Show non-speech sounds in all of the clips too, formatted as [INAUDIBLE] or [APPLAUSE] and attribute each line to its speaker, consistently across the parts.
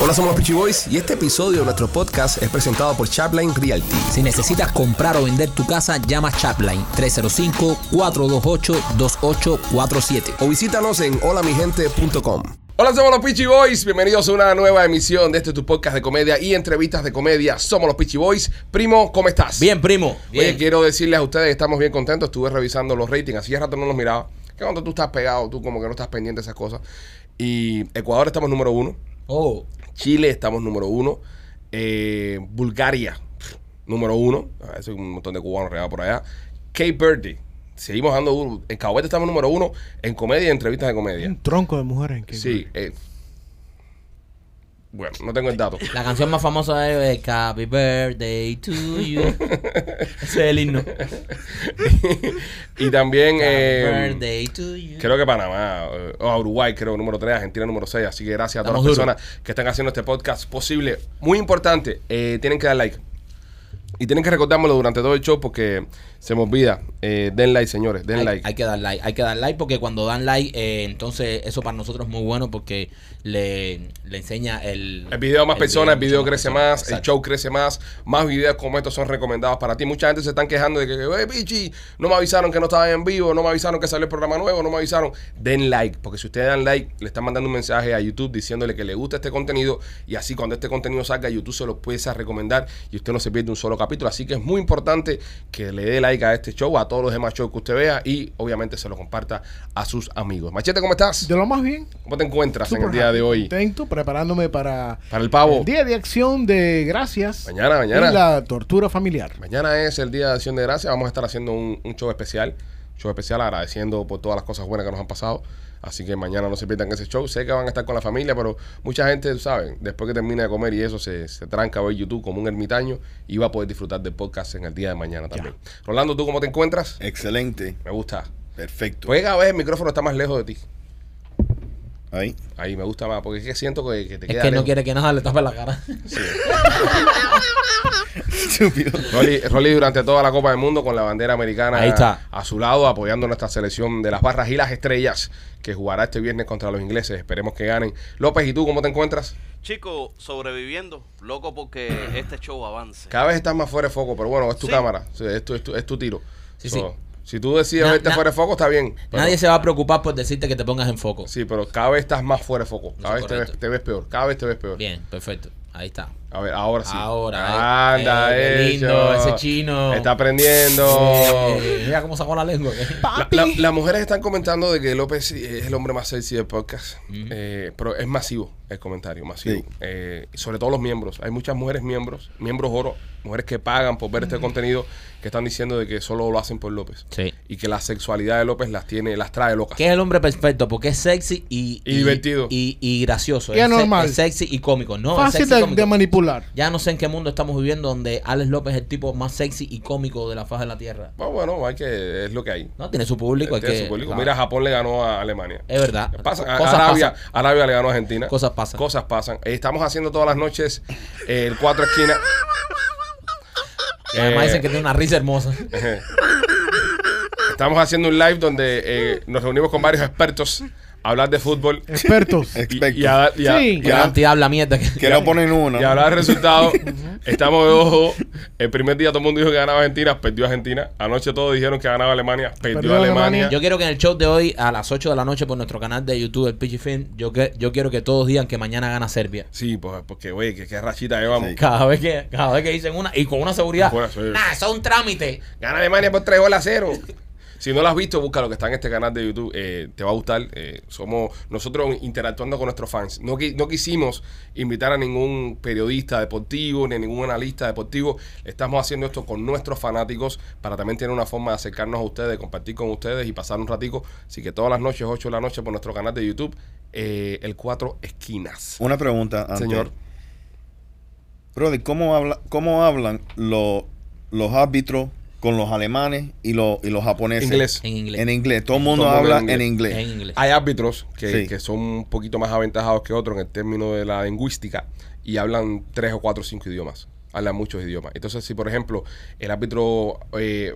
Speaker 1: Hola, somos los Peachy Boys y este episodio de nuestro podcast es presentado por Chapline Realty.
Speaker 2: Si necesitas comprar o vender tu casa, llama Chapline 305-428-2847.
Speaker 1: O visítanos en holamigente.com. Hola, somos los Peachy Boys. Bienvenidos a una nueva emisión de este tu podcast de comedia y entrevistas de comedia. Somos los Peachy Boys. Primo, ¿cómo estás?
Speaker 3: Bien, primo.
Speaker 1: Oye, quiero decirles a ustedes que estamos bien contentos. Estuve revisando los ratings, hacía rato no los miraba. Que cuando tú estás pegado, tú como que no estás pendiente de esas cosas. Y Ecuador estamos número uno.
Speaker 3: Oh,
Speaker 1: Chile estamos número uno. Eh, Bulgaria, pf, número uno. Ah, Eso hay un montón de cubanos regados por allá. Cape Verde, seguimos dando duro. En Cahuete estamos número uno en comedia y entrevistas de comedia.
Speaker 4: Un tronco de mujeres. que-
Speaker 1: Sí. eh, bueno, no tengo el dato.
Speaker 3: la canción más famosa de ellos es Happy Birthday to
Speaker 1: [LAUGHS]
Speaker 3: You. Ese es el himno.
Speaker 1: y también... eh,
Speaker 3: Happy Birthday to You.
Speaker 1: Creo que Panamá, eh, o Uruguay, creo, número 3, Argentina, número 6. Así que gracias a todas
Speaker 3: Estamos
Speaker 1: las personas que están haciendo este podcast posible. Muy importante, eh, tienen que dar like. Y tienen que recordármelo durante todo el show porque se me olvida. Eh, den like, señores, den
Speaker 3: Hay,
Speaker 1: like.
Speaker 3: hay que dar like, hay que dar like porque cuando dan like, eh, entonces eso para nosotros es muy bueno porque le, le enseña el...
Speaker 1: el video a más personas, el video
Speaker 3: mucho
Speaker 1: crece
Speaker 3: personas.
Speaker 1: más, el
Speaker 3: Exacto.
Speaker 1: show crece más, más videos como estos son recomendados para ti. Mucha gente se están quejando de que, hey, Pichi, no me avisaron que no estaban en vivo, no me avisaron que salió el programa nuevo, no me avisaron. Den like, porque si ustedes dan like, le están mandando un mensaje a YouTube diciéndole que le gusta este contenido y así cuando este contenido salga, YouTube se lo empieza a recomendar y usted no se pierde un solo capítulo. Así que es muy importante que le dé like a este show, a todos los demás shows que usted vea y obviamente se lo comparta a sus amigos. Machete, ¿cómo estás?
Speaker 4: De lo más bien.
Speaker 1: ¿Cómo te encuentras en
Speaker 4: Super
Speaker 1: el día de
Speaker 4: happy,
Speaker 1: hoy?
Speaker 4: Contento, preparándome para
Speaker 1: Para el pavo.
Speaker 4: el Día de Acción de Gracias.
Speaker 1: Mañana, mañana.
Speaker 4: Y la tortura familiar.
Speaker 1: Mañana es el Día de Acción de Gracias. Vamos a estar haciendo un, un show especial. Show especial agradeciendo por todas las cosas buenas que nos han pasado. Así que mañana no se pierdan ese show. Sé que van a estar con la familia, pero mucha gente, tú ¿sabes? Después que termina de comer y eso, se, se tranca a ver YouTube como un ermitaño y va a poder disfrutar del podcast en el día de mañana también. Rolando, ¿tú cómo te
Speaker 3: Eh,
Speaker 1: encuentras?
Speaker 5: Excelente,
Speaker 1: Me gusta.
Speaker 5: perfecto.
Speaker 1: Pues cada vez el micrófono está más lejos de ti.
Speaker 5: Ahí.
Speaker 1: Ahí me gusta más, porque es que siento que, que te
Speaker 3: Es
Speaker 1: queda
Speaker 3: que no
Speaker 1: lejos.
Speaker 3: quiere que nada le tape la cara.
Speaker 5: [LAUGHS] Estúpido.
Speaker 1: Rolly, Rolly durante toda la Copa del Mundo con la bandera americana
Speaker 3: Ahí está.
Speaker 1: a su lado, apoyando nuestra selección de las barras y las estrellas que jugará este viernes contra los ingleses. Esperemos que ganen. López, ¿y tú cómo te encuentras?
Speaker 6: Chico, sobreviviendo, loco porque este show avance.
Speaker 1: Cada vez estás más fuera de foco, pero bueno, es tu
Speaker 6: Sí.
Speaker 1: cámara, Sí, es tu, es tu- es tu tiro.
Speaker 3: Sí, sí.
Speaker 1: Si tú decides
Speaker 3: Na-
Speaker 1: verte
Speaker 3: na-
Speaker 1: fuera de foco, está bien. pero-
Speaker 3: Nadie se va a preocupar por decirte que te pongas en foco.
Speaker 1: Sí, pero cada vez estás más fuera de foco. Cada vez
Speaker 3: Eso
Speaker 1: te
Speaker 3: es
Speaker 1: ves,
Speaker 3: correcto.
Speaker 1: te ves peor. Cada vez te ves peor.
Speaker 3: Bien, perfecto. Ahí está.
Speaker 1: A ver, ahora sí.
Speaker 3: Ahora, eh,
Speaker 1: Anda,
Speaker 3: eh, qué
Speaker 1: hecho.
Speaker 3: lindo, ese chino.
Speaker 1: Está aprendiendo.
Speaker 3: Eh, mira cómo sacó la lengua. ¿eh?
Speaker 1: La- la- las mujeres están comentando de que López es el hombre más sexy del podcast. Eh, pero es masivo el comentario, masivo.
Speaker 5: Sí.
Speaker 1: Eh, sobre todo los miembros. Hay muchas mujeres miembros, miembros oro, mujeres que pagan por ver este contenido, que están diciendo de que solo lo hacen por López.
Speaker 3: Sí.
Speaker 1: Y que la sexualidad de López las tiene, las trae locas.
Speaker 3: Que es el hombre perfecto porque es sexy y,
Speaker 1: Y divertido.
Speaker 3: y, y gracioso.
Speaker 4: Y
Speaker 3: es, se-
Speaker 4: anormal.
Speaker 3: es sexy y cómico. No, es
Speaker 4: Fácil
Speaker 3: sexy y
Speaker 4: de,
Speaker 3: cómico.
Speaker 1: [LAUGHS]
Speaker 4: de manipular.
Speaker 3: Ya no sé en qué mundo estamos viviendo donde Alex López es el tipo más sexy y cómico de la faz de la tierra.
Speaker 1: Bueno, bueno, hay que, es lo que hay.
Speaker 3: No, tiene su público. hay
Speaker 1: Tiene
Speaker 3: que-
Speaker 1: su público.
Speaker 3: claro.
Speaker 1: Mira, Japón le ganó a Alemania.
Speaker 3: es verdad.
Speaker 1: Pasa, a-
Speaker 3: Cosas
Speaker 1: Arabia,
Speaker 3: pasan.
Speaker 1: Arabia le ganó a Argentina.
Speaker 3: Cosas pasan.
Speaker 1: Cosas pasan. Eh, Estamos haciendo todas las noches eh, el cuatro esquinas.
Speaker 3: Y además
Speaker 1: Eh,
Speaker 3: dicen que tiene una risa
Speaker 1: [LAUGHS]
Speaker 3: hermosa.
Speaker 1: Estamos haciendo un live donde eh, nos reunimos con varios expertos a hablar de fútbol y- [LAUGHS]
Speaker 4: Expertos.
Speaker 5: Expecto.
Speaker 1: y, a, dar- y a-
Speaker 4: Sí.
Speaker 3: Qué cantidad
Speaker 1: [LAUGHS]
Speaker 3: habla mierda. que-
Speaker 5: que no ponen una.
Speaker 1: y a hablar de
Speaker 4: [LAUGHS]
Speaker 1: resultados. Estamos de ojo. El primer día todo el mundo dijo que ganaba Argentina, perdió Argentina. Anoche todos dijeron que ganaba Alemania, perdió,
Speaker 4: Perdió
Speaker 1: Alemania.
Speaker 4: Alemania.
Speaker 3: Yo quiero que en el show de hoy, a las 8 de la noche, por nuestro canal de YouTube, el Pichi Film, yo, que, yo quiero que todos digan que mañana gana Serbia.
Speaker 1: Sí, pues, porque, oye, que, que rachita llevamos.
Speaker 5: Sí.
Speaker 3: Cada vez que, cada vez que dicen una, y con una seguridad.
Speaker 1: Con una seguridad.
Speaker 3: Nah, eso es un trámite.
Speaker 1: Gana Alemania por 3 goles a 0. Si no lo has visto, busca lo que está en este canal de YouTube. eh, te va a gustar. eh, somos nosotros interactuando con nuestros fans. No, qui- no quisimos invitar a ningún periodista deportivo ni a ningún analista deportivo. Estamos haciendo esto con nuestros fanáticos para también tener una forma de acercarnos a ustedes, de compartir con ustedes y pasar un ratico. Así que todas las noches, 8 de la noche, por nuestro canal de YouTube, eh, el Cuatro Esquinas.
Speaker 5: Una pregunta antes.
Speaker 1: Señor.
Speaker 5: Brother, ¿cómo, habla, cómo hablan lo- los árbitros con los alemanes y, los y los japoneses?
Speaker 1: Inglés.
Speaker 3: En inglés.
Speaker 5: En inglés. Todo el mundo
Speaker 1: Todo el mundo
Speaker 5: habla
Speaker 1: en
Speaker 5: en
Speaker 1: inglés.
Speaker 5: inglés. Ah,
Speaker 3: En inglés.
Speaker 1: Hay árbitros que,
Speaker 5: Sí.
Speaker 1: que son un poquito más aventajados que otros en el término de la lingüística y hablan tres o cuatro o cinco idiomas. Hablan muchos idiomas. Entonces, si por ejemplo el árbitro eh,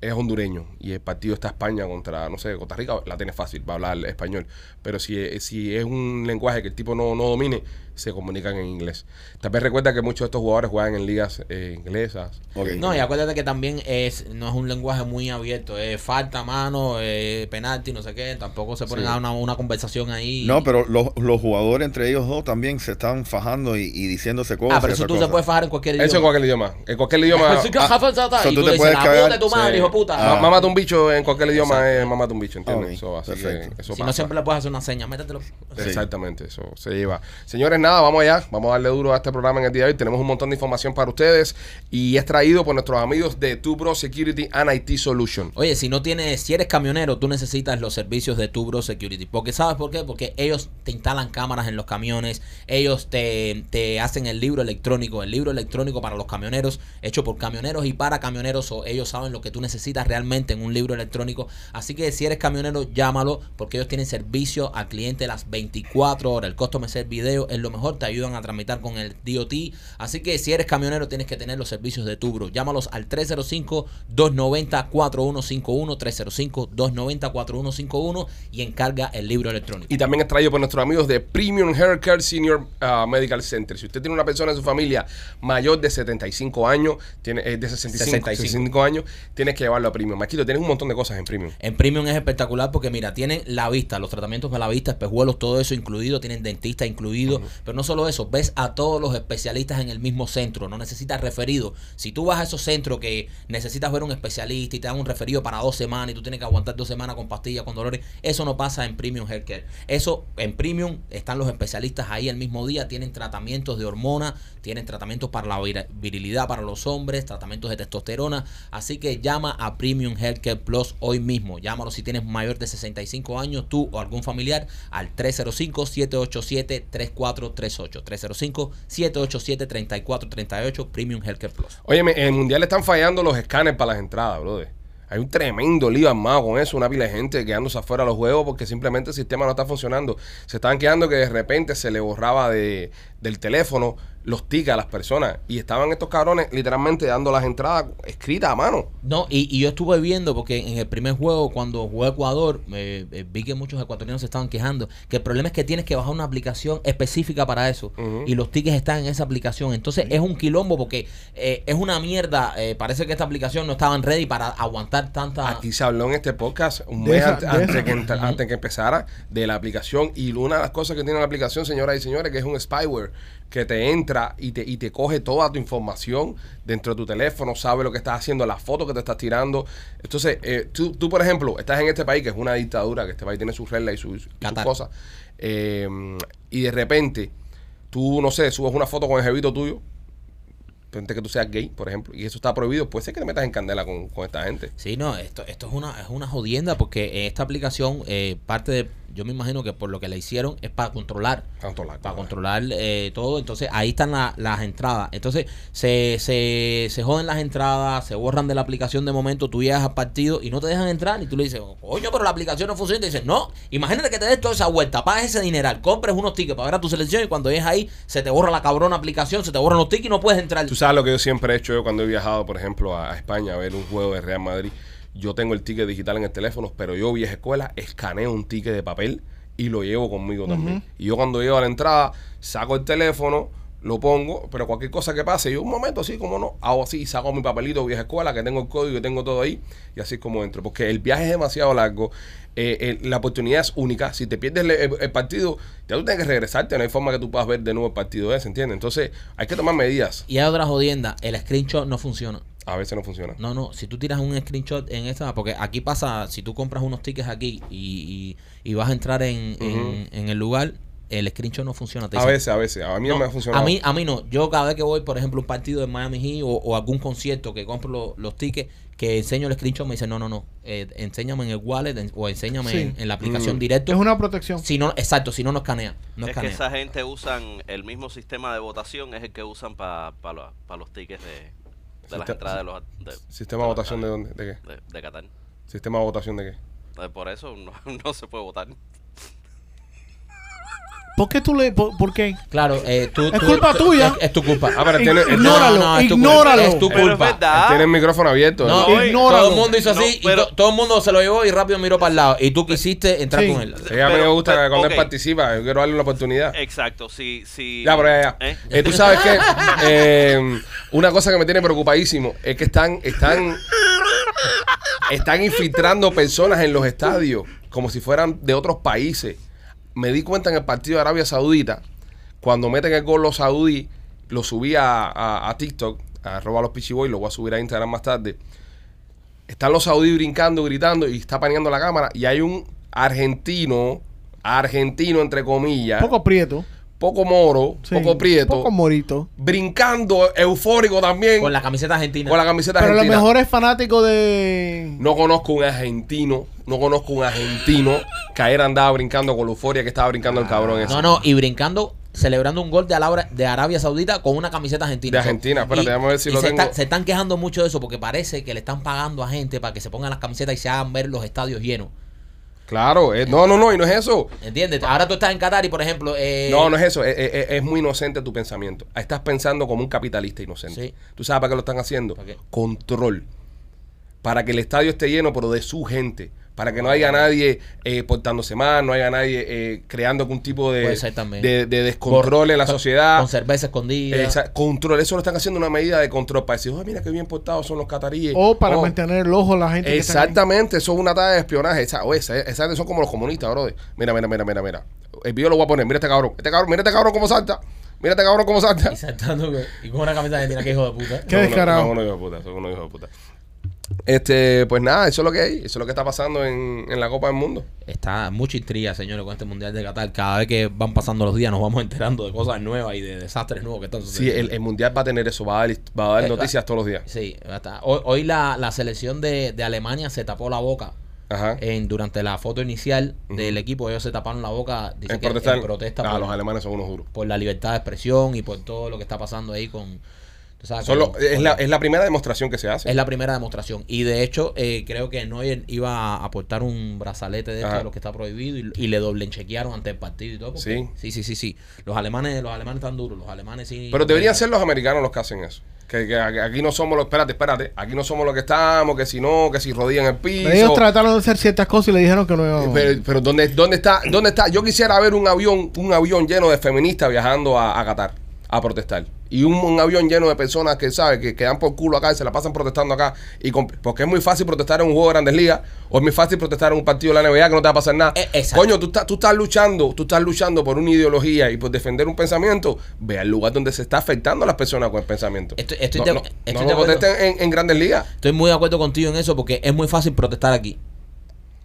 Speaker 1: es hondureño y el partido está España contra, no sé, Costa Rica, la tiene fácil, va a hablar español. Pero si, si es un lenguaje que el tipo no, no domine, se comunican en inglés. También recuerda que muchos de estos jugadores juegan en ligas eh, inglesas.
Speaker 5: Ok.
Speaker 3: No, y acuérdate que también es no es un lenguaje muy abierto. Es falta, mano, eh, penalti, no sé qué. Tampoco se ponen
Speaker 1: Sí.
Speaker 3: a una, una conversación ahí.
Speaker 5: No, pero los, los jugadores entre ellos dos también se están fajando y, y diciéndose cosas.
Speaker 3: Ah, pero
Speaker 5: y
Speaker 3: eso
Speaker 5: esas
Speaker 3: tú se
Speaker 5: cosas.
Speaker 3: puedes fajar en cualquier idioma.
Speaker 1: Eso en cualquier idioma. En cualquier
Speaker 3: [LAUGHS]
Speaker 1: idioma.
Speaker 3: Así que,
Speaker 5: ah,
Speaker 3: jafa, zata,
Speaker 5: so
Speaker 3: y
Speaker 5: tú
Speaker 3: tú
Speaker 5: te
Speaker 3: dices,
Speaker 5: puedes
Speaker 3: la
Speaker 5: cagar,
Speaker 3: puta de tu madre,
Speaker 5: sí.
Speaker 3: hijo de puta.
Speaker 5: Ah,
Speaker 1: Mamá de un bicho en cualquier idioma es mamá de un bicho, ¿entiendes?
Speaker 5: Ok,
Speaker 1: Eso, así
Speaker 5: perfecto.
Speaker 1: que eso
Speaker 3: si
Speaker 1: pasa.
Speaker 3: no, siempre le puedes hacer una seña. Métetelo.
Speaker 5: Sí.
Speaker 1: Exactamente, eso se lleva. Señores, nada, vamos allá. Vamos a darle duro a este programa en el día de hoy. Tenemos un montón de información para ustedes y es traído por nuestros amigos de Tubro Security and IT Solution.
Speaker 3: Oye, si no tienes, si eres camionero, tú necesitas los servicios de Tubro Security. Porque ¿sabes por qué? Porque ellos te instalan cámaras en los camiones, ellos te, te hacen el libro electrónico, el libro electrónico para los camioneros, hecho por camioneros y para camioneros, o ellos saben lo que tú necesitas realmente en un libro electrónico. Así que si eres camionero, llámalo, porque ellos tienen servicio al cliente las 24 horas. El costo me ser video es lo mejor, te ayudan a tramitar con el DOT. Así que si eres camionero, tienes que tener los servicios de Tubro. Llámalos al 305-290-4151, 305-290-4151 y encarga el libro electrónico.
Speaker 1: Y también es traído por nuestros amigos de Premium Hair Care Senior ah, Medical Center. Si usted tiene una persona en su familia mayor de 75 años, tiene, eh, de 65,
Speaker 3: 65.
Speaker 1: 65 años, tienes que llevarlo a Premium. Maquito, tienes un montón de cosas en Premium.
Speaker 3: En Premium es espectacular porque, mira, tienen la vista, los tratamientos para la vista, espejuelos, todo eso incluido, tienen dentista incluido, pero no solo eso, ves a todos los especialistas en el mismo centro, no necesitas referido. Si tú vas a esos centros que necesitas ver un especialista y te dan un referido para dos semanas y tú tienes que aguantar dos semanas con pastillas, con dolores, eso no pasa en Premium Healthcare. Eso en Premium están los especialistas ahí el mismo día, tienen tratamientos de hormona, tienen tratamientos para la vir- virilidad para los hombres, tratamientos de testosterona. Así que llama a Premium Healthcare Plus hoy mismo. Llámalo si tienes mayor de 65 años, tú o algún familiar, al 305-787-3438. 305-787-3438, Premium Healthcare Plus.
Speaker 1: Óyeme, en el mundial están fallando los escáneres para las entradas, brother. Hay un tremendo lío armado con eso, una pila de gente quedándose afuera de los juegos porque simplemente el sistema no está funcionando. Se estaban quedando que de repente se le borraba de, del teléfono los tickets a las personas y estaban estos cabrones literalmente dando las entradas escritas a mano.
Speaker 3: No, y, y yo estuve viendo, porque en el primer juego, cuando jugó Ecuador, eh, eh, vi que muchos ecuatorianos se estaban quejando, que el problema es que tienes que bajar una aplicación específica para eso,
Speaker 1: Ujú.
Speaker 3: y los tickets están en esa aplicación. Entonces es un quilombo, porque eh, es una mierda, eh, parece que esta aplicación no estaban ready para aguantar tanta...
Speaker 1: Aquí se habló en este podcast un
Speaker 4: De
Speaker 1: mes
Speaker 4: esa-
Speaker 1: ante-
Speaker 4: de
Speaker 1: antes,
Speaker 4: esa.
Speaker 1: que, entra- antes que empezara de la aplicación y una de las cosas que tiene la aplicación, señoras y señores, que es un spyware que te entra y te, y te coge toda tu información dentro de tu teléfono, sabe lo que estás haciendo, las fotos que te estás tirando. Entonces, eh, tú, tú, por ejemplo, estás en este país que es una dictadura, que este país tiene sus reglas y sus, y sus
Speaker 3: Qatar.
Speaker 1: cosas, eh, y de repente tú, no sé, subes una foto con el jevito tuyo. Gente que tú seas gay, por ejemplo, y eso está prohibido, puede ser que te metas en candela con, con esta gente.
Speaker 3: Sí, no, esto, esto es una, es una jodienda, porque esta aplicación, eh, parte de, yo me imagino que por lo que la hicieron, es para controlar
Speaker 1: Tanto la-
Speaker 3: para controlar eh, todo. Entonces ahí están la- las entradas. Entonces se, se, se joden las entradas, se borran de la aplicación de momento, tú llegas al partido y no te dejan entrar y tú le dices, "Oh, coño, pero la aplicación no funciona. Y te dices, no, imagínate que te des toda esa vuelta, pagues ese dineral, compres unos tickets para ver a tu selección y cuando llegues ahí se te borra la cabrona aplicación, se te borran los tickets y no puedes entrar.
Speaker 1: Tú sabes lo que yo siempre he hecho yo cuando he viajado, por ejemplo, a a España a ver un juego de Real Madrid. Yo tengo el ticket digital en el teléfono, pero yo vieja escuela escaneo un ticket de papel y lo llevo conmigo también. Y yo cuando llego a la entrada, saco el teléfono, lo pongo, pero cualquier cosa que pase, yo un momento así como no, hago así, saco mi papelito vieja escuela, que tengo el código, que tengo todo ahí, y así es como entro. Porque el viaje es demasiado largo, eh, eh, la oportunidad es única. Si te pierdes el, el- el partido, ya tú tienes que regresarte, no hay forma que tú puedas ver de nuevo el partido ese, ¿entiendes? Entonces hay que tomar medidas.
Speaker 3: Y hay otra jodienda, el screenshot no funciona.
Speaker 1: A veces no funciona.
Speaker 3: No, no, si tú tiras un screenshot en esta, porque aquí pasa, si tú compras unos tickets aquí y, y- y vas a entrar en, en- en el lugar, el screenshot no funciona. te
Speaker 1: a
Speaker 3: dicen,
Speaker 1: veces, a veces. A mí no, me ha funcionado.
Speaker 3: a mí, a mí no. Yo cada vez que voy, por ejemplo, a un partido de Miami Heat o, o algún concierto que compro lo- los tickets, que enseño el screenshot, me dicen, no, no, no, eh, enséñame en el wallet en- o enséñame
Speaker 4: Sí.
Speaker 3: en, en la aplicación
Speaker 1: Mm.
Speaker 3: directo.
Speaker 4: Es una protección.
Speaker 3: Si no, exacto, si no nos canea. No
Speaker 6: es que
Speaker 3: escanea.
Speaker 6: esa gente usan el mismo sistema de votación, es el que usan para los tickets de, de las
Speaker 1: Siste-
Speaker 6: entradas de los de,
Speaker 1: ¿Sistema de votación de dónde? ¿De qué?
Speaker 6: de, de Qatar.
Speaker 1: ¿Sistema
Speaker 6: [LAUGHS]
Speaker 1: de votación de qué?
Speaker 6: Eh, Por eso no, no se puede votar.
Speaker 4: ¿Por qué tú le.? ¿Por, por qué?
Speaker 3: Claro, eh, tú,
Speaker 4: Es
Speaker 3: tú-
Speaker 4: culpa
Speaker 3: tú-
Speaker 4: tuya.
Speaker 3: Es, es tu culpa.
Speaker 1: Ah, pero tiene-
Speaker 3: No,
Speaker 4: Ignóralo,
Speaker 3: no, es tu culpa.
Speaker 4: ignóralo.
Speaker 3: Es tu
Speaker 6: Pero
Speaker 3: culpa.
Speaker 6: es verdad.
Speaker 1: Tiene el micrófono abierto.
Speaker 3: No,
Speaker 1: ¿no?
Speaker 6: Oye,
Speaker 4: ignóralo.
Speaker 3: todo el mundo hizo
Speaker 6: No,
Speaker 3: así
Speaker 6: pero-
Speaker 3: y to- todo el mundo se lo llevó y rápido miró para el lado. Y tú quisiste entrar
Speaker 4: Sí.
Speaker 3: con él.
Speaker 1: Sí, a mí me
Speaker 6: Pero-
Speaker 1: gusta
Speaker 6: pero-
Speaker 1: cuando él
Speaker 6: ok.
Speaker 1: participa. Yo quiero darle una oportunidad.
Speaker 6: Exacto, sí, sí.
Speaker 1: Ya, pero ya, ya.
Speaker 6: ¿Eh?
Speaker 1: Eh, Tú sabes que eh, una cosa que me tiene preocupadísimo es que están, están, están infiltrando personas en los estadios como si fueran de otros países. Me di cuenta en el partido de Arabia Saudita, cuando meten el gol los saudíes, lo subí a, a- a TikTok, a arroba los pichiboy, lo voy a subir a Instagram más tarde. Están los saudíes brincando, gritando y está paneando la cámara. Y hay un argentino, argentino entre comillas,
Speaker 4: Poco prieto.
Speaker 1: poco moro,
Speaker 4: sí,
Speaker 1: poco prieto,
Speaker 4: Poco morito.
Speaker 1: brincando, eufórico también
Speaker 3: Con
Speaker 1: con la,
Speaker 3: la camiseta argentina.
Speaker 1: camiseta
Speaker 4: Pero a lo
Speaker 1: argentina.
Speaker 4: mejor es fanático de.
Speaker 1: No conozco un argentino, no conozco un argentino que ayer andaba brincando con la euforia que estaba brincando el cabrón ese.
Speaker 3: Ah, No, no, y brincando, celebrando un gol de, Alabra- de Arabia Saudita con una camiseta argentina.
Speaker 1: De Argentina, espérate,
Speaker 3: Y-
Speaker 1: déjame ver si
Speaker 3: y
Speaker 1: lo
Speaker 3: se,
Speaker 1: tengo.
Speaker 3: está- se están quejando mucho de eso porque parece que le están pagando a gente para que se pongan las camisetas y se hagan ver los estadios llenos.
Speaker 1: Claro, eh, no, no, no, y no es eso.
Speaker 3: ¿Entiendes? Ahora tú estás en Qatar y, por ejemplo. eh,
Speaker 1: No, no es eso. Es, es- es muy inocente tu pensamiento. Ah, Estás pensando como un capitalista inocente.
Speaker 3: Sí.
Speaker 1: ¿Tú sabes para qué lo están haciendo?
Speaker 3: ¿Para qué?
Speaker 1: Control. Para que el estadio esté lleno, pero de su gente. Para que no haya nadie eh, portándose mal, no haya nadie eh, creando algún tipo de,
Speaker 3: Puede ser también.
Speaker 1: de, de descontrol en la
Speaker 3: con-
Speaker 1: sociedad.
Speaker 3: Con cerveza escondida.
Speaker 1: Esa- control, eso lo están haciendo una medida de control para decir, "Oh, mira qué bien portados son los cataríes.
Speaker 4: O para
Speaker 1: Oh,
Speaker 4: mantener el ojo a la gente. que está ahí.
Speaker 1: Exactamente, eso es una tarea de espionaje. Esa, oye, esa- esa gente son como los comunistas, bro. Mira, mira, mira, mira, mira. El video lo voy a poner. Mira este cabrón. Este cabrón, mira este cabrón cómo salta. Mira este cabrón cómo salta.
Speaker 3: Y saltando con- y con una camisa argentina, que hijo de puta.
Speaker 4: Qué
Speaker 1: Son unos-
Speaker 4: descarado.
Speaker 1: son unos hijos de puta, son unos hijos de puta. Este, pues nada, eso es lo que hay. Eso es lo que está pasando en, en la Copa del Mundo.
Speaker 3: Está mucha intriga, señores, con este Mundial de Qatar. Cada vez que van pasando los días nos vamos enterando de cosas nuevas y de desastres nuevos que están
Speaker 1: Sí,
Speaker 3: sucediendo.
Speaker 1: el, el Mundial va a tener eso, va a dar, va a dar
Speaker 3: Eh,
Speaker 1: noticias todos los días.
Speaker 3: Sí, hasta- hoy, hoy la, la selección de, de Alemania se tapó la boca
Speaker 1: Ajá.
Speaker 3: en, durante la foto inicial
Speaker 1: Ujú.
Speaker 3: del equipo. Ellos se taparon la boca dicen
Speaker 1: En
Speaker 3: que
Speaker 1: protestar.
Speaker 3: en protesta
Speaker 1: Ah,
Speaker 3: por,
Speaker 1: los alemanes son unos duros.
Speaker 3: por la libertad de expresión y por todo lo que está pasando ahí con... tú sabes,
Speaker 1: Son los-
Speaker 3: con-
Speaker 1: es,
Speaker 3: con-
Speaker 1: la, es la primera demostración que se hace.
Speaker 3: es la primera demostración. Y de hecho, eh, creo que Neuer iba a aportar un brazalete de esto
Speaker 1: Ajá.
Speaker 3: de lo que está prohibido y, y le doblenchequearon ante el partido y todo. porque- Sí, sí, sí, sí. Los alemanes, los alemanes están duros, los alemanes sí.
Speaker 1: Pero deberían ser los americanos los que hacen eso. Que, que aquí no somos los. Espérate, espérate. Aquí no somos los que estamos, que si no, que si rodillan el piso.
Speaker 4: Pero ellos trataron de hacer ciertas cosas y le dijeron que no.
Speaker 1: Pero, pero ¿dónde, dónde está, ¿dónde está? Yo quisiera ver un avión, un avión lleno de feministas viajando a, a Qatar a protestar. Y un, un avión lleno de personas que, ¿sabes? Que, que dan por culo acá y se la pasan protestando acá. y con- Porque es muy fácil protestar en un juego de grandes ligas o es muy fácil protestar en un partido de la NBA que no te va a pasar nada.
Speaker 3: Eh, exacto.
Speaker 1: Coño, tú, estás- tú estás luchando, tú estás luchando por una ideología y por defender un pensamiento. Ve al lugar donde se está afectando a las personas con el pensamiento.
Speaker 3: Estoy- estoy
Speaker 1: no,
Speaker 3: de-
Speaker 1: no,
Speaker 3: estoy
Speaker 1: no
Speaker 3: de
Speaker 1: lo
Speaker 3: acuerdo.
Speaker 1: protesten en, en grandes ligas.
Speaker 3: Estoy muy de acuerdo contigo en eso porque es muy fácil protestar aquí.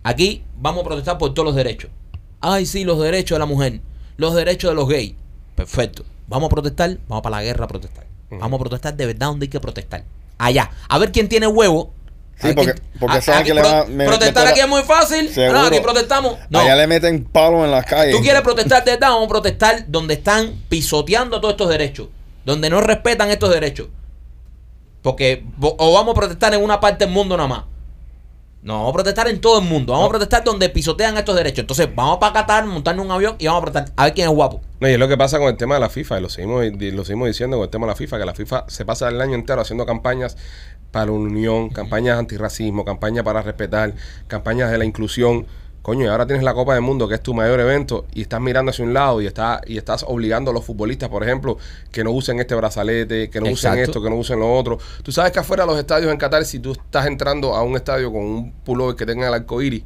Speaker 3: Aquí vamos a protestar por todos los derechos. Ay, sí, los derechos de la mujer, los derechos de los gays. Perfecto. Vamos a protestar, vamos para la guerra a protestar. Vamos a protestar de verdad donde hay que protestar. Allá. A ver quién tiene huevo. A
Speaker 5: Sí,
Speaker 3: ver
Speaker 5: porque-
Speaker 3: quién-
Speaker 5: porque saben que le van a- me-
Speaker 3: protestar
Speaker 5: meter a-
Speaker 3: aquí es muy fácil.
Speaker 5: Seguro.
Speaker 3: Ah, aquí protestamos. No.
Speaker 5: Allá le meten palo en las calles.
Speaker 3: Tú quieres protestar de verdad, vamos a protestar donde están pisoteando todos estos derechos, donde no respetan estos derechos. Porque vo- o vamos a protestar en una parte del mundo nada más. No, vamos a protestar en todo el mundo. Vamos a protestar donde pisotean estos derechos. Entonces, vamos para Qatar, montarnos en un avión y vamos a protestar. A ver quién es guapo.
Speaker 1: No, y es lo que pasa con el tema de la FIFA, y lo seguimos, y lo seguimos diciendo con el tema de la FIFA, que la FIFA se pasa el año entero haciendo campañas para la unión, campañas antirracismo, campañas para respetar, campañas de la inclusión. Coño, y ahora tienes la Copa del Mundo, que es tu mayor evento, y estás mirando hacia un lado y, está, y estás obligando a los futbolistas, por ejemplo, que no usen este brazalete, que no usen
Speaker 3: Exacto.
Speaker 1: esto, que no usen lo otro. Tú sabes que afuera de los estadios en Qatar, si tú estás entrando a un estadio con un pullover que tenga el arco iris,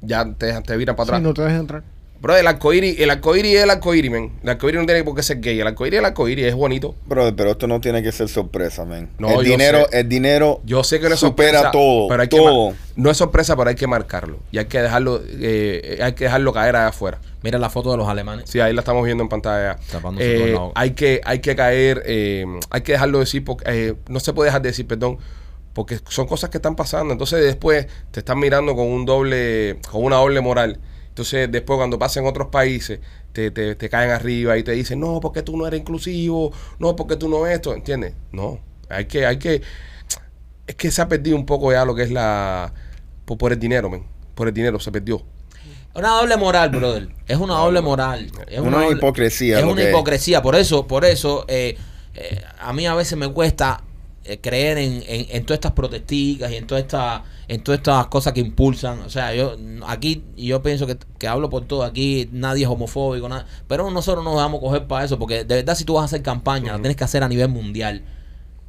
Speaker 1: ya te, te viran para atrás.
Speaker 4: Si no te dejan entrar.
Speaker 1: Bro, el arcoíris, el arcoíris es el arcoíris, men. El arcoíris no tiene por qué ser gay. El arcoíris es el arcoíris, es bonito.
Speaker 5: Brother, pero esto no tiene que ser sorpresa, man.
Speaker 1: No, yo
Speaker 5: el dinero,
Speaker 1: sé.
Speaker 5: el dinero
Speaker 1: Yo sé que no es
Speaker 5: supera
Speaker 1: sorpresa,
Speaker 5: todo,
Speaker 1: pero hay que
Speaker 5: todo.
Speaker 1: mar- no es sorpresa, pero hay que marcarlo y hay que dejarlo, eh, hay que dejarlo caer allá afuera.
Speaker 3: Mira la foto de los alemanes.
Speaker 1: Sí, ahí la estamos viendo en pantalla.
Speaker 3: Tapándose
Speaker 1: Eh,
Speaker 3: todos lados.
Speaker 1: hay que, hay que caer, eh, hay que dejarlo decir, porque, eh, no se puede dejar de decir, perdón, porque son cosas que están pasando. Entonces después te están mirando con un doble, con una doble moral. Entonces después cuando pasen otros países te, te, te caen arriba y te dicen, no, porque tú no eres inclusivo, no, porque tú no esto, ¿entiendes? No, hay que, hay que, es que se ha perdido un poco ya lo que es la, por, por el dinero, men, por el dinero se perdió.
Speaker 3: Una doble moral, brother. Es una doble moral. Es
Speaker 5: Una
Speaker 3: doble-
Speaker 5: hipocresía,
Speaker 3: Es
Speaker 5: lo
Speaker 3: una
Speaker 5: que es.
Speaker 3: hipocresía. Por eso, por eso, eh, eh, a mí a veces me cuesta eh, creer en, en- en todas estas protesticas y en todas estas en todas estas cosas que impulsan. O sea, yo n- aquí, y yo pienso que, que hablo por todo, aquí nadie es homofóbico, nada. Pero nosotros no nos vamos a coger para eso, porque de verdad si tú vas a hacer campaña, la tienes que hacer a nivel mundial.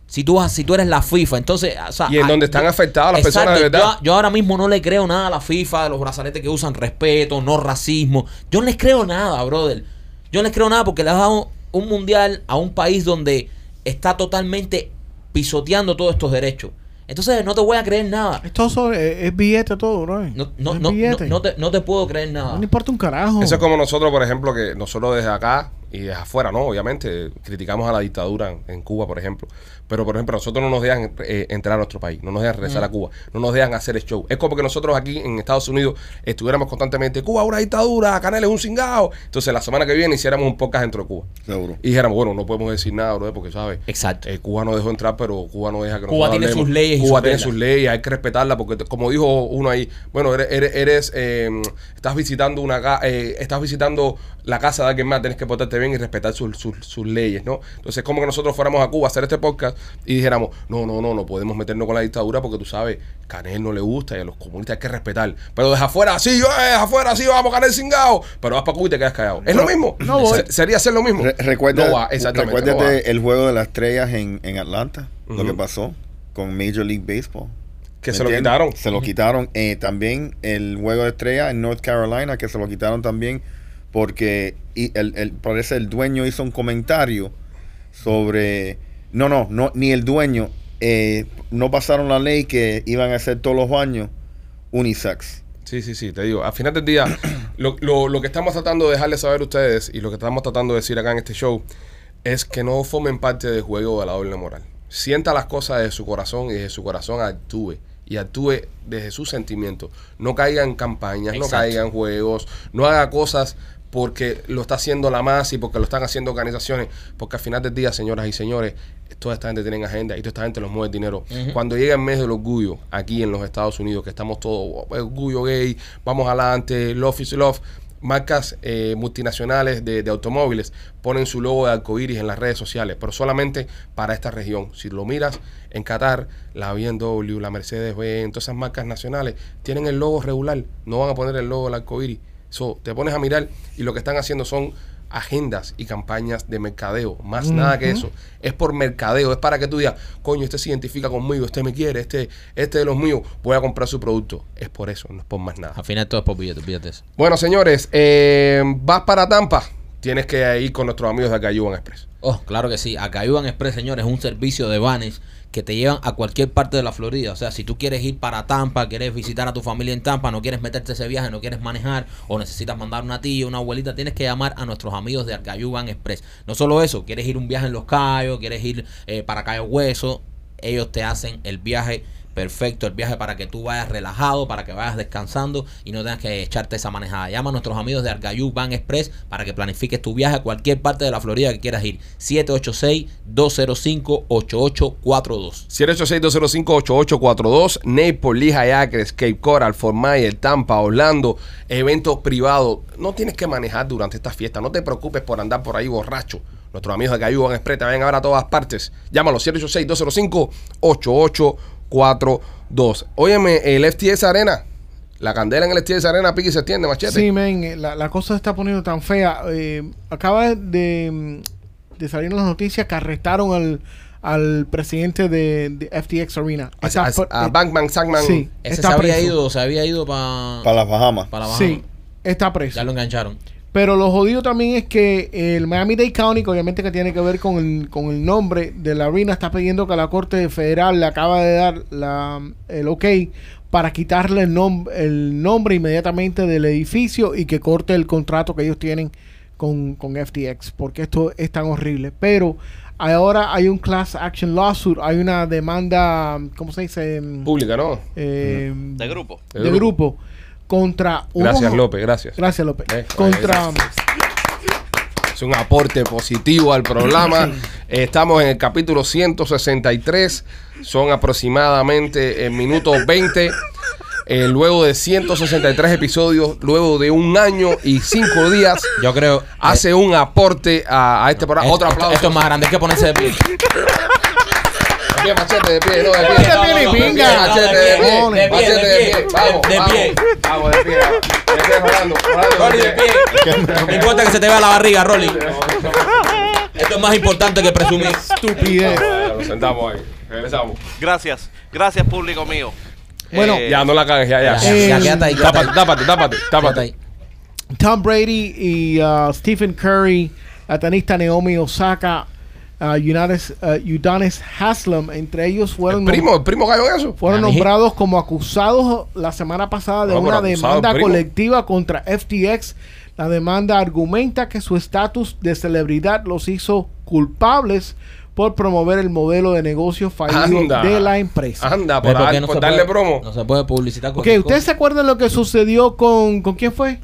Speaker 3: Si tú, vas, si tú eres la FIFA, entonces... o sea,
Speaker 1: Y en
Speaker 3: ah,
Speaker 1: donde están afectadas las personas de
Speaker 3: Exacto,
Speaker 1: verdad.
Speaker 3: Yo, yo ahora mismo no le creo nada a la FIFA, de los brazaletes que usan, respeto, no racismo. Yo no les creo nada, brother. Yo no les creo nada porque le has dado un mundial a un país donde está totalmente pisoteando todos estos derechos. Entonces no te voy a creer nada.
Speaker 4: Esto sobre- eh, es, es billete todo, bro.
Speaker 3: No, no, no,
Speaker 4: Es
Speaker 3: no,
Speaker 4: billete.
Speaker 3: no te, no te puedo creer nada.
Speaker 4: No le importa un carajo.
Speaker 1: Eso es como nosotros, por ejemplo, que nosotros desde acá y desde afuera, ¿no? Obviamente, criticamos a la dictadura en- en Cuba, por ejemplo. Pero, por ejemplo, nosotros no nos dejan eh, entrar a nuestro país, no nos dejan regresar a Cuba, no nos dejan hacer el show. Es como que nosotros aquí en Estados Unidos estuviéramos constantemente, Cuba es una dictadura, Canel es un cingado. Entonces, la semana que viene hiciéramos un podcast dentro de Cuba.
Speaker 5: Seguro.
Speaker 1: Y dijéramos, bueno, no podemos decir nada, brother, porque, ¿sabes?
Speaker 3: Exacto.
Speaker 1: Eh, Cuba no dejó entrar, pero Cuba no deja que
Speaker 3: Cuba
Speaker 1: nosotros
Speaker 3: tiene
Speaker 1: hablemos.
Speaker 3: sus leyes y
Speaker 1: Cuba
Speaker 3: sus
Speaker 1: tiene
Speaker 3: reglas.
Speaker 1: sus leyes, hay que respetarlas porque te- como dijo uno ahí, bueno, eres, eres, eres, eh, estás visitando una ca- eh, estás visitando la casa de alguien más, tienes que portarte bien y respetar sus, sus- sus leyes, ¿no? Entonces, como que nosotros fuéramos a Cuba a hacer este podcast y dijéramos, no, no, no, no podemos meternos con la dictadura porque tú sabes, Canel no le gusta y a los comunistas hay que respetar. Pero deja afuera, sí, yo, eh, afuera, sí, vamos, Canel cingado. Pero vas para Cuba y te quedas callado. Es lo mismo.
Speaker 4: no voy.
Speaker 1: Se- Sería hacer lo mismo.
Speaker 5: Re- recuerda,
Speaker 1: No va, exactamente. no
Speaker 5: recuérdate
Speaker 1: va.
Speaker 5: el juego de las estrellas en, en Atlanta, lo
Speaker 1: Ujú.
Speaker 5: que pasó con Major League Baseball.
Speaker 1: Que
Speaker 5: ¿Me
Speaker 1: se lo
Speaker 5: entiendes?
Speaker 1: quitaron.
Speaker 5: Se lo quitaron. Eh, también el juego de estrellas en North Carolina, que se lo quitaron también porque y el, el- parece el dueño hizo un comentario sobre... No, no, no ni el dueño. eh, no pasaron la ley que iban a hacer todos los baños unisex.
Speaker 1: Sí, sí, sí, te digo. Al final del día, [CLEARS THROAT] lo, lo- lo que estamos tratando de dejarles saber a ustedes y lo que estamos tratando de decir acá en este show es que no formen parte del juego de la doble moral. Sienta las cosas de su corazón y desde su corazón actúe. Y actúe desde sus sentimientos. No caiga en campañas, no
Speaker 3: Exacto.
Speaker 1: caiga en juegos, no haga cosas porque lo está haciendo la masa y porque lo están haciendo organizaciones. Porque al final del día, señoras y señores, toda esta gente tiene agenda y toda esta gente los mueve el dinero. Cuando llega el mes del orgullo aquí en los Estados Unidos, que estamos todos, "Oh, orgullo gay, vamos adelante, love is love. Marcas eh, multinacionales de, de automóviles ponen su logo de arcoiris en las redes sociales, pero solamente para esta región. Si lo miras en Qatar, la BMW, la Mercedes-Benz, todas esas marcas nacionales tienen el logo regular, no van a poner el logo del arcoiris. So, te pones a mirar y lo que están haciendo son agendas y campañas de mercadeo, más nada que eso. Es por mercadeo, es para que tú digas, coño, este se identifica conmigo, este me quiere, este, este de los míos, voy a comprar su producto. Es por eso, no es por más nada.
Speaker 3: Al final todo es por billetes, fíjate eso.
Speaker 1: Bueno, señores, eh, vas para Tampa, tienes que ir con nuestros amigos de Acayuban Express.
Speaker 3: Oh, claro que sí. Acayuban Express, señores, es un servicio de vanes que te llevan a cualquier parte de la Florida. O sea, si tú quieres ir para Tampa, quieres visitar a tu familia en Tampa, no quieres meterte ese viaje, no quieres manejar o necesitas mandar una tía, una abuelita, tienes que llamar a nuestros amigos de Acayuban Express. No solo eso, quieres ir un viaje en Los Cayos, quieres ir eh, para Cayo Hueso, ellos te hacen el viaje perfecto, el viaje para que tú vayas relajado, para que vayas descansando y no tengas que echarte esa manejada. Llama a nuestros amigos de Argayú Van Express para que planifiques tu viaje a cualquier parte de la Florida que quieras ir. 786-205-8842.
Speaker 1: 786-205-8842, Naples, Lija y Acres, Cape Coral, Fort Myers, Tampa, Orlando, eventos privados. No tienes que manejar durante esta fiesta, no te preocupes por andar por ahí borracho. Nuestros amigos de Cayuban Express te van a ver a todas partes. Llámalo 786-205-8842. Óyeme, el FTS Arena, la candela en el FTS Arena pica y se extiende, machete.
Speaker 4: Sí, men, eh, la, la cosa se está poniendo tan fea. Eh, acaba de, de salir en las noticias que arrestaron al, al presidente de, de FTX Arena.
Speaker 1: A,
Speaker 4: Está
Speaker 1: a-
Speaker 4: por-
Speaker 1: a
Speaker 4: eh,
Speaker 1: Bankman Sangman.
Speaker 4: Sí,
Speaker 3: Ese se
Speaker 4: está
Speaker 3: había,
Speaker 4: preso.
Speaker 3: ido, se había ido para
Speaker 5: Para las Bahamas.
Speaker 3: para
Speaker 4: Sí, está preso.
Speaker 3: Ya lo engancharon.
Speaker 4: Pero lo jodido también es que el Miami-Dade County, que obviamente que tiene que ver con el, con el nombre de la arena, está pidiendo que la Corte Federal le acaba de dar la, el ok para quitarle el, nom- el nombre inmediatamente del edificio y que corte el contrato que ellos tienen con, con FTX, porque esto es tan horrible. Pero ahora hay un class action lawsuit, hay una demanda, ¿cómo se dice? Mm,
Speaker 1: Pública, ¿no?
Speaker 4: Eh,
Speaker 6: De grupo.
Speaker 1: De
Speaker 4: De grupo. Contra unos-
Speaker 1: Gracias, López, gracias.
Speaker 4: Gracias, López.
Speaker 1: Eh,
Speaker 4: Contra...
Speaker 1: Es un aporte positivo al programa. Eh, Estamos en el capítulo 163. Son aproximadamente en minuto 20. eh, luego de 163 episodios, luego de un año y cinco días,
Speaker 3: Yo creo.
Speaker 1: hace un aporte a, a este programa.
Speaker 3: eh,
Speaker 1: Otro
Speaker 3: esto,
Speaker 1: aplauso.
Speaker 3: esto es más grande, hay que ponerse de pie.
Speaker 1: De pie, machete, de pie, no, de
Speaker 4: Machete,
Speaker 1: pie.
Speaker 4: de
Speaker 1: No, no, de
Speaker 4: pie, ni pinga.
Speaker 1: pie, Machete, de pie.
Speaker 4: Cojones.
Speaker 3: De pie, de
Speaker 1: Machete, de
Speaker 3: pie,
Speaker 1: pie.
Speaker 3: de-
Speaker 1: Vamos,
Speaker 3: de
Speaker 1: vamos.
Speaker 3: pie.
Speaker 1: Vamos, de pie. De pie, Rolando.
Speaker 3: [LAUGHS] Rolly,
Speaker 1: Rolando,
Speaker 3: de pie. No importa que se te vea la barriga, Rolly. Esto es más importante que presumir.
Speaker 4: Estupidez.
Speaker 1: Ya, Nos sentamos ahí. Regresamos.
Speaker 6: Gracias, gracias público mío.
Speaker 4: Bueno,
Speaker 6: Eh,
Speaker 1: Ya, no la cagues, ya, ya.
Speaker 3: Ya, ya,
Speaker 4: Eh,
Speaker 3: quédate ahí, quédate ahí,
Speaker 1: Tápate, tápate, tápate,
Speaker 3: quédate
Speaker 1: tápate.
Speaker 3: ahí.
Speaker 4: Tom Brady y uh, Stephen Curry, la tenista Naomi Osaka, uh, Udonis, uh, Udonis Haslam, entre ellos fueron,
Speaker 1: El primo, el primo cayó en eso.
Speaker 4: fueron
Speaker 3: Ah, mije.
Speaker 4: nombrados como acusados la semana pasada de
Speaker 1: No, pero
Speaker 4: una
Speaker 1: acusado,
Speaker 4: demanda
Speaker 1: primo.
Speaker 4: colectiva contra FTX. La demanda argumenta que su estatus de celebridad los hizo culpables por promover el modelo de negocio fallido
Speaker 1: Anda.
Speaker 4: de la empresa.
Speaker 1: Anda, Ah, por,
Speaker 3: ¿Ves por qué
Speaker 1: dar-
Speaker 3: no
Speaker 1: por
Speaker 3: se
Speaker 1: darle
Speaker 3: puede-
Speaker 1: promo.
Speaker 3: No se puede publicitar
Speaker 4: Ok,
Speaker 3: cualquier
Speaker 4: ¿ustedes
Speaker 3: cosa?
Speaker 4: se acuerdan lo que sucedió con, con quién fue?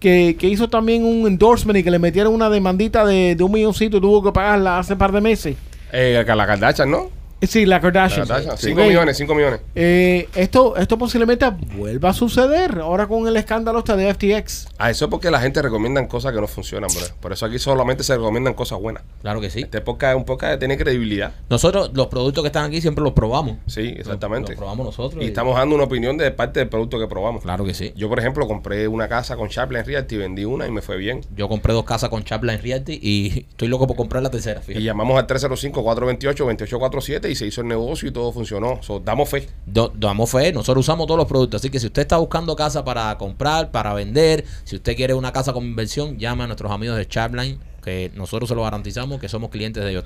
Speaker 4: Que, que hizo también un endorsement y que le metieron una demandita de, de un milloncito y tuvo que pagarla hace un par de meses.
Speaker 1: Eh, que la Kardashian, ¿no?
Speaker 4: Eh, Sí, la Kardashian.
Speaker 1: 5
Speaker 4: Ok.
Speaker 1: millones, 5 millones.
Speaker 4: Eh, esto, esto posiblemente vuelva a suceder ahora con el escándalo este de FTX.
Speaker 1: Ah, eso es porque la gente recomiendan cosas que no funcionan, bro. Por eso aquí solamente se recomiendan cosas buenas.
Speaker 3: Claro que sí.
Speaker 1: Este podcast es un podcast que tiene credibilidad.
Speaker 3: Nosotros, los productos que están aquí, siempre los probamos.
Speaker 1: Sí, exactamente.
Speaker 3: Los probamos nosotros.
Speaker 1: Y estamos dando una opinión de parte del producto que probamos.
Speaker 3: Claro que sí.
Speaker 1: Yo, por ejemplo, compré una casa con Chaplin Realty, vendí una y me fue bien.
Speaker 3: Yo compré dos casas con Chapla en Realty y [LAUGHS] estoy loco por comprar la tercera.
Speaker 1: Y
Speaker 3: Fíjate.
Speaker 1: llamamos al 305-428-2847 y se hizo el negocio y todo funcionó. So, damos fe.
Speaker 3: Do- Damos fe, nosotros usamos todos los productos. Así que si usted está buscando casa para comprar, para vender, si usted quiere una casa con inversión, llame a nuestros amigos de Chapline, que nosotros se lo garantizamos que somos clientes de ellos.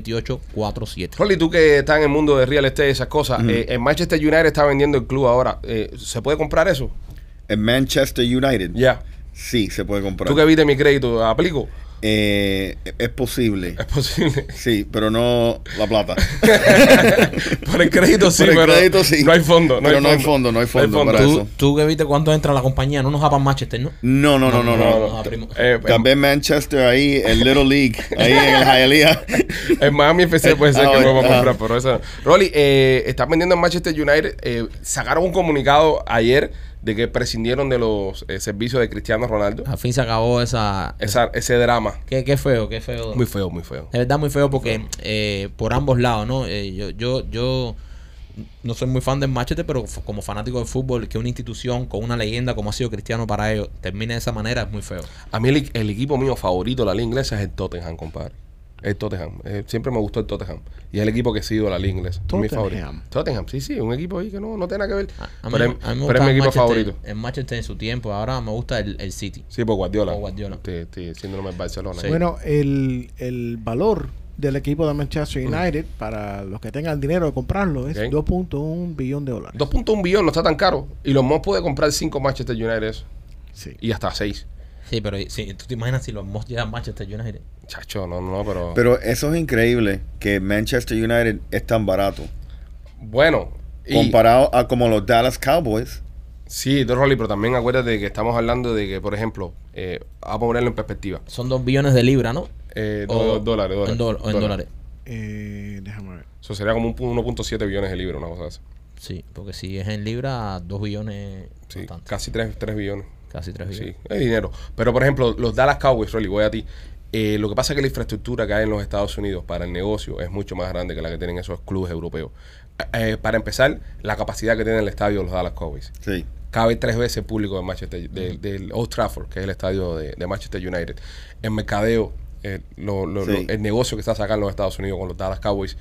Speaker 3: 305-428-2847.
Speaker 1: Rolly, tú que estás en el mundo de real estate y esas cosas, eh, en Manchester United está vendiendo el club ahora. Eh, ¿Se puede comprar eso?
Speaker 5: En Manchester United.
Speaker 1: Ya.
Speaker 5: Sí, se puede comprar.
Speaker 1: Tú que viste mi crédito, ¿aplico?
Speaker 5: Eh, es posible.
Speaker 1: Es posible.
Speaker 5: Sí, pero no la plata.
Speaker 1: Por el crédito sí,
Speaker 5: Por el
Speaker 1: pero
Speaker 5: crédito, sí.
Speaker 1: no hay fondo.
Speaker 5: Pero no hay fondo, no hay fondo para
Speaker 1: Tú-
Speaker 5: eso.
Speaker 3: Tú que viste cuánto entra la compañía, no nos japan Manchester, ¿no?
Speaker 5: No, no, no, no,
Speaker 1: No,
Speaker 5: no.
Speaker 1: no.
Speaker 3: abrimos.
Speaker 1: Eh,
Speaker 5: También Manchester ahí, el Little League, ahí en
Speaker 1: [LAUGHS]
Speaker 5: el Hialeah.
Speaker 1: en, en Miami FC puede ser
Speaker 5: Ah,
Speaker 1: que
Speaker 5: bueno,
Speaker 1: no vamos a
Speaker 5: ajá.
Speaker 1: comprar, pero eso no. Rolly, eh, estás vendiendo en Manchester United. eh, sacaron un comunicado ayer de que prescindieron de los eh, servicios de Cristiano Ronaldo.
Speaker 3: Al fin se acabó esa.
Speaker 1: Esa- ese drama.
Speaker 3: Qué, qué feo, qué feo.
Speaker 1: Muy feo, muy feo.
Speaker 3: De verdad muy feo porque eh, por ambos lados, ¿no? Eh, yo, yo, yo no soy muy fan del machete, pero f- como fanático del fútbol, que una institución con una leyenda como ha sido Cristiano para ellos termine de esa manera es muy feo.
Speaker 1: A mí el, el equipo mío favorito de la liga inglesa es el Tottenham, compadre. El Tottenham. Eh, siempre me gustó el Tottenham. Y es el equipo que he sido de la liga inglesa. Es Mi
Speaker 4: Tottenham.
Speaker 1: favorito. Tottenham, sí, sí. Un equipo ahí que no, no tiene nada que ver.
Speaker 3: A- Ah, a mí-
Speaker 1: pero es,
Speaker 3: a mí me
Speaker 1: pero es
Speaker 3: gustaba
Speaker 1: mi
Speaker 3: el
Speaker 1: equipo
Speaker 3: Manchester-
Speaker 1: favorito.
Speaker 3: El Manchester en su tiempo, ahora me gusta el, el City.
Speaker 1: Sí, por Guardiola.
Speaker 3: Por Guardiola.
Speaker 1: Sí, sí, síndrome del Barcelona.
Speaker 3: Sí.
Speaker 4: Bueno, el, el valor del equipo de Manchester United, para los que tengan dinero de comprarlo, es
Speaker 1: Ok.
Speaker 4: 2.1 billón de dólares.
Speaker 1: 2.1 billón no está tan caro. Y los Moss puede comprar 5 Manchester United eso.
Speaker 4: Sí.
Speaker 1: Y hasta 6.
Speaker 3: Sí, pero sí, tú te imaginas si los Moss llegan a Manchester United.
Speaker 1: Chacho, no, no, pero.
Speaker 5: Pero eso es increíble que Manchester United es tan barato.
Speaker 1: bueno. y-
Speaker 5: Comparado a como los Dallas Cowboys.
Speaker 1: Sí, Don Rolly, pero también acuérdate que estamos hablando de que, por ejemplo, eh, vamos a ponerlo en perspectiva.
Speaker 3: Son dos billones de libras, ¿no?
Speaker 1: Eh, do-
Speaker 3: O-
Speaker 1: dólares, dólares.
Speaker 3: En, dola- o en dólares.
Speaker 4: Eh, déjame ver.
Speaker 1: Eso sería como un pu- 1.7 billones de libras, una cosa así.
Speaker 3: Sí, porque si es en libras, dos billones.
Speaker 1: Sí,
Speaker 3: bastante.
Speaker 1: casi 3, billones.
Speaker 3: Casi tres
Speaker 1: Sí,
Speaker 3: billones.
Speaker 1: es dinero. Pero, por ejemplo, los Dallas Cowboys, Rolly, voy a ti. eh, lo que pasa es que la infraestructura que hay en los Estados Unidos para el negocio es mucho más grande que la que tienen esos clubes europeos. Eh, para empezar, la capacidad que tiene el estadio de los Dallas Cowboys.
Speaker 5: Sí.
Speaker 1: cabe tres veces el público de Manchester, de- del Old Trafford, que es el estadio de, de Manchester United. El mercadeo, el, lo- lo-
Speaker 5: Sí.
Speaker 1: lo- el negocio que está sacando los Estados Unidos con los Dallas Cowboys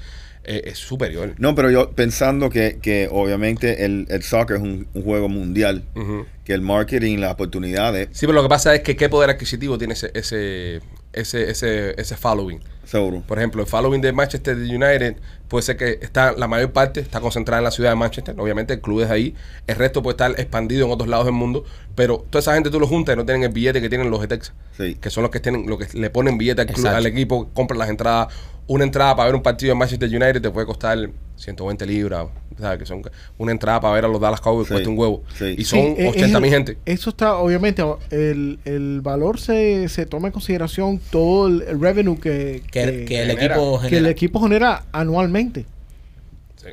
Speaker 1: eh, es superior.
Speaker 5: No, pero yo pensando que, que obviamente el, el soccer es un, un juego mundial,
Speaker 1: Ujú.
Speaker 5: que el marketing, las oportunidades,
Speaker 1: Sí, pero lo que pasa es que qué poder adquisitivo tiene ese, ese, ese, ese, ese following.
Speaker 5: seguro.
Speaker 1: Por ejemplo, el following de Manchester United puede ser que está la mayor parte está concentrada en la ciudad de Manchester. Obviamente, el club es ahí. El resto puede estar expandido en otros lados del mundo. Pero toda esa gente tú lo juntas y no tienen el billete que tienen los de Texas.
Speaker 5: Sí.
Speaker 1: Que son los que tienen, los que le ponen billete al, club-
Speaker 3: Exacto.
Speaker 1: al equipo, compran las entradas. Una entrada para ver un partido de Manchester United te puede costar 120 libras. ¿sabes? Que son una entrada para ver a los Dallas Cowboys
Speaker 5: Sí.
Speaker 1: cuesta un huevo.
Speaker 5: Sí.
Speaker 1: Y son
Speaker 4: Sí, eh,
Speaker 1: 80 mil
Speaker 4: es-
Speaker 1: gente.
Speaker 4: Eso está, obviamente, el, el valor se, se toma en consideración todo el, el revenue que,
Speaker 3: Que, que el
Speaker 1: genera.
Speaker 3: equipo
Speaker 4: que
Speaker 3: genera.
Speaker 4: el equipo genera anualmente.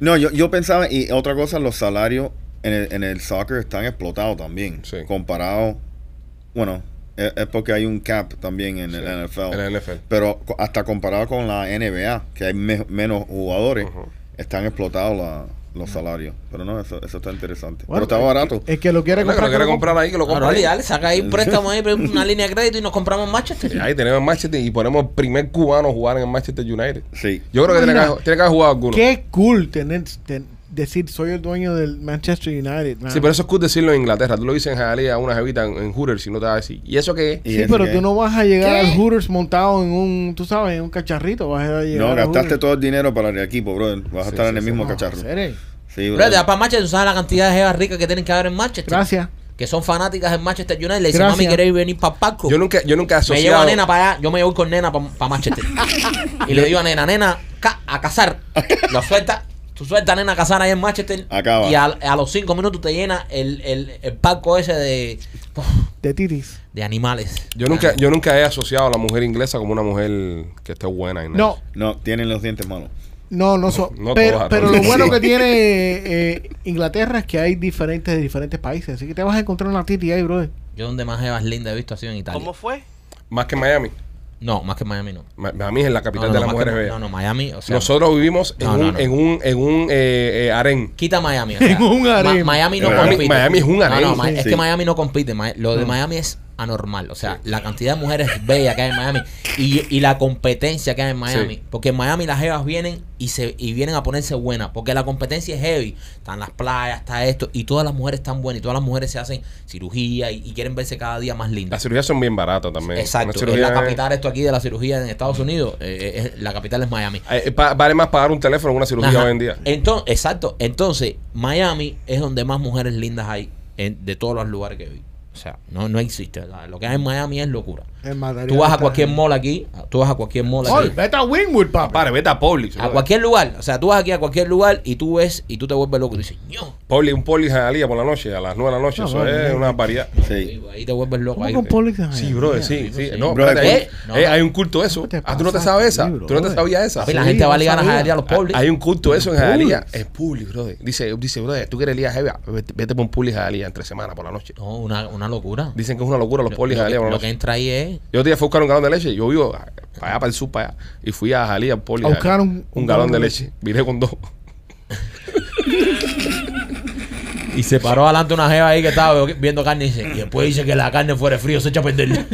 Speaker 5: No, yo, yo pensaba, y otra cosa, los salarios en el, en el soccer están explotados también.
Speaker 1: Sí.
Speaker 5: Comparado, bueno, e, es, es porque hay un cap también en el NFL.
Speaker 1: En el NFL.
Speaker 5: Pero co- hasta comparado con la NBA, que hay me- menos jugadores, están explotados la- los salarios. Pero no, eso, eso está interesante.
Speaker 4: Bueno, eh,
Speaker 5: pero está barato.
Speaker 4: Es que lo quiere
Speaker 1: Bueno, que
Speaker 4: comprar.
Speaker 1: lo quiere
Speaker 4: que lo compre.
Speaker 1: comprar ahí, que lo
Speaker 3: Claro,
Speaker 1: compra
Speaker 3: dale,
Speaker 1: ahí.
Speaker 3: dale, saca ahí un préstamo ahí, una línea de crédito y nos compramos Manchester.
Speaker 1: Eh, Ahí tenemos el Manchester y ponemos el primer cubano a jugar en el Manchester United.
Speaker 5: Sí.
Speaker 1: Yo creo que tiene que,
Speaker 4: Mira.
Speaker 1: haber- tiene que haber jugado alguno.
Speaker 4: Qué cool tener, ten- decir soy el dueño del Manchester United. man.
Speaker 1: Sí, pero eso es cool decirlo en Inglaterra. Tú lo dices en Jalea a una jevita en, en Hooters y no te va a decir. ¿Y eso qué es?
Speaker 5: Y
Speaker 4: Sí,
Speaker 5: eso
Speaker 4: pero
Speaker 5: que-
Speaker 4: tú no vas a llegar al Hooters montado en un, tú sabes, en un cacharrito. Vas a llegar
Speaker 5: No,
Speaker 4: al
Speaker 5: gastaste
Speaker 4: Hooters.
Speaker 5: todo el dinero para el equipo, brother. Vas a
Speaker 1: Sí,
Speaker 5: estar
Speaker 1: sí,
Speaker 5: en el
Speaker 1: sí.
Speaker 5: mismo
Speaker 4: eh, No,
Speaker 5: cacharro.
Speaker 4: serio.
Speaker 5: Sí,
Speaker 3: Pero
Speaker 5: brother.
Speaker 3: te vas para Manchester, tú sabes la cantidad de jevas ricas que tienen que haber en Manchester.
Speaker 4: Gracias.
Speaker 3: Que son fanáticas en Manchester United. Le dicen,
Speaker 4: Gracias.
Speaker 3: mami, ¿queréis venir para Paco?
Speaker 1: Yo nunca, yo nunca he
Speaker 3: me
Speaker 1: asociado.
Speaker 3: llevo a nena para allá. Yo me llevo con nena para Manchester. y le digo a nena, nena, ca- a cazar. Lo suelta. Tú sueltas a nena a cazar ahí en Manchester.
Speaker 5: Acaba.
Speaker 3: Y a, a los cinco minutos te llena el, el, el palco ese de,
Speaker 4: De titis.
Speaker 3: de animales.
Speaker 1: Yo nunca, yo nunca he asociado a la mujer inglesa como una mujer que esté buena. y nada.
Speaker 4: No,
Speaker 5: No, tienen los dientes malos.
Speaker 4: No, no son.
Speaker 1: No
Speaker 4: pero,
Speaker 1: todas,
Speaker 4: pero
Speaker 1: ¿no?
Speaker 4: lo bueno
Speaker 1: Sí.
Speaker 4: que tiene eh, Inglaterra es que hay diferentes de diferentes países. Así que te vas a encontrar una titi ahí, brother.
Speaker 3: Yo donde más jevas lindas he visto ha sido en Italia.
Speaker 6: ¿Cómo fue?
Speaker 1: Más que en Miami.
Speaker 3: No, más que en Miami no.
Speaker 1: Ma- Miami es la
Speaker 3: No,
Speaker 1: capital
Speaker 3: no,
Speaker 1: de
Speaker 3: no,
Speaker 1: las
Speaker 3: más que-
Speaker 1: mujeres bellas.
Speaker 3: no, no, Miami, o sea,
Speaker 1: Nosotros vivimos en
Speaker 3: No,
Speaker 1: un,
Speaker 3: no, no.
Speaker 1: en un, en un eh, eh, harén.
Speaker 3: quita Miami. o sea,
Speaker 4: [LAUGHS] En un harem.
Speaker 3: Ma- Miami no
Speaker 5: Miami-
Speaker 3: compite.
Speaker 1: Miami es un Mm. harem.
Speaker 3: No, no, Ma-
Speaker 5: Sí.
Speaker 3: es
Speaker 5: Sí.
Speaker 3: que Miami no compite. Ma- Lo de Miami es anormal. O sea, la cantidad de mujeres bellas que hay en Miami y, y la competencia que hay en Miami.
Speaker 1: Sí.
Speaker 3: Porque en Miami las jevas vienen y se y vienen a ponerse buenas. Porque la competencia es heavy. Están las playas, está esto. Y todas las mujeres están buenas. Y todas las mujeres se hacen cirugía y, y quieren verse cada día más lindas.
Speaker 1: Las cirugías son bien baratas también. Una
Speaker 3: Exacto, es
Speaker 1: cirugía
Speaker 3: la
Speaker 1: es-
Speaker 3: capital esto aquí de la cirugía en Estados Unidos, eh, eh, es- la capital es Miami.
Speaker 1: eh, eh, pa- vale más pagar un teléfono que una cirugía
Speaker 3: Ajá.
Speaker 1: hoy en día.
Speaker 3: Entonces, exacto. Entonces, Miami es donde más mujeres lindas hay en- de todos los lugares que vi. O sea, no, no existe. La- Lo que hay en Miami es locura.
Speaker 4: El material
Speaker 3: Tú vas a
Speaker 4: está-
Speaker 3: cualquier mall aquí, tú vas a cualquier mall
Speaker 4: Oye,
Speaker 3: aquí.
Speaker 4: vete a Wingwood, papá.
Speaker 1: Para, vete a Publix.
Speaker 3: A cualquier lugar, o sea, tú vas aquí a cualquier lugar y tú ves y tú te vuelves loco. Y dices, ño.
Speaker 1: Publix, un Publix a Jalía por la noche, a las 9 de la noche.
Speaker 4: No,
Speaker 1: Eso
Speaker 4: bueno,
Speaker 1: es
Speaker 4: no.
Speaker 1: una variedad.
Speaker 5: Sí.
Speaker 3: Ahí te vuelves loco.
Speaker 4: ¿Cómo
Speaker 3: ahí.
Speaker 4: con Publix? Ay,
Speaker 1: Sí, brother,
Speaker 4: [LAUGHS] mira.
Speaker 1: sí, sí.
Speaker 3: sí.
Speaker 1: No,
Speaker 5: Brother,
Speaker 1: espérate, hay-
Speaker 3: ¿qué? No,
Speaker 1: eh,
Speaker 3: no.
Speaker 1: hay un culto eso.
Speaker 4: ¿Qué te
Speaker 1: Ah, tú no te
Speaker 4: pasa,
Speaker 1: sabes esa.
Speaker 4: tío,
Speaker 1: Tú no te
Speaker 4: brother?
Speaker 1: sabías esa. Ah,
Speaker 3: Papi, la
Speaker 4: Sí,
Speaker 3: gente
Speaker 4: no
Speaker 3: va a ligar a
Speaker 4: sabía.
Speaker 3: Jaelía a los pobres.
Speaker 1: Hay un culto eso en
Speaker 4: Publix.
Speaker 1: Jalía. Es Publix, brother. Dice, dice, brother, tú quieres liar Jeva, vete, vete por un Publix a Jalía entre semana por la noche.
Speaker 3: No, una, una locura.
Speaker 1: Dicen que es una locura los
Speaker 3: Lo,
Speaker 1: Publix a
Speaker 3: que,
Speaker 1: Jalía por la
Speaker 3: lo que
Speaker 1: noche.
Speaker 3: entra ahí es
Speaker 1: Yo te fui a buscar un galón de leche. Yo vivo a- para allá, para el sur, para allá. Y fui a Jalía, al Publix.
Speaker 4: A buscar un-
Speaker 1: un galón de leche. Vine con dos. [LAUGHS]
Speaker 3: Y se paró adelante una jeva ahí que estaba viendo carne y dice, y después dice que la carne fuera frío, se echa a perder.
Speaker 1: No,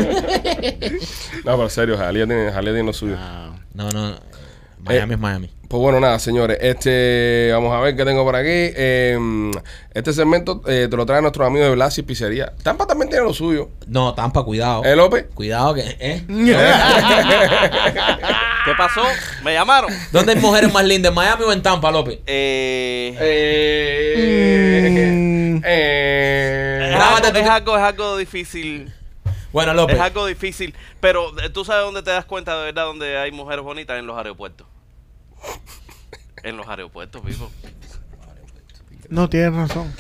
Speaker 1: pero en serio, Jalía tiene, Jalía tiene lo suyo.
Speaker 3: No, no. eh, Miami es Miami.
Speaker 1: Pues bueno, nada, señores. Este, vamos a ver qué tengo por aquí. Eh, este segmento eh, te lo traen nuestros amigos de Blasi Pizzería. Tampa también tiene lo suyo.
Speaker 3: No, Tampa, cuidado.
Speaker 6: Oh.
Speaker 1: ¿Eh, López?
Speaker 3: Cuidado que, ¿eh?
Speaker 4: Mm,
Speaker 6: ¿Qué pasó? Me llamaron.
Speaker 3: ¿Dónde hay mujeres más lindas, en Miami o en Tampa, López?
Speaker 6: Eh,
Speaker 1: Eh, eh,
Speaker 6: es,
Speaker 3: grábate tú-
Speaker 6: algo, es algo- es algo difícil.
Speaker 3: Bueno, López.
Speaker 6: Es algo difícil. Pero eh, tú sabes dónde te das cuenta de verdad donde hay mujeres bonitas en
Speaker 1: [LAUGHS]
Speaker 6: los aeropuertos. En los aeropuertos, Pipo.
Speaker 4: No, tienes razón.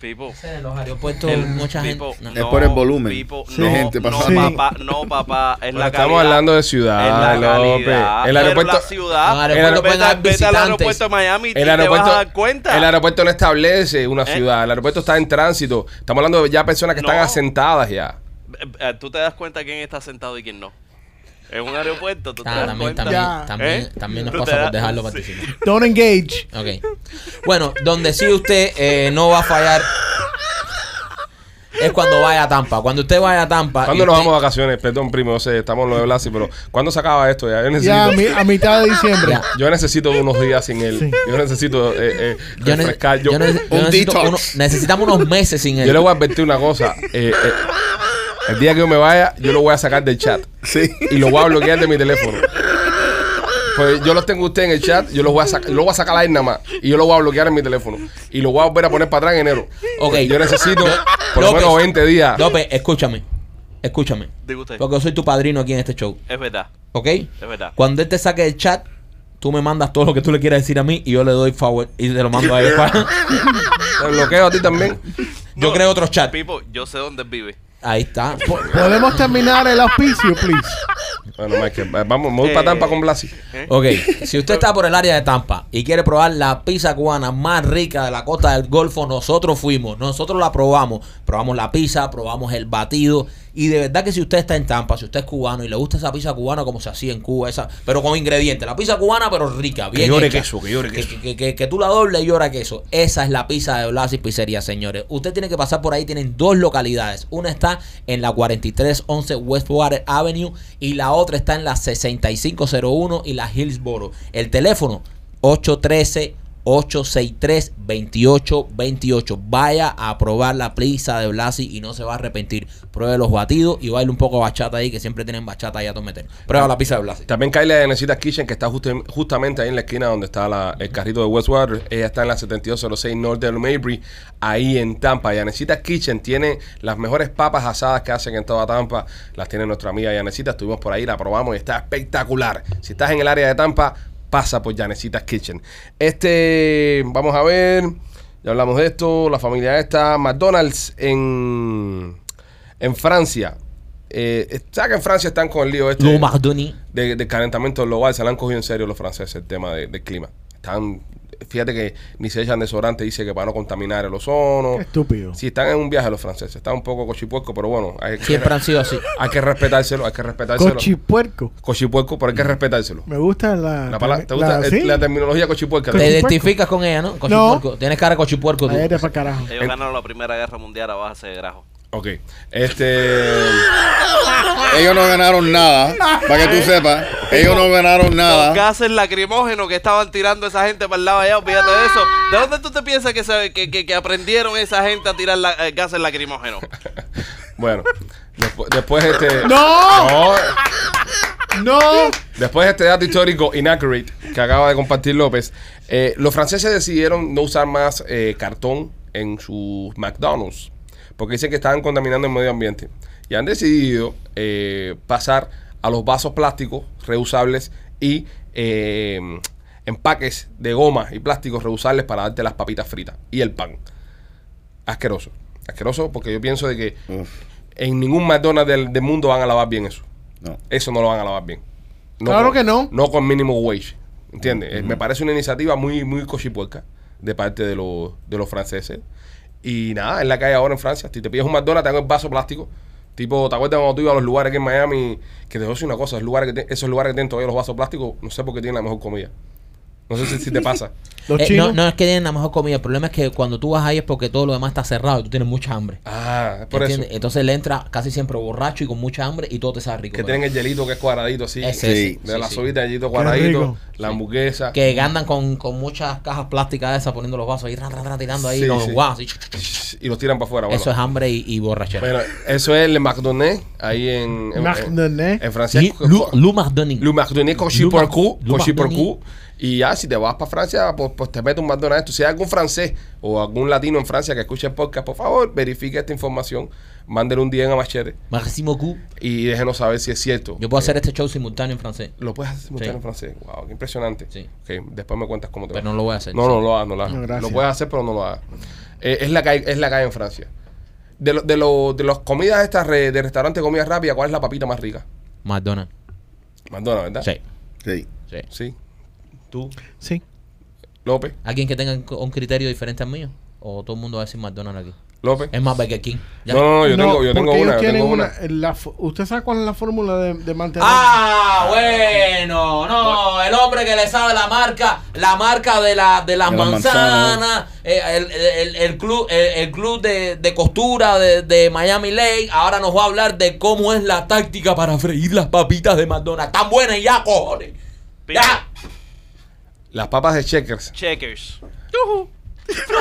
Speaker 6: Pipo.
Speaker 3: En los aeropuertos
Speaker 6: El-
Speaker 3: mucha gente...
Speaker 6: Pipo,
Speaker 3: no. Ah,
Speaker 5: Es por el volumen
Speaker 6: Pipo,
Speaker 5: de
Speaker 6: no,
Speaker 5: gente
Speaker 6: no,
Speaker 5: pasando.
Speaker 4: Sí.
Speaker 6: papá, no, papá. Es
Speaker 1: Bueno,
Speaker 6: la
Speaker 1: estamos
Speaker 6: calidad.
Speaker 1: hablando de ciudad,
Speaker 6: Es la
Speaker 1: López.
Speaker 6: calidad.
Speaker 1: El
Speaker 6: Pero
Speaker 1: aeropuerto-
Speaker 6: la ciudad.
Speaker 3: El aeropuerto
Speaker 6: vete,
Speaker 3: pueden dar
Speaker 6: vete al
Speaker 3: visitantes.
Speaker 6: aeropuerto de Miami y
Speaker 1: El
Speaker 6: te
Speaker 1: aeropuerto,
Speaker 6: vas a dar cuenta.
Speaker 1: el aeropuerto no establece una
Speaker 6: ¿Eh?
Speaker 1: ciudad. El aeropuerto está en tránsito. Estamos hablando de ya personas que
Speaker 6: No.
Speaker 1: están asentadas ya.
Speaker 6: Eh, eh, Tú te das cuenta quién está sentado y quién no. En un aeropuerto, tú te
Speaker 3: Ah,
Speaker 6: das
Speaker 3: también,
Speaker 6: cuenta.
Speaker 3: también,
Speaker 4: Ya.
Speaker 3: también,
Speaker 6: ¿Eh?
Speaker 3: también
Speaker 6: Tú
Speaker 3: nos
Speaker 6: te
Speaker 3: pasa
Speaker 6: das-
Speaker 3: por dejarlo
Speaker 6: sí.
Speaker 3: participar.
Speaker 4: [LAUGHS] Don't engage.
Speaker 3: Ok. Bueno, donde sí usted eh, no va a fallar es cuando vaya a Tampa. Cuando usted vaya a
Speaker 6: Ah,
Speaker 3: Tampa...
Speaker 1: ¿Cuándo
Speaker 3: y
Speaker 1: nos
Speaker 3: usted-
Speaker 1: vamos de vacaciones? Perdón, primo, yo sé, estamos en lo de Blasi, pero ¿cuándo se acaba esto ya? Yo necesito,
Speaker 4: Ya a, mi- a mitad de diciembre.
Speaker 3: Ya.
Speaker 1: yo necesito unos días sin él. Yo necesito eh, eh,
Speaker 3: Yo, ne-
Speaker 1: refrescar. Yo,
Speaker 3: yo ne- yo
Speaker 5: Un
Speaker 3: necesito
Speaker 5: detox.
Speaker 3: uno- necesitamos unos meses sin él.
Speaker 1: yo le voy a advertir una cosa. eh, eh, el día que yo me vaya, yo lo voy a sacar del chat.
Speaker 5: Sí.
Speaker 1: y lo voy a bloquear de mi teléfono. Pues yo los tengo a usted en el chat, yo los voy a sacar, lo voy a sacar ahí nada más. Y yo lo voy a bloquear en mi teléfono. Y lo voy a volver a poner para atrás en enero.
Speaker 3: Ok.
Speaker 1: Yo necesito por lo
Speaker 3: López.
Speaker 1: menos 20 días.
Speaker 3: López, escúchame. Escúchame.
Speaker 6: Digo usted.
Speaker 3: Porque yo soy tu padrino aquí en este show.
Speaker 6: Es verdad,
Speaker 3: ¿Ok?
Speaker 6: es verdad.
Speaker 3: Cuando él te saque el chat, tú me mandas todo lo que tú le quieras decir a mí y yo le doy forward y te lo mando a él. para-
Speaker 1: Te bloqueo a ti también.
Speaker 3: yo
Speaker 6: No,
Speaker 3: creo otro chat.
Speaker 6: Pipo, yo sé dónde vive.
Speaker 3: Ahí está. Po-
Speaker 1: [LAUGHS]
Speaker 4: Podemos terminar el auspicio, please.
Speaker 1: Bueno, Michael, va- vamos, me voy para Tampa con Blasi.
Speaker 3: Ok, si usted está por el área de Tampa y quiere probar la pizza cubana más rica de la costa del Golfo, nosotros fuimos, nosotros la probamos, probamos la pizza, probamos el batido y de verdad que si usted está en Tampa, si usted es cubano y le gusta esa pizza cubana como se hacía en Cuba, esa, pero con ingredientes, la pizza cubana pero rica, bien
Speaker 1: llore
Speaker 3: hecha.
Speaker 1: queso, que llore queso.
Speaker 3: Que, que- que tú la dobles y llora queso. Esa es la pizza de Blas y Pizzería, señores. Usted tiene que pasar por ahí. Tienen dos localidades. Una está en la 4311 Westwater Avenue y la otra está en la 6501 y la Hillsboro. El teléfono 813 863-2828. Vaya a probar la pizza de Blasi y no se va a arrepentir. Pruebe los batidos y baile un poco bachata ahí, que siempre tienen bachata ahí a todo meter. Prueba la pizza de Blasi.
Speaker 1: También Kylie de Necesitas Kitchen, que está justi- justamente ahí en la esquina donde está la- el carrito de Westwater. Ella está en la 7206 North de Mabry, ahí en Tampa. Yanecita Kitchen tiene las mejores papas asadas que hacen en toda Tampa. Las tiene nuestra amiga Yanecita. Estuvimos por ahí, la probamos y está espectacular. Si estás en el área de Tampa, pasa por Yanecita's Kitchen. Este, vamos a ver, ya hablamos de esto. La familia esta, McDonald's en, en Francia. Eh, ¿Sabes que en Francia están con el lío este?
Speaker 3: Lo Mardoni.
Speaker 1: de, de calentamiento global, se la han cogido en serio los franceses el tema de- del clima. Están, fíjate que ni se echan desodorante, dice que para no contaminar el ozono.
Speaker 4: Qué estúpido.
Speaker 1: Si están en un viaje los franceses, están un poco cochipuerco, pero bueno, hay que,
Speaker 3: Siempre han sido así.
Speaker 1: hay que respetárselo, hay que respetárselo.
Speaker 4: Cochipuerco.
Speaker 1: cochipuerco, pero hay que respetárselo.
Speaker 4: Me gusta la.
Speaker 1: La palabra, ¿Te gusta
Speaker 4: Mm. la-
Speaker 1: el-
Speaker 4: sí.
Speaker 1: la terminología cochipuerca?
Speaker 3: Te
Speaker 4: Cochipuerco.
Speaker 3: identificas con ella, ¿no? Cochipuerco. Tienes cara de cochipuerco tú.
Speaker 4: Cállate pa' carajo.
Speaker 6: Ellos ganaron la Primera Guerra Mundial a base de grajo.
Speaker 1: Ok. Este.
Speaker 5: Ellos no ganaron nada, para que tú sepas. Ellos no ganaron
Speaker 6: Los
Speaker 5: nada.
Speaker 6: gases lacrimógenos que estaban tirando esa gente para el lado allá, olvídate de eso. ¿De dónde tú te piensas que, se- que, que- que aprendieron esa gente a tirar la- eh, gases lacrimógenos?
Speaker 1: Bueno. Después, después este.
Speaker 4: ¡No!
Speaker 1: No,
Speaker 4: ¡No!
Speaker 1: Después de este dato histórico inaccurate que acaba de compartir López, eh, los franceses decidieron no usar más eh, cartón en sus McDonald's porque dicen que estaban contaminando el medio ambiente y han decidido eh, pasar a los vasos plásticos reusables y eh, empaques de goma y plásticos reusables para darte las papitas fritas y el pan. Asqueroso. Asqueroso porque yo pienso de que
Speaker 5: Uf,
Speaker 1: en ningún McDonald's del, del mundo van a lavar bien eso
Speaker 5: no.
Speaker 1: eso no lo van a lavar bien.
Speaker 4: Claro
Speaker 1: con-
Speaker 4: que no.
Speaker 1: No con mínimo wage. ¿Entiendes? Eh, Me parece una iniciativa muy, muy cochipuerca de parte de los, de los franceses. Y nada, es la que hay ahora en Francia. Si te pides un McDonald's, te dan el vaso plástico. Tipo, ¿te acuerdas cuando tú ibas a los lugares aquí en Miami? Que te voy a decir una cosa, esos lugares que, tienen- esos lugares que tienen todavía los vasos plásticos, no sé por qué tienen la mejor comida. No sé si, si
Speaker 3: [LAUGHS]
Speaker 1: te pasa.
Speaker 4: Los
Speaker 3: Eh, no,
Speaker 4: chinos.
Speaker 3: no es que tienen la mejor comida. El problema es que cuando tú vas ahí es porque todo lo demás está cerrado y tú tienes mucha hambre.
Speaker 1: Ah, es por eso.
Speaker 3: ¿Entiendes? Entonces le entra casi siempre borracho y con mucha hambre y todo te sabe rico.
Speaker 1: Que tienen el hielito que es cuadradito así.
Speaker 3: Ese,
Speaker 5: Sí.
Speaker 1: De
Speaker 3: sí,
Speaker 1: la
Speaker 3: sí.
Speaker 1: sobita, el hielito
Speaker 4: Qué
Speaker 1: cuadradito.
Speaker 4: rico.
Speaker 1: La hamburguesa.
Speaker 3: Que andan con, con muchas cajas plásticas esas poniendo los vasos ahí, tran, tran, tran, tirando ahí
Speaker 1: Sí,
Speaker 3: con
Speaker 1: sí.
Speaker 3: guau, así.
Speaker 1: Y los tiran para afuera. bueno.
Speaker 3: Eso es hambre y, y borrachera.
Speaker 1: Bueno, eso es el McDonald's ahí en en,
Speaker 4: McDonald's.
Speaker 1: en Francia.
Speaker 3: Sí, Lu, Lu Mardoni.
Speaker 1: Le McDonald's con Chiporcu,
Speaker 3: Lu
Speaker 1: con
Speaker 3: McDonald's.
Speaker 1: Chiporcu. Y ya, si te vas para Francia, pues, pues te metes un McDonald's. Tú, Si hay algún francés o algún latino en Francia que escuche el podcast, por favor, verifique esta información. Mándele un día a Machete
Speaker 3: Merci beaucoup.
Speaker 1: y déjenos saber si es cierto.
Speaker 3: Yo puedo hacer este show simultáneo en francés.
Speaker 1: ¿Lo puedes hacer simultáneo
Speaker 3: Sí.
Speaker 1: en francés? Wow, qué impresionante.
Speaker 3: Sí.
Speaker 1: Ok, después me cuentas cómo te
Speaker 3: Pero
Speaker 1: va.
Speaker 3: no lo voy a hacer.
Speaker 1: No, no lo hagas, no lo hagas.
Speaker 4: No, gracias.
Speaker 1: lo puedes hacer, pero no lo hagas. Eh, es, la que hay, es la que hay en Francia. De, lo- de, lo- de las comidas estas re- de restaurante de comida rápida, ¿cuál es la papita más rica?
Speaker 3: McDonald's.
Speaker 1: McDonald's, ¿verdad?
Speaker 3: Sí,
Speaker 5: Sí.
Speaker 3: sí.
Speaker 1: Sí. Tú,
Speaker 4: Sí.
Speaker 1: López,
Speaker 3: ¿Alguien que tenga un- un criterio diferente al mío? ¿O todo el mundo va a decir McDonald's aquí?
Speaker 1: López.
Speaker 3: Es más Burger King. Eh, Ya.
Speaker 1: No, no, no, yo
Speaker 4: No,
Speaker 1: tengo, yo tengo una,
Speaker 4: porque ellos
Speaker 1: yo
Speaker 4: tienen
Speaker 1: tengo una.
Speaker 4: la fo- ¿Usted sabe cuál es la fórmula de, de mantener?
Speaker 3: Ah, bueno, no, el hombre que le sabe la marca, la marca de, la, de las
Speaker 5: De las
Speaker 3: manzanas,
Speaker 5: manzanas.
Speaker 3: eh, el, el- el club, el, el club de, de costura de, de Miami Lake, ahora nos va a hablar de cómo es la táctica para freír las papitas de McDonald's. Tan buenas ya, cojones. Ya.
Speaker 1: Las papas de Checkers.
Speaker 6: [LAUGHS] Checkers.
Speaker 3: Son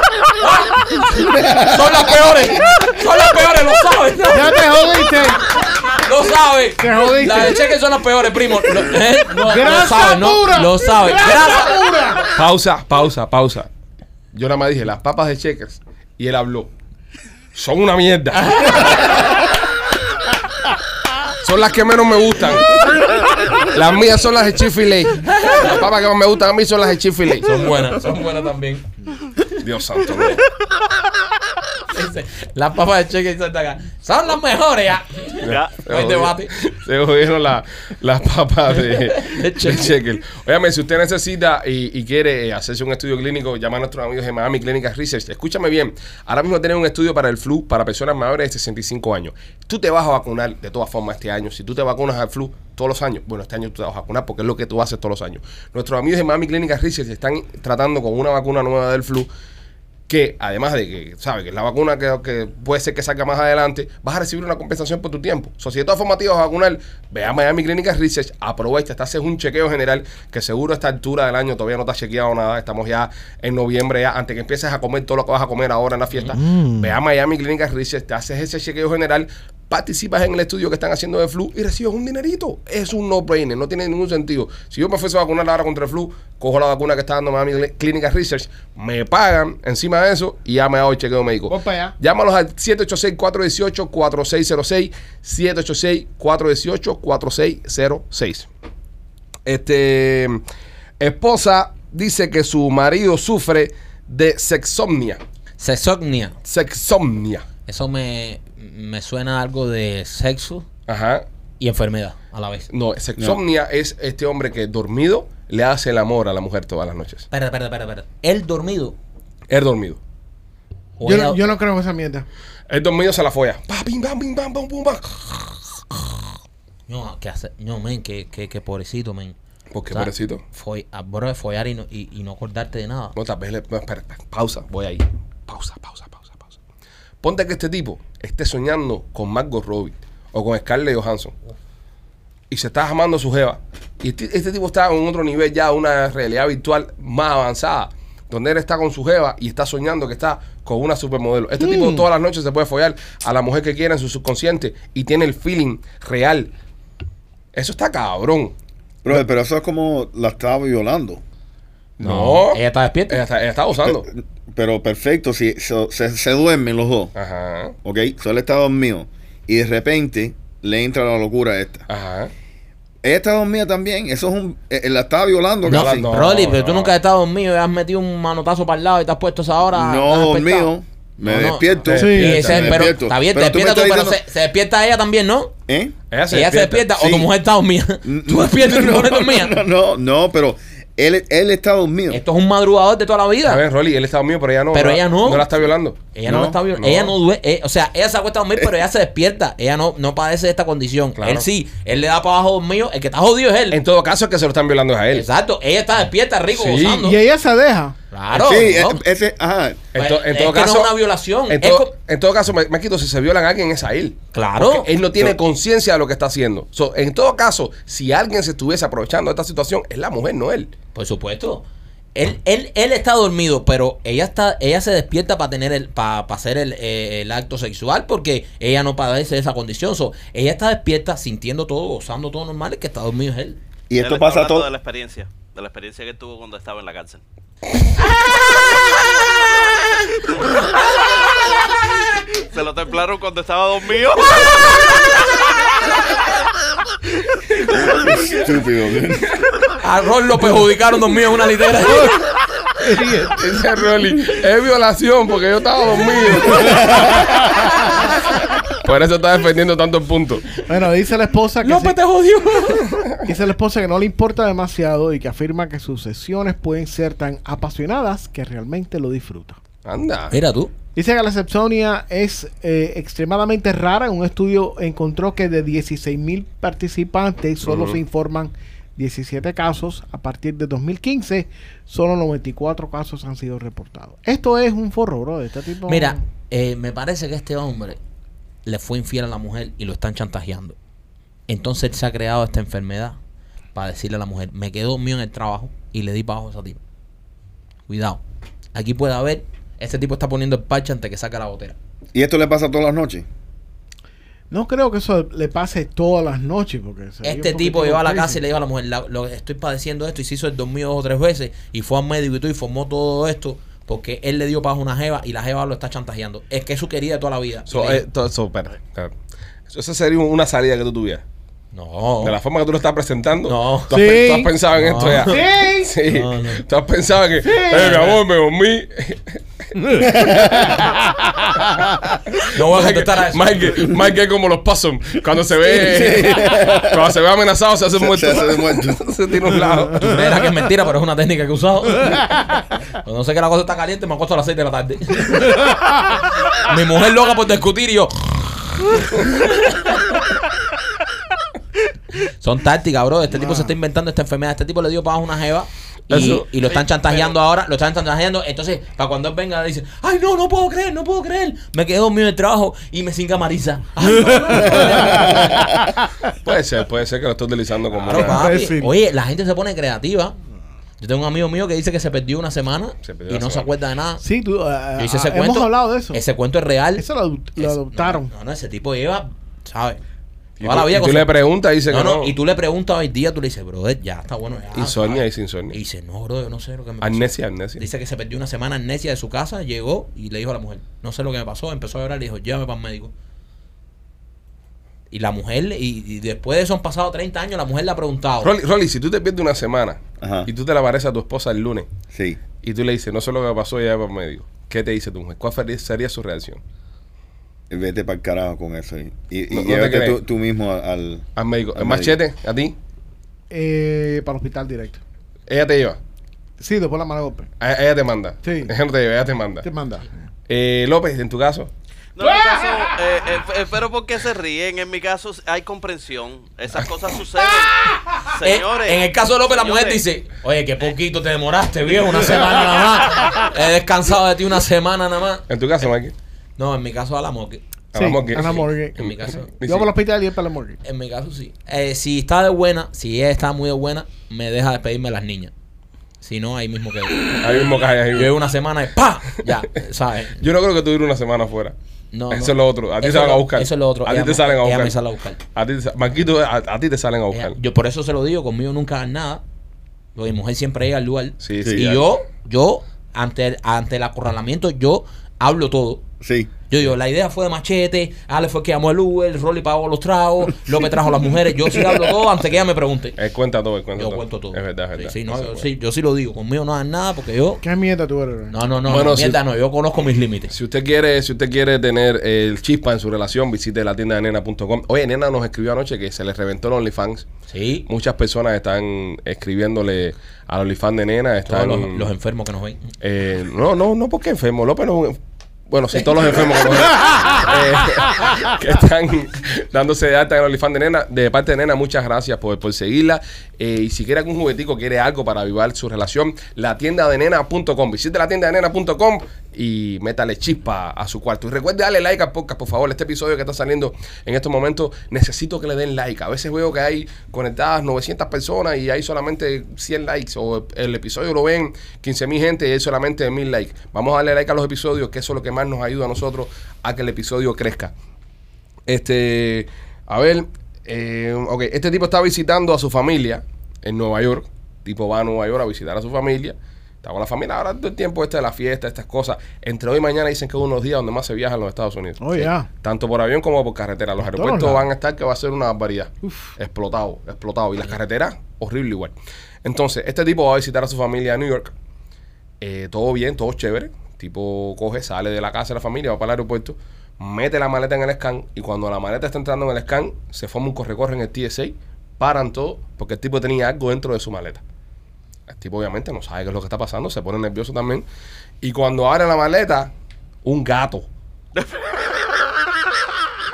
Speaker 3: las peores. Son las peores, lo sabes.
Speaker 4: ¡Ya te
Speaker 1: [LAUGHS]
Speaker 4: jodiste!
Speaker 3: Lo sabes.
Speaker 4: Te jodiste.
Speaker 3: Las de cheque son las peores, primo. Lo, eh, no, lo
Speaker 4: ¡Grasa
Speaker 3: sabes, ¿no?
Speaker 4: pura!
Speaker 3: Lo sabes. Grasa.
Speaker 4: ¡Pura!
Speaker 1: Pausa, pausa, pausa. Yo nada más dije, las papas de Checkers. Y él habló. Son una mierda. Son las que menos me gustan. Las mías son las de Chick-fil-A. Las papas que más me gustan a mí son las de Chick-fil-A.
Speaker 3: Son buenas, son buenas también.
Speaker 1: Dios santo. no.
Speaker 3: Dice, las papas de cheque y Santa Clara son las mejores ah". ya.
Speaker 6: Ya.
Speaker 1: Se
Speaker 3: [LAUGHS] No hay
Speaker 1: jodió-
Speaker 3: debate.
Speaker 1: Se jodieron la- las papas
Speaker 3: [LAUGHS]
Speaker 1: de, de
Speaker 3: Chequel.
Speaker 1: Chequel. Óyame, si usted necesita y, y quiere eh, hacerse un estudio clínico, llama a nuestros amigos de Miami Clinical Research. Escúchame bien, ahora mismo tienen un estudio para el flu para personas mayores de 65 años. Tú te vas a vacunar de todas formas este año. Si tú te vacunas al flu todos los años, bueno, este año tú te vas a vacunar porque es lo que tú haces todos los años. Nuestros amigos de Miami Clinical Research están tratando con una vacuna nueva del flu que además de que, ¿sabes? Que es la vacuna que, que puede ser que salga más adelante, vas a recibir una compensación por tu tiempo. O sea, si de todas formas te vas a vacunar, ve a Miami Clinic Research, aprovecha, te haces un chequeo general, que seguro a esta altura del año todavía no te has chequeado nada, estamos ya en noviembre, ya antes que empieces a comer todo lo que vas a comer ahora en la fiesta, ve a Miami Clinic Research, te haces ese chequeo general, participas en el estudio que están haciendo de flu y recibes un dinerito. Es un no-brainer, no tiene ningún sentido. Si yo me fuese a vacunar ahora contra el flu, cojo la vacuna que está dando Miami Cl- Clinical Research, me pagan encima de eso y ya me hago el chequeo médico.
Speaker 4: Voy para allá.
Speaker 1: Llámalos al 786-418-4606, 786-418-4606. Este, esposa dice que su marido sufre de sexomnia.
Speaker 3: Sexognia.
Speaker 1: Sexomnia.
Speaker 3: Eso me, me suena a algo de sexo
Speaker 1: Ajá.
Speaker 3: y enfermedad a la vez.
Speaker 1: No, sexomnia es este hombre que dormido le hace el amor a la mujer todas las noches.
Speaker 3: Espera, espera, espera, espera. Él dormido.
Speaker 1: Es dormido.
Speaker 3: o
Speaker 4: Yo
Speaker 3: ella-
Speaker 4: no, yo no creo en esa mierda.
Speaker 1: El dormido se la folla. Pa, pim, pam, pim, pam, pam, pum, pam.
Speaker 3: No, que hace, no, men, que, que, que pobrecito, men.
Speaker 1: ¿Por qué pobrecito?
Speaker 3: Foy, ah, bro, follar y no, y, y no acordarte de nada.
Speaker 1: No, tal vez le- no, espera, espera, pausa, voy ahí. Pausa, pausa, pausa, pausa. Ponte que este tipo esté soñando con Margot Robbie o con Scarlett Johansson y se está amando su jeva. Y este, este tipo está en otro nivel ya, una realidad virtual más avanzada, donde él está con su jeva y está soñando que está con una supermodelo. Este
Speaker 3: Hmm.
Speaker 1: tipo todas las noches se puede follar a la mujer que quiera en su subconsciente y tiene el feeling real. Eso está cabrón.
Speaker 5: Brother, pero eso es como la estaba violando.
Speaker 1: No.
Speaker 3: Ella está despierta.
Speaker 1: Ella está, ella está
Speaker 3: [LAUGHS]
Speaker 1: gozando.
Speaker 5: Pero perfecto, si so- se, se duermen los dos,
Speaker 1: Ajá.
Speaker 5: ¿ok? Solo está dormido. Y de repente le entra la locura esta.
Speaker 1: Ajá.
Speaker 5: Ella está dormida también. Eso es un. eh, la estaba violando
Speaker 1: No,
Speaker 5: casi.
Speaker 1: no.
Speaker 3: Rolly, pero tú
Speaker 1: no.
Speaker 3: nunca has estado dormido y has metido un manotazo para el lado y te has puesto esa hora.
Speaker 5: No,
Speaker 3: estás despertado.
Speaker 5: dormido. Me
Speaker 3: No, no.
Speaker 5: despierto.
Speaker 1: Sí,
Speaker 5: me
Speaker 3: Sí, ese-
Speaker 5: despierto, me
Speaker 3: pero
Speaker 5: despierto.
Speaker 3: está bien, te
Speaker 5: Pero tú me
Speaker 3: despierta tú,
Speaker 5: estás
Speaker 3: pero se, se despierta ella también, ¿no?
Speaker 5: diciendo- ¿Eh?
Speaker 1: Ella
Speaker 3: ella se despierta o tu
Speaker 5: Sí.
Speaker 3: mujer está dormida. Tú despiertas y tu
Speaker 5: no,
Speaker 3: mujer
Speaker 5: [LAUGHS] no,
Speaker 3: dormida.
Speaker 5: no, no, no, pero él, él está dormido.
Speaker 3: Esto es un madrugador de toda la
Speaker 1: A
Speaker 3: vida.
Speaker 1: ver, Rolly, él está mío, pero ella no.
Speaker 3: Pero ella no.
Speaker 1: No la está violando.
Speaker 3: Ella no,
Speaker 5: No,
Speaker 3: la está violando.
Speaker 1: no.
Speaker 3: Ella no duerme. eh, o sea, ella se acuesta a dormir, pero ella se despierta. Ella no, no padece de esta condición.
Speaker 1: Claro.
Speaker 3: Él sí. Él le da para abajo dormido. El que está jodido es él.
Speaker 1: En todo caso, el que se lo están violando es a él.
Speaker 3: Exacto. Ella está despierta, rico,
Speaker 1: Sí.
Speaker 3: gozando.
Speaker 4: Y ella se deja.
Speaker 3: Claro.
Speaker 5: sí,
Speaker 3: ¿no?
Speaker 5: e- ese, ajá.
Speaker 1: En, to-
Speaker 3: Pues,
Speaker 1: en
Speaker 3: es
Speaker 1: todo
Speaker 3: que no
Speaker 1: caso.
Speaker 3: es una violación,
Speaker 1: En,
Speaker 3: es
Speaker 1: todo-
Speaker 3: co-
Speaker 1: en todo caso, me, me quito, si se violan a alguien es a él.
Speaker 3: Claro.
Speaker 1: Porque él no tiene
Speaker 5: Yo-
Speaker 1: conciencia de lo que está haciendo. So, en todo caso, si alguien se estuviese aprovechando de esta situación, es la mujer, no él.
Speaker 3: Por supuesto. Él, él, él está dormido, pero ella está, ella se despierta para tener el, para, hacer el, eh, el acto sexual porque ella no padece de esa condición. So, ella está despierta, sintiendo todo, gozando todo normal, el que está dormido es él.
Speaker 5: Y
Speaker 6: Él
Speaker 5: esto
Speaker 6: está
Speaker 5: pasa
Speaker 6: hablando
Speaker 5: todo.
Speaker 6: De la experiencia. De la experiencia que tuvo cuando estaba en la [LAUGHS] cárcel. Se lo templaron cuando estaba [LAUGHS] dormido.
Speaker 5: [LAUGHS] Estúpido. dude.
Speaker 3: A Ron lo perjudicaron dormido en una litera.
Speaker 1: Dice Rolly, es violación porque yo estaba dormido. Por eso está defendiendo tanto el punto.
Speaker 4: Bueno, dice la esposa que sí-
Speaker 3: López pues, te jodió.
Speaker 4: Dice la esposa que no le importa demasiado y que afirma que sus sesiones pueden ser tan apasionadas que realmente lo disfruta.
Speaker 1: Anda.
Speaker 3: Mira tú.
Speaker 4: Dice que la sepsonia es eh, extremadamente rara. Un estudio encontró que de 16.000 participantes solo se informan 17 casos. A partir de 2015, solo 94 casos han sido reportados. Esto es un forro, bro. Este tipo...
Speaker 3: Mira, eh, me parece que este hombre le fue infiel a la mujer y lo están chantajeando. Entonces él se ha creado esta enfermedad para decirle a la mujer, me quedé dormido en el trabajo y le di para abajo a esa tipa. Cuidado. Aquí puede haber, este tipo está poniendo el parche antes que saca la botera.
Speaker 5: y esto le pasa todas las noches.
Speaker 4: No creo que eso le pase todas las noches. porque sería
Speaker 3: Este
Speaker 4: un
Speaker 3: tipo
Speaker 4: poquito
Speaker 3: llegó a la
Speaker 4: crazy.
Speaker 3: casa y le dijo a la mujer, "La- lo, estoy padeciendo esto y se hizo el dormido dos o tres veces y fue al médico y todo y formó todo esto porque él le dio para una jeva y la jeva lo está chantajeando. Es que es su querida de toda la vida.
Speaker 1: So,
Speaker 3: Le-
Speaker 1: eh, to- so, espérate, espérate. Eso esa sería una salida que tú tuvieras.
Speaker 3: no.
Speaker 1: De la forma que tú lo estás presentando.
Speaker 3: No.
Speaker 1: Tú has, pe-
Speaker 4: Sí.
Speaker 1: tú has pensado en
Speaker 3: No.
Speaker 1: esto ya.
Speaker 4: Sí.
Speaker 1: Sí.
Speaker 3: No, no.
Speaker 1: Tú has pensado que, eh, mi amor, me dormí.
Speaker 3: No voy a contestar a eso.
Speaker 1: Mike, Mike es como los possum. Cuando se ve, cuando se ve amenazado, se hace muerto.
Speaker 5: Se hace muerto.
Speaker 1: [LAUGHS] Se tira a un lado.
Speaker 3: Tú creerás que es mentira, pero es una técnica que he usado. Cuando sé que la cosa está caliente, me acuesto a las 6 de la tarde. Mi mujer loca por discutir y yo. Son tácticas, bro. Este tipo se está inventando esta enfermedad. Este tipo le dio para una jeva y,
Speaker 1: Eso-
Speaker 3: y lo están chantajeando ahora. Lo están chantajeando. Entonces, para cuando él venga, dice: Ay, no, no puedo creer, no puedo creer. Me quedé dormido en el trabajo y me cinga Marisa. Ay, no, no, no.
Speaker 1: Puede ser, puede ser que lo esté utilizando como.
Speaker 3: Claro,
Speaker 1: una-
Speaker 3: papi.
Speaker 4: Imbécil.
Speaker 3: Oye, la gente se pone creativa. Yo tengo un amigo mío que dice que se perdió una semana
Speaker 1: Se perdió
Speaker 3: y no
Speaker 1: una
Speaker 3: se
Speaker 1: semana.
Speaker 3: acuerda de nada.
Speaker 4: Sí, tú,
Speaker 3: Yo
Speaker 4: ah,
Speaker 3: hice ese
Speaker 4: ah,
Speaker 3: cuento.
Speaker 4: hemos hablado de eso.
Speaker 3: Ese cuento es real.
Speaker 4: eso lo, adu- lo
Speaker 3: Es-
Speaker 4: adoptaron.
Speaker 3: No, no, ese tipo lleva, ¿sabes?
Speaker 1: Y
Speaker 3: Toda la
Speaker 1: tú,
Speaker 3: vida
Speaker 1: y
Speaker 3: con
Speaker 1: tú
Speaker 3: su-
Speaker 1: le preguntas y dice
Speaker 3: no,
Speaker 1: que
Speaker 3: no,
Speaker 1: no.
Speaker 3: y tú le preguntas hoy día, tú le dices, brother, ya está bueno. Ya,
Speaker 1: Insomnia,
Speaker 3: ¿sabes?
Speaker 1: dice insomnia.
Speaker 3: Y dice, no, bro, yo no sé lo que me pasó.
Speaker 1: Amnesia, amnesia.
Speaker 3: Dice que se perdió una semana amnesia de su casa, llegó y le dijo a la mujer, no sé lo que me pasó, empezó a llorar y le dijo, llévame para el médico. Y la mujer, y, y después de eso han pasado 30 años, la mujer le ha preguntado.
Speaker 1: Rolly, Rolly, si tú te pierdes una semana
Speaker 5: Ajá.
Speaker 1: y tú te la pareces a tu esposa el lunes
Speaker 5: Sí.
Speaker 1: y tú le dices, no sé lo que pasó, ya va para médico. ¿Qué te dice tu mujer? ¿Cuál feri- sería su reacción?
Speaker 5: Vete para el carajo con eso. Y, y, y
Speaker 1: No- no te
Speaker 5: llévate
Speaker 1: crees.
Speaker 5: tú, tú mismo al- al.
Speaker 1: Al médico.
Speaker 5: Al
Speaker 1: ¿El
Speaker 5: médico.
Speaker 1: machete? ¿A ti?
Speaker 4: Eh, para el hospital directo.
Speaker 1: Ella te lleva.
Speaker 4: Sí, después la mala golpe.
Speaker 1: A- Ella te manda. [LAUGHS]
Speaker 4: Sí.
Speaker 1: Ella no te lleva, ella te manda.
Speaker 4: Te manda.
Speaker 1: Eh, López, en tu caso.
Speaker 6: No, en mi caso,
Speaker 3: [LAUGHS]
Speaker 6: eh, eh, eh, pero porque se ríen, en mi caso hay comprensión. Esas cosas suceden.
Speaker 3: [LAUGHS] Eh,
Speaker 6: Señores.
Speaker 3: en el caso de López, la mujer
Speaker 6: señores.
Speaker 3: dice: Oye, qué poquito te demoraste, viejo, una semana nada más. He descansado de ti una semana nada más.
Speaker 1: En tu caso,
Speaker 3: [LAUGHS]
Speaker 1: Mike.
Speaker 3: No, en mi caso, a la moque.
Speaker 4: Sí, a la morgue.
Speaker 3: En mi caso.
Speaker 1: Sí, sí.
Speaker 4: Yo para el hospital y él para la morgue.
Speaker 3: En mi caso, sí. Eh, si está de buena, si ella está muy de buena, me deja despedirme de las niñas. Si no, ahí mismo que
Speaker 1: Ahí mismo cae, ahí
Speaker 3: Yo
Speaker 1: mismo.
Speaker 3: llevo una semana y ¡pa! Ya, ¿sabes?
Speaker 1: Yo no creo que tú dures una semana afuera.
Speaker 3: No,
Speaker 1: eso
Speaker 3: no.
Speaker 1: es lo otro. A ti
Speaker 3: Eso
Speaker 1: te van
Speaker 3: lo-
Speaker 1: a buscar.
Speaker 3: eso es lo otro.
Speaker 1: A ti
Speaker 3: Ella
Speaker 1: te
Speaker 3: me-
Speaker 1: salen a
Speaker 3: ella
Speaker 1: buscar.
Speaker 3: me sale a buscar.
Speaker 1: A ti, te sa- Marquito, a, a ti te salen a buscar.
Speaker 3: Ella- Eh, yo por eso se lo digo, conmigo nunca hagan nada. Porque mi mujer siempre llega al lugar.
Speaker 1: sí,
Speaker 5: Sí,
Speaker 1: sí.
Speaker 3: y
Speaker 1: ya.
Speaker 3: yo, yo, ante el, ante el acorralamiento, yo hablo todo.
Speaker 5: Sí.
Speaker 3: Yo digo, la idea fue de machete, Ale fue el que llamó el Uber, Rolly pagó
Speaker 1: [LAUGHS]
Speaker 3: los tragos, López trajo a las mujeres. Yo sí hablo todo antes que ella me pregunte.
Speaker 1: Él Eh, cuenta todo, él cuenta
Speaker 3: Yo
Speaker 1: todo.
Speaker 3: cuento todo.
Speaker 1: Es verdad, es verdad.
Speaker 3: Sí, sí, no,
Speaker 1: Eso
Speaker 3: yo,
Speaker 1: es
Speaker 3: sí, yo sí lo digo. Conmigo no hagan nada porque yo.
Speaker 4: ¿Qué mierda tú eres?
Speaker 3: No, no, no,
Speaker 1: Bueno,
Speaker 3: no,
Speaker 1: si-
Speaker 3: mierda, no. Yo conozco mis límites.
Speaker 1: Si usted quiere, si usted quiere tener el chispa en su relación, visite la tienda de nena.com. Oye, nena nos escribió anoche que se le reventó el OnlyFans.
Speaker 3: Sí.
Speaker 1: Muchas personas están escribiéndole al OnlyFans de nena.
Speaker 3: Todos
Speaker 1: Están,
Speaker 3: los, los enfermos que nos ven.
Speaker 1: eh, no, no, no porque enfermo. López no es un- Bueno, sí, todos los enfermos que, nos ven, eh, [LAUGHS] que están dándose de alta en el OnlyFans de nena. De parte de nena, muchas gracias por, por seguirla. Eh, y si quiere algún juguetico, quiere algo para avivar su relación, la tienda de nena.com. Visite la tienda de nena.com y métale chispa a su cuarto. Y recuerde darle like al podcast, por favor. Este episodio que está saliendo en estos momentos, necesito que le den like. A veces veo que hay conectadas 900 personas y hay solamente 100 likes. O el episodio lo ven 15 mil gente y hay solamente 1000 likes. Vamos a darle like a los episodios, que eso es lo que más nos ayuda a nosotros a que el episodio crezca. Este, a ver, eh, ok, este tipo está visitando a su familia en Nueva York. Tipo va a Nueva York a visitar a su familia. Está con la familia ahora todo el tiempo este de la fiesta, estas cosas. Entre hoy y mañana dicen que es uno de los días donde más se viaja en los Estados Unidos.
Speaker 4: Oh, ya.
Speaker 1: Tanto por avión como por carretera. Los
Speaker 4: todos
Speaker 1: aeropuertos
Speaker 4: lados.
Speaker 1: van a estar que va a ser una barbaridad. Explotado, explotado. Y las carreteras, horrible igual. Entonces, este tipo va a visitar a su familia en New York. Eh, todo bien, todo chévere. Tipo coge, sale de la casa de la familia, va para el aeropuerto, mete la maleta en el scan y cuando la maleta está entrando en el scan, se forma un corre-corre en el TSA, paran todo porque el tipo tenía algo dentro de su maleta. El tipo obviamente no sabe qué es lo que está pasando, se pone nervioso también. Y cuando abre la maleta, un
Speaker 4: [LAUGHS]
Speaker 1: gato.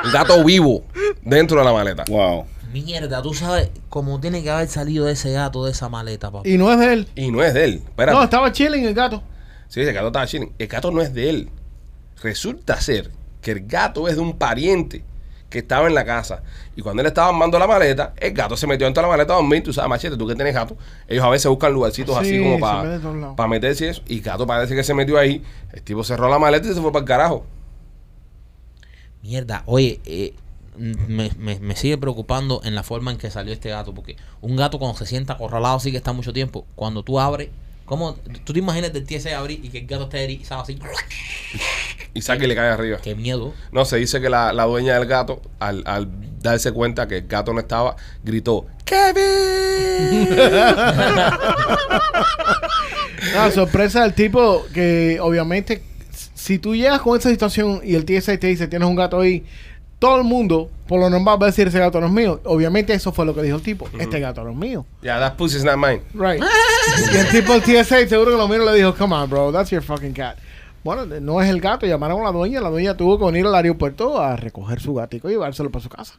Speaker 1: un gato vivo dentro de la maleta.
Speaker 5: Wow.
Speaker 3: Mierda, tú sabes cómo tiene que haber salido ese gato de esa maleta, papá.
Speaker 4: Y no es de él.
Speaker 1: Y no es de él. Espérate.
Speaker 4: No, estaba chilling el gato.
Speaker 1: Sí, el gato estaba chilling. El gato no es de él. Resulta ser que el gato es de un pariente que estaba en la casa. Y cuando él estaba armando la maleta, el gato se metió dentro de la maleta a dormir. Tú sabes, machete, tú que tienes gato. Ellos a veces buscan lugarcitos así
Speaker 4: Sí,
Speaker 1: como
Speaker 4: se mete de todos
Speaker 1: para
Speaker 4: lados.
Speaker 1: meterse y eso. Y el gato parece que se metió ahí. El tipo cerró la maleta y se fue para el carajo.
Speaker 3: Mierda, oye, eh, me, me- me sigue preocupando en la forma en que salió este gato, porque un gato cuando se sienta acorralado sí que está mucho tiempo. Cuando tú abres, ¿cómo? ¿Tú te imaginas del TSA abrir y que el gato esté erizado así?
Speaker 1: Y saca y le cae arriba.
Speaker 3: ¡Qué miedo!
Speaker 1: No, se dice que la, la dueña del gato, al, al darse cuenta que el gato no estaba, gritó, ¡Kevin!
Speaker 4: Ah,
Speaker 3: [LAUGHS]
Speaker 4: La sorpresa del tipo que obviamente Si tú llegas con esa situación y el TSA te dice, tienes un gato ahí, todo el mundo, por lo normal, va a decir, ese gato no es mío. Obviamente eso fue lo que dijo el tipo, este gato no es mío.
Speaker 1: Yeah, that pussy's not mine.
Speaker 4: Right. y el tipo del TSA seguro que lo miró y le dijo, come on, bro, that's your fucking cat. Bueno, no es el gato, llamaron a la dueña, la dueña tuvo que venir al aeropuerto a recoger su gatico y llevárselo para su casa.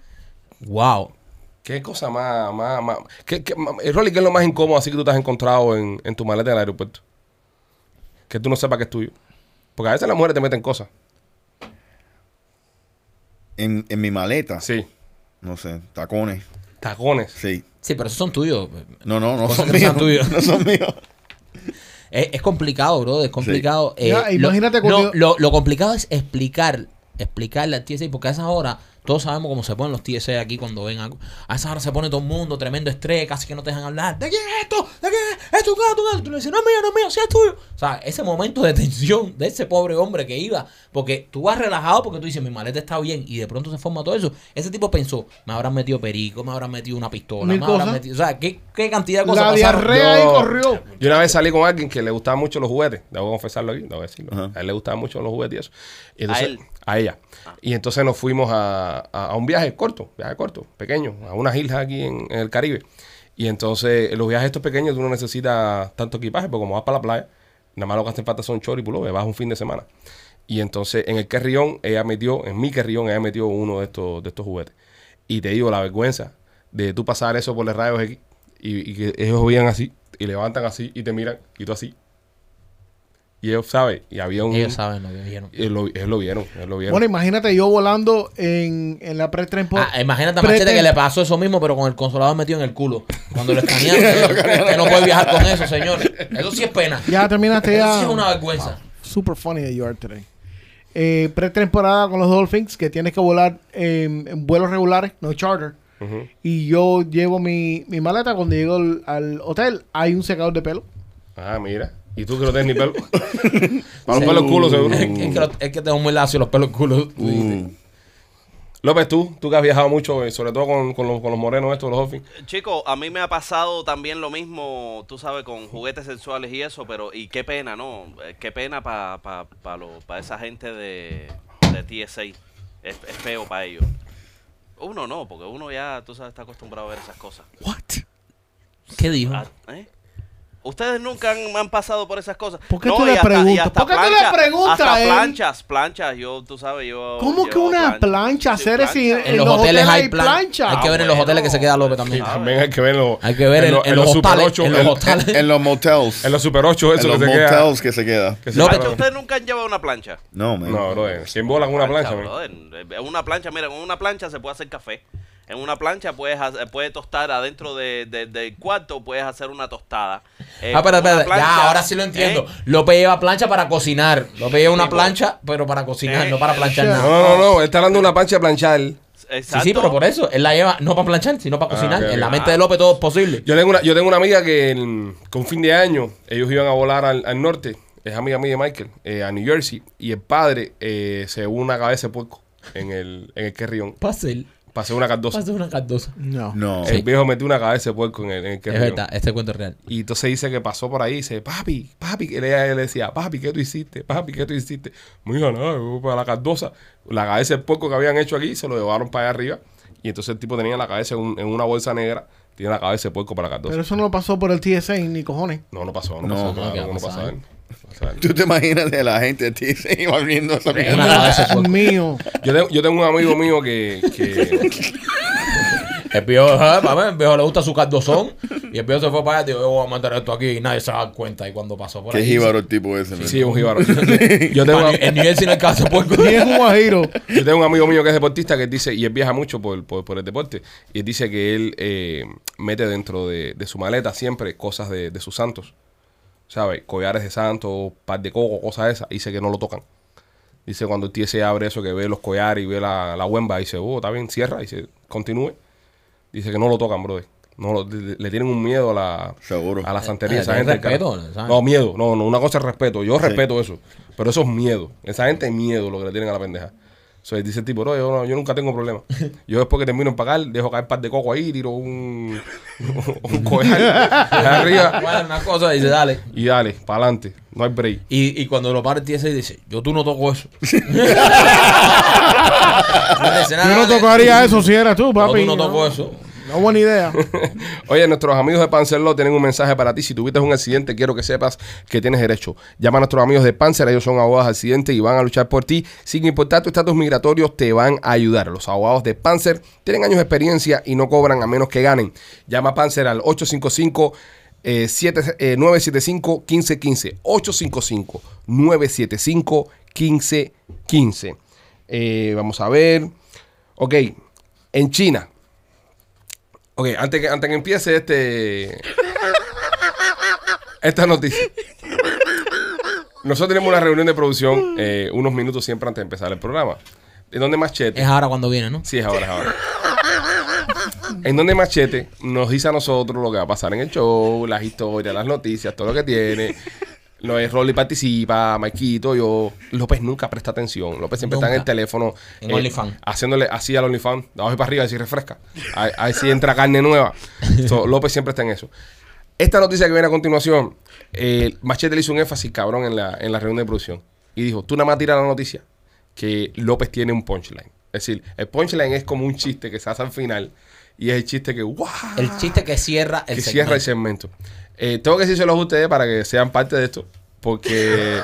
Speaker 3: Wow.
Speaker 1: ¿Qué cosa más, más, más? ¿Qué, qué, ma- eh, Rolly, ¿qué es lo más incómodo así que tú te has encontrado en, en tu maleta del aeropuerto? Que tú no sepas que es tuyo. Porque a veces las mujeres te meten cosas.
Speaker 5: En, en mi maleta.
Speaker 1: Sí.
Speaker 5: No sé, tacones.
Speaker 1: Tacones.
Speaker 5: Sí.
Speaker 3: Sí, pero esos son tuyos.
Speaker 5: No, no, no
Speaker 3: Cosas
Speaker 5: son
Speaker 3: que no
Speaker 5: míos.
Speaker 3: son tuyas.
Speaker 5: [LAUGHS] No son míos.
Speaker 3: Es, es complicado, bro. Es complicado. Eh,
Speaker 4: Ya,
Speaker 3: lo-
Speaker 4: imagínate
Speaker 3: no,
Speaker 4: cuando-
Speaker 3: lo, lo complicado es explicar, explicarle al TSA, porque a esas horas, todos sabemos cómo se ponen los TSA aquí cuando ven algo. A esas horas se pone todo el mundo, tremendo estrés, casi que no te dejan hablar. ¿De qué es esto? ¿De qué es? ¿Es tu gato? tu gato? Tú le dices, no es mío, no es mío, sí es tuyo. O sea, ese momento de tensión de ese pobre hombre que iba, porque tú vas relajado porque tú dices, mi maleta está bien, y de pronto se forma todo eso. Ese tipo pensó, me habrán metido perico, me habrán metido una pistola,
Speaker 4: Mil
Speaker 3: me habrán
Speaker 4: cosas.
Speaker 3: metido. O sea, ¿qué, qué cantidad de cosas
Speaker 4: La
Speaker 3: pasaron?
Speaker 4: diarrea ahí
Speaker 1: Yo-
Speaker 4: corrió.
Speaker 1: Yo una vez salí con alguien que le gustaban mucho los juguetes. Debo confesarlo aquí, debo decirlo.
Speaker 5: Ajá.
Speaker 1: A él le gustaban mucho los juguetes y eso. Y
Speaker 6: ¿A él?
Speaker 1: A ella. Y entonces nos fuimos a, a- a un viaje corto, viaje corto, pequeño, a unas islas aquí en, en el Caribe. Y entonces, en los viajes estos pequeños, tú no necesitas tanto equipaje, porque como vas para la playa, nada más lo que hace falta son chor y pullover, vas un fin de semana. Y entonces, en el carrión, ella metió, en mi carrión, ella metió uno de estos, de estos juguetes. Y te digo, la vergüenza de tú pasar eso por los rayos X y, y que ellos vean así, y levantan así, y te miran, y tú así. Y ellos saben, y había un...
Speaker 3: Ellos saben lo que dijeron.
Speaker 1: Ellos lo, ellos lo vieron, ellos lo vieron.
Speaker 4: Bueno, imagínate yo volando en, en la pre-temporada.
Speaker 3: Ah, imagínate a Machete que le pasó eso mismo, pero con el consolador metido en el culo. Cuando lo escanearon, que, que no puede viajar con eso, señor. Eso sí es pena.
Speaker 4: Ya terminaste
Speaker 3: Eso
Speaker 4: ya.
Speaker 3: [LAUGHS] sí es una vergüenza.
Speaker 4: Super funny that you are today. Eh, pretemporada con los Dolphins, que tienes que volar eh, en vuelos regulares, no charter.
Speaker 1: Ujú.
Speaker 4: Y yo llevo mi, mi maleta. Cuando llego al, al hotel, hay un secador de pelo.
Speaker 1: Ah, mira. ¿Y tú que no tienes
Speaker 5: [LAUGHS]
Speaker 1: ni pelo? Para los pelos culos, seguro.
Speaker 3: Es que, lo- es que tengo muy lacio los pelos culos.
Speaker 5: Uh,
Speaker 1: López, tú, tú que has viajado mucho, eh, sobre todo con, con los, con los morenos estos, los Dolphins.
Speaker 6: Chico, a mí me ha pasado también lo mismo, tú sabes, con juguetes sexuales y eso, pero y qué pena, ¿no? Eh, Qué pena para pa, pa lo- pa esa gente de, de TSA. Es, es feo para ellos. Uno no, porque uno ya, tú sabes, está acostumbrado a ver esas cosas.
Speaker 3: ¿Qué dijo?
Speaker 6: Ah, ¿eh? Ustedes nunca han, han pasado por esas cosas.
Speaker 4: ¿Por qué
Speaker 6: no,
Speaker 4: tú
Speaker 6: y
Speaker 4: le
Speaker 6: hasta- y
Speaker 4: preguntas?
Speaker 6: hasta
Speaker 4: ¿Por qué tú le
Speaker 6: plancha-
Speaker 4: preguntas a
Speaker 6: Hasta
Speaker 4: él?
Speaker 6: planchas, planchas, yo, tú sabes, yo...
Speaker 4: ¿Cómo
Speaker 6: yo
Speaker 4: que una plancha?
Speaker 6: sí,
Speaker 4: Hacer
Speaker 6: plancha.
Speaker 4: así
Speaker 3: En los, hoteles, hay plan-
Speaker 4: plancha.
Speaker 3: Hay que ver en los
Speaker 6: bueno.
Speaker 3: hoteles que se queda
Speaker 1: Y
Speaker 3: López también. Ah,
Speaker 1: también hay que ver los,
Speaker 3: eh. Hay que ver
Speaker 1: [LAUGHS]
Speaker 3: en,
Speaker 1: los-
Speaker 3: en los
Speaker 1: Super
Speaker 3: hostales.
Speaker 1: 8,
Speaker 3: en
Speaker 1: en,
Speaker 3: los hostales.
Speaker 5: en los motels.
Speaker 1: en los Super 8,
Speaker 5: en
Speaker 1: eso
Speaker 5: los
Speaker 1: que se queda.
Speaker 5: motels que se queda.
Speaker 1: que se queda-
Speaker 3: López,
Speaker 6: Plancha, Ustedes nunca han llevado una plancha.
Speaker 5: No, man.
Speaker 1: No, bro, eh, 100 bolas en
Speaker 3: Ah,
Speaker 1: una plancha, man.
Speaker 6: brother. En una plancha, mira, con una plancha se puede hacer café. En una plancha puedes, hacer- puedes tostar adentro de- de- del cuarto, puedes hacer una tostada. Eh,
Speaker 3: Ah, espera,
Speaker 6: con una
Speaker 3: espera.
Speaker 6: plancha,
Speaker 3: Ya, ahora sí lo entiendo.
Speaker 6: ¿eh?
Speaker 3: López lleva plancha para cocinar. López lleva una
Speaker 6: Sí,
Speaker 3: plancha, pero para cocinar,
Speaker 6: Eh,
Speaker 3: no para planchar
Speaker 4: sí.
Speaker 1: No,
Speaker 3: nada.
Speaker 1: no, no, él está hablando de una plancha de planchar.
Speaker 3: Sí,
Speaker 6: Exacto.
Speaker 3: sí, pero por eso. Él la lleva no para planchar, sino para
Speaker 1: Ah,
Speaker 3: cocinar.
Speaker 1: ok,
Speaker 3: en la
Speaker 1: ok.
Speaker 3: mente de López todo es posible.
Speaker 1: Yo tengo una, yo tengo una amiga que en- con fin de año ellos iban a volar al, al norte, es amiga mía de Michael, eh, a New Jersey, y el padre eh, se hubo una cabeza de puerco en el, en el Carrión.
Speaker 3: Pasel.
Speaker 1: Pasó una cardosa.
Speaker 3: Pasel una cardosa.
Speaker 4: No.
Speaker 5: No.
Speaker 1: El viejo metió una cabeza de puerco en el, en el
Speaker 3: Es
Speaker 1: Carrión.
Speaker 3: verdad, este cuento es [LAUGHS] real.
Speaker 1: Y entonces dice que pasó por ahí y dice, papi, papi, que ella le decía, papi, ¿qué tú hiciste? Papi, ¿qué tú hiciste? Mira, nada, yo para la cardosa, la cabeza del puerco que habían hecho aquí, se lo llevaron para allá arriba. Y entonces el tipo tenía la cabeza en, un- en una bolsa negra, tiene la cabeza de puerco para la cardosa.
Speaker 4: Pero eso no lo pasó por el TSA ni cojones.
Speaker 1: No, no pasó, no,
Speaker 5: No,
Speaker 1: pasó,
Speaker 5: no,
Speaker 1: claro,
Speaker 3: ¿qué va a
Speaker 1: no pasó
Speaker 3: pasar?
Speaker 1: él. No pasó él.
Speaker 5: ¿Tú te imaginas de la gente te [LAUGHS] se va viendo esa
Speaker 3: Una
Speaker 5: mierda?
Speaker 3: cabeza de
Speaker 4: Dios
Speaker 3: puerco.
Speaker 4: mío.
Speaker 1: Yo, tengo- yo tengo un amigo mío que, que-
Speaker 3: El viejo, ajá, pa' ver, el viejo le gusta su cardozón. Y el viejo se fue para allá. Digo, yo voy a mandar esto aquí. Y nadie se da cuenta. Y cuando pasó por
Speaker 5: Qué
Speaker 3: ahí.
Speaker 5: jíbaro el tipo ese, man.
Speaker 1: [LAUGHS] sí, es un eh. jíbaro. Yo tengo,
Speaker 3: pa'
Speaker 1: un-
Speaker 3: Ni- En New Jersey no hay pues, cabeza de puerco. [LAUGHS]
Speaker 4: Y es un guajiro.
Speaker 1: yo tengo un amigo mío que es deportista que dice, y él viaja mucho por, por- por el deporte, y él dice que él eh, mete dentro de, de su maleta siempre cosas de, de sus santos. ¿Sabes? Collares de santos, par de coco, cosas esas. Dice que no lo tocan. Dice cuando el tío se abre eso, que ve los collares y ve la, la huemba, dice, oh, está bien, cierra, dice, continúe. Dice que no lo tocan, brother. No lo- le, le tienen un miedo a la,
Speaker 5: Seguro.
Speaker 1: a la santería.
Speaker 3: Eh,
Speaker 1: esa
Speaker 3: eh,
Speaker 1: gente,
Speaker 3: respeto,
Speaker 1: cara.
Speaker 3: ¿sabes?
Speaker 1: No, miedo. No, no, una cosa es respeto. Yo respeto eso. Pero eso es miedo. Esa gente es miedo lo que le tienen a la pendeja. So, dice el tipo, no yo, no, yo nunca tengo
Speaker 3: [LAUGHS]
Speaker 1: problema. Yo después que termino en pagar, dejo caer un par de coco ahí, tiro un, [LAUGHS] un collar [LAUGHS] arriba
Speaker 3: Bueno, una cosa, dice, dale.
Speaker 1: y dale, para adelante. No hay break.
Speaker 3: Y, y cuando lo para el TSA dice, yo tú no toco eso. no dice nada,
Speaker 4: Yo no
Speaker 3: dale.
Speaker 4: tocaría eso si eras tú,
Speaker 3: No,
Speaker 4: papi.
Speaker 3: tú no toco eso.
Speaker 4: No, buena idea.
Speaker 1: Oye, nuestros amigos de Panzerlo tienen un mensaje para ti. Si tuviste un accidente, quiero que sepas que tienes derecho. Llama a nuestros amigos de Panzer, ellos son abogados de accidente y van a luchar por ti. Sin importar tu estatus migratorio, te van a ayudar. Los abogados de Panzer tienen años de experiencia y no cobran a menos que ganen. Llama a Panzer al 855 eh, 7, eh, 975 1515 855 975 1515 Eh, vamos a ver ok en China Ok, antes que, antes que empiece este. Esta noticia. Nosotros tenemos una reunión de producción eh, unos minutos siempre antes de empezar el programa. ¿En donde Machete?
Speaker 3: Es ahora cuando viene, ¿no?
Speaker 1: Sí, es ahora, es ahora. En donde Machete nos dice a nosotros lo que va a pasar en el show, las historias, las noticias, todo lo que tiene. No es Rolly participa, Maikito, yo. López nunca presta atención. López siempre está en el
Speaker 3: Nunca.
Speaker 1: teléfono. eh,
Speaker 3: En OnlyFans.
Speaker 1: Haciéndole así al OnlyFans. De abajo para arriba, así refresca. A, a ver si entra carne nueva.
Speaker 3: [LAUGHS]
Speaker 1: So, López siempre está en eso. Esta noticia que viene a continuación, eh, Machete le hizo un énfasis cabrón en la, en la reunión de producción. Y dijo, tú nada más tira la noticia que López tiene un punchline. Es decir, el punchline es como un chiste que se hace al final y es el chiste que ¡guau!
Speaker 3: El chiste que cierra el
Speaker 1: que
Speaker 3: segmento.
Speaker 1: cierra el segmento. Eh, tengo que decírselos a ustedes para que sean parte de esto.
Speaker 3: [LAUGHS]
Speaker 1: Porque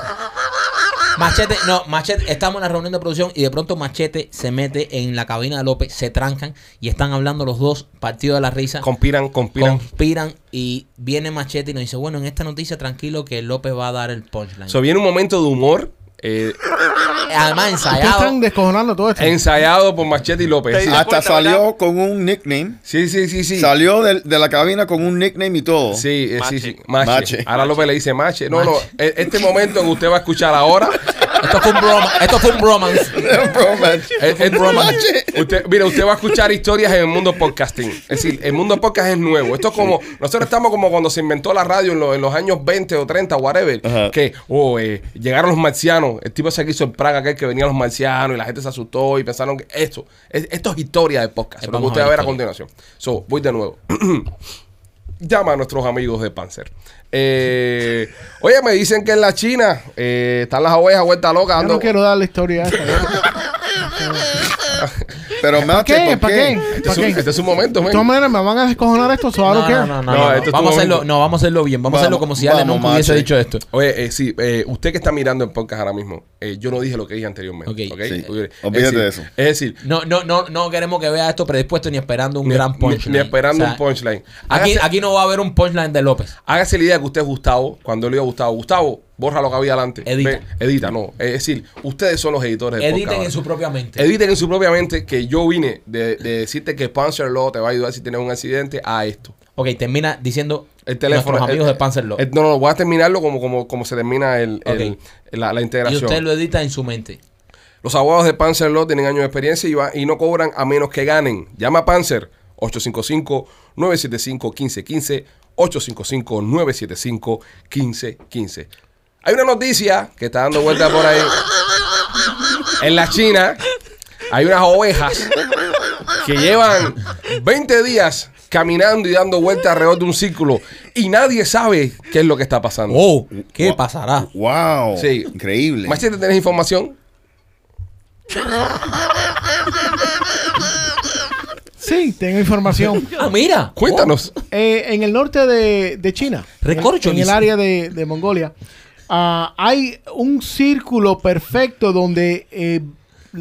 Speaker 3: Machete, no, Machete, estamos en la reunión de producción y de pronto Machete se mete en la cabina de López, se trancan y están hablando los dos, partido de la risa.
Speaker 1: conspiran, conspiran.
Speaker 3: conspiran y viene Machete y nos dice, bueno, en esta noticia tranquilo que López va a dar el punchline.
Speaker 1: So, viene un momento de humor eh,
Speaker 3: Además
Speaker 4: Ustedes
Speaker 3: ensayado.
Speaker 4: están descojonando todo esto.
Speaker 1: ensayado por Machete y López.
Speaker 6: Sí.
Speaker 5: Hasta
Speaker 6: cuenta,
Speaker 5: salió
Speaker 6: ¿verdad?
Speaker 5: con un nickname.
Speaker 1: Sí, sí, sí, sí.
Speaker 5: Salió del- de, la cabina con un nickname y todo. [LAUGHS]
Speaker 1: Sí, eh, sí,
Speaker 6: Mache.
Speaker 1: sí. Mache.
Speaker 5: Mache.
Speaker 1: Ahora López le dice mache. No, no.
Speaker 3: Mache.
Speaker 1: e- Este momento que usted va a escuchar ahora.
Speaker 3: Esto fue un broma, esto fue un bromance.
Speaker 5: Bro, man.
Speaker 1: es- es broma.
Speaker 5: Mache.
Speaker 1: Usted, mira, usted va a escuchar historias en el mundo podcasting. Es decir, el mundo podcast es nuevo. Esto es como. Nosotros estamos como cuando se inventó la radio en, lo- en los años 20 o 30, whatever.
Speaker 5: Ajá.
Speaker 1: Que, oh, eh, llegaron los marcianos. El tipo se hizo en Praga, aquel que venían los marcianos y la gente se asustó y pensaron que. Esto. es- esto es historia de podcast.
Speaker 3: Eh,
Speaker 1: Lo que
Speaker 3: vamos
Speaker 1: usted
Speaker 3: a
Speaker 1: va a
Speaker 3: ver
Speaker 1: ver a
Speaker 3: historia.
Speaker 1: continuación. So, voy de nuevo. [CLEARS THROAT] llama a nuestros amigos de Panzer. Eh, oye, me dicen que en la China eh, están las ovejas vuelta locas.
Speaker 4: Yo
Speaker 1: dando-
Speaker 4: no quiero dar la historia esa.
Speaker 5: Pero Mache,
Speaker 4: qué?
Speaker 5: ¿por
Speaker 4: ¿Para
Speaker 5: qué?
Speaker 4: qué?
Speaker 1: Este es, un- este es un momento,
Speaker 4: De
Speaker 1: men.
Speaker 4: todas maneras, ¿me van a descojonar esto? ¿O
Speaker 3: No,
Speaker 4: algo que?
Speaker 3: no, no, no,
Speaker 1: No,
Speaker 3: no.
Speaker 1: esto estuvo
Speaker 3: Vamos a hacerlo,
Speaker 1: bien.
Speaker 3: no, vamos a hacerlo bien, vamos, a hacerlo
Speaker 5: Vamos,
Speaker 3: como si Ale
Speaker 5: vamos,
Speaker 3: nunca hubiese
Speaker 5: macho.
Speaker 3: dicho esto.
Speaker 1: Oye, eh, sí, eh, usted que está mirando el podcast ahora mismo, eh, yo no dije lo que dije anteriormente.
Speaker 3: Ok.
Speaker 1: ¿ok?
Speaker 5: Sí.
Speaker 1: Ok. Es
Speaker 5: Olvídate de
Speaker 1: decir-
Speaker 5: eso.
Speaker 1: Es decir,
Speaker 3: No, no, no, no queremos que vea esto predispuesto ni esperando un
Speaker 1: ni,
Speaker 3: gran
Speaker 1: ni-
Speaker 3: punchline.
Speaker 1: ni esperando
Speaker 3: O sea,
Speaker 1: un punchline.
Speaker 3: Aquí,
Speaker 1: Hágase,
Speaker 3: aquí no va a haber un punchline de López.
Speaker 1: hágase la idea que usted es Gustavo, cuando le digo a Gustavo, Gustavo, borra lo que había adelante.
Speaker 3: Edita.
Speaker 1: Ve, edita, no. Es decir, ustedes son los editores del podcast.
Speaker 3: Editen
Speaker 1: ahora.
Speaker 3: en su propia mente.
Speaker 1: Editen en su propia mente que yo vine de, de decirte que Panzer Law te va a ayudar si tienes un accidente a esto.
Speaker 3: Ok, termina diciendo
Speaker 1: El teléfono.
Speaker 3: nuestros amigos
Speaker 1: el-
Speaker 3: de Panzer Law.
Speaker 1: el- no, no, voy a terminarlo como, como, como se termina el, el- la, la
Speaker 3: Y
Speaker 1: integración.
Speaker 3: usted lo edita en su mente.
Speaker 1: Los abogados de Panzer Law tienen años de experiencia y, va- y no cobran a menos que ganen. Llama a Panzer 855-975-1515. 855-975-1515. Hay una noticia que está dando vuelta por ahí. En la China hay unas ovejas que llevan 20 días caminando y dando vueltas alrededor de un círculo y nadie sabe qué es lo que está pasando.
Speaker 3: Oh, ¿qué
Speaker 5: Wow.
Speaker 3: pasará?
Speaker 5: Wow.
Speaker 1: Sí.
Speaker 5: Increíble.
Speaker 1: Machete, ¿tenés información?
Speaker 4: Sí,
Speaker 3: [LAUGHS]
Speaker 4: tengo información.
Speaker 3: Ah, mira.
Speaker 1: Cuéntanos.
Speaker 4: Eh, en el norte de, de China,
Speaker 3: Recorcho,
Speaker 4: en, en el
Speaker 3: dice.
Speaker 4: área de, de Mongolia, ah, hay un círculo perfecto donde eh,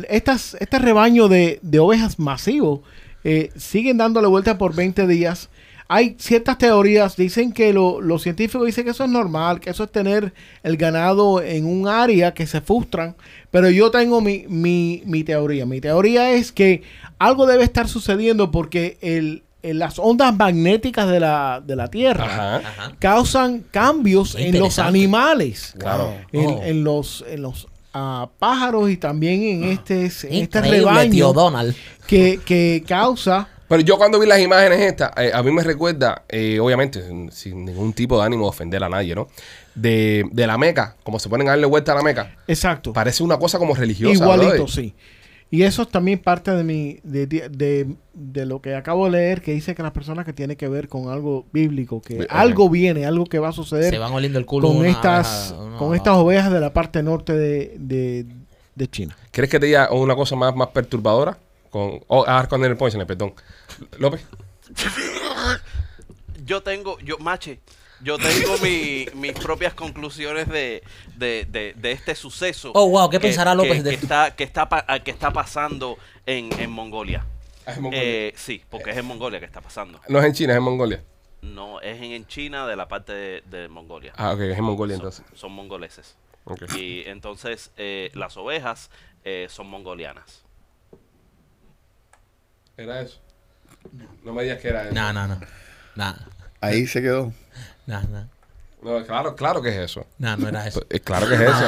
Speaker 4: estas, este rebaño de, de ovejas masivo eh, siguen dándole vuelta por 20 días. Hay ciertas teorías, dicen que lo- los científicos dicen que eso es normal, que eso es tener el ganado en un área que se frustran, pero yo tengo mi, mi, mi teoría. Mi teoría es que algo debe estar sucediendo porque el, el- las ondas magnéticas de la, de la Tierra
Speaker 1: Ajá.
Speaker 3: Ajá.
Speaker 4: causan cambios
Speaker 3: Qué
Speaker 4: en los
Speaker 3: interesante.
Speaker 4: animales,
Speaker 1: Claro.
Speaker 4: en,
Speaker 3: Oh. Ah,
Speaker 4: en los, en los ah, pájaros y también en este, en este
Speaker 3: Increíble, tío
Speaker 4: rebaño
Speaker 3: Donald.
Speaker 4: que, que causa
Speaker 1: Pero yo cuando vi las imágenes estas, eh, a mí me recuerda, eh, obviamente, sin, sin ningún tipo de ánimo de ofender a nadie, ¿no? De, de la Meca, como se ponen a darle vuelta a la Meca.
Speaker 4: exacto
Speaker 1: Parece una cosa como religiosa. Eh,
Speaker 4: igualito,
Speaker 1: brother.
Speaker 4: sí. Y eso es también parte de, mi, de, de- de lo que acabo de leer, que dice que las personas que tiene que ver con algo bíblico, que
Speaker 1: Bien.
Speaker 4: algo viene, algo que va a suceder
Speaker 3: Se van oliendo el culo.
Speaker 4: con
Speaker 3: una
Speaker 4: estas,
Speaker 3: abeja, una
Speaker 4: con
Speaker 3: abeja.
Speaker 4: estas ovejas de la parte norte de, de- de China.
Speaker 1: ¿Crees que te diga una cosa más, más perturbadora? Con, oh, ah, con el poison, perdón. López.
Speaker 6: Yo tengo, yo, mache, yo tengo mi- mis propias conclusiones de, de, de- de este suceso.
Speaker 3: Oh, wow, ¿qué
Speaker 6: que-
Speaker 3: pensará López
Speaker 6: que,
Speaker 3: de
Speaker 6: que
Speaker 3: esto?
Speaker 6: está, que, está, pa- que está pasando en, en Mongolia. Eh, sí, porque es en Mongolia que está pasando.
Speaker 1: no es en China, es en Mongolia.
Speaker 6: No, es en, en China, de la parte de, de Mongolia.
Speaker 1: Ah, ok, es en Mongolia
Speaker 6: Son-
Speaker 1: entonces.
Speaker 6: Son, mongoleses.
Speaker 1: Ok.
Speaker 6: Y entonces eh, las ovejas eh, son mongolianas.
Speaker 1: ¿Era eso? No me digas que era eso.
Speaker 3: Nah, nah, nah. Nah,
Speaker 5: Ahí se quedó.
Speaker 3: nah, nah.
Speaker 1: No, claro, claro que es eso.
Speaker 3: Nah, no era eso.
Speaker 1: Eh, Claro que es eso.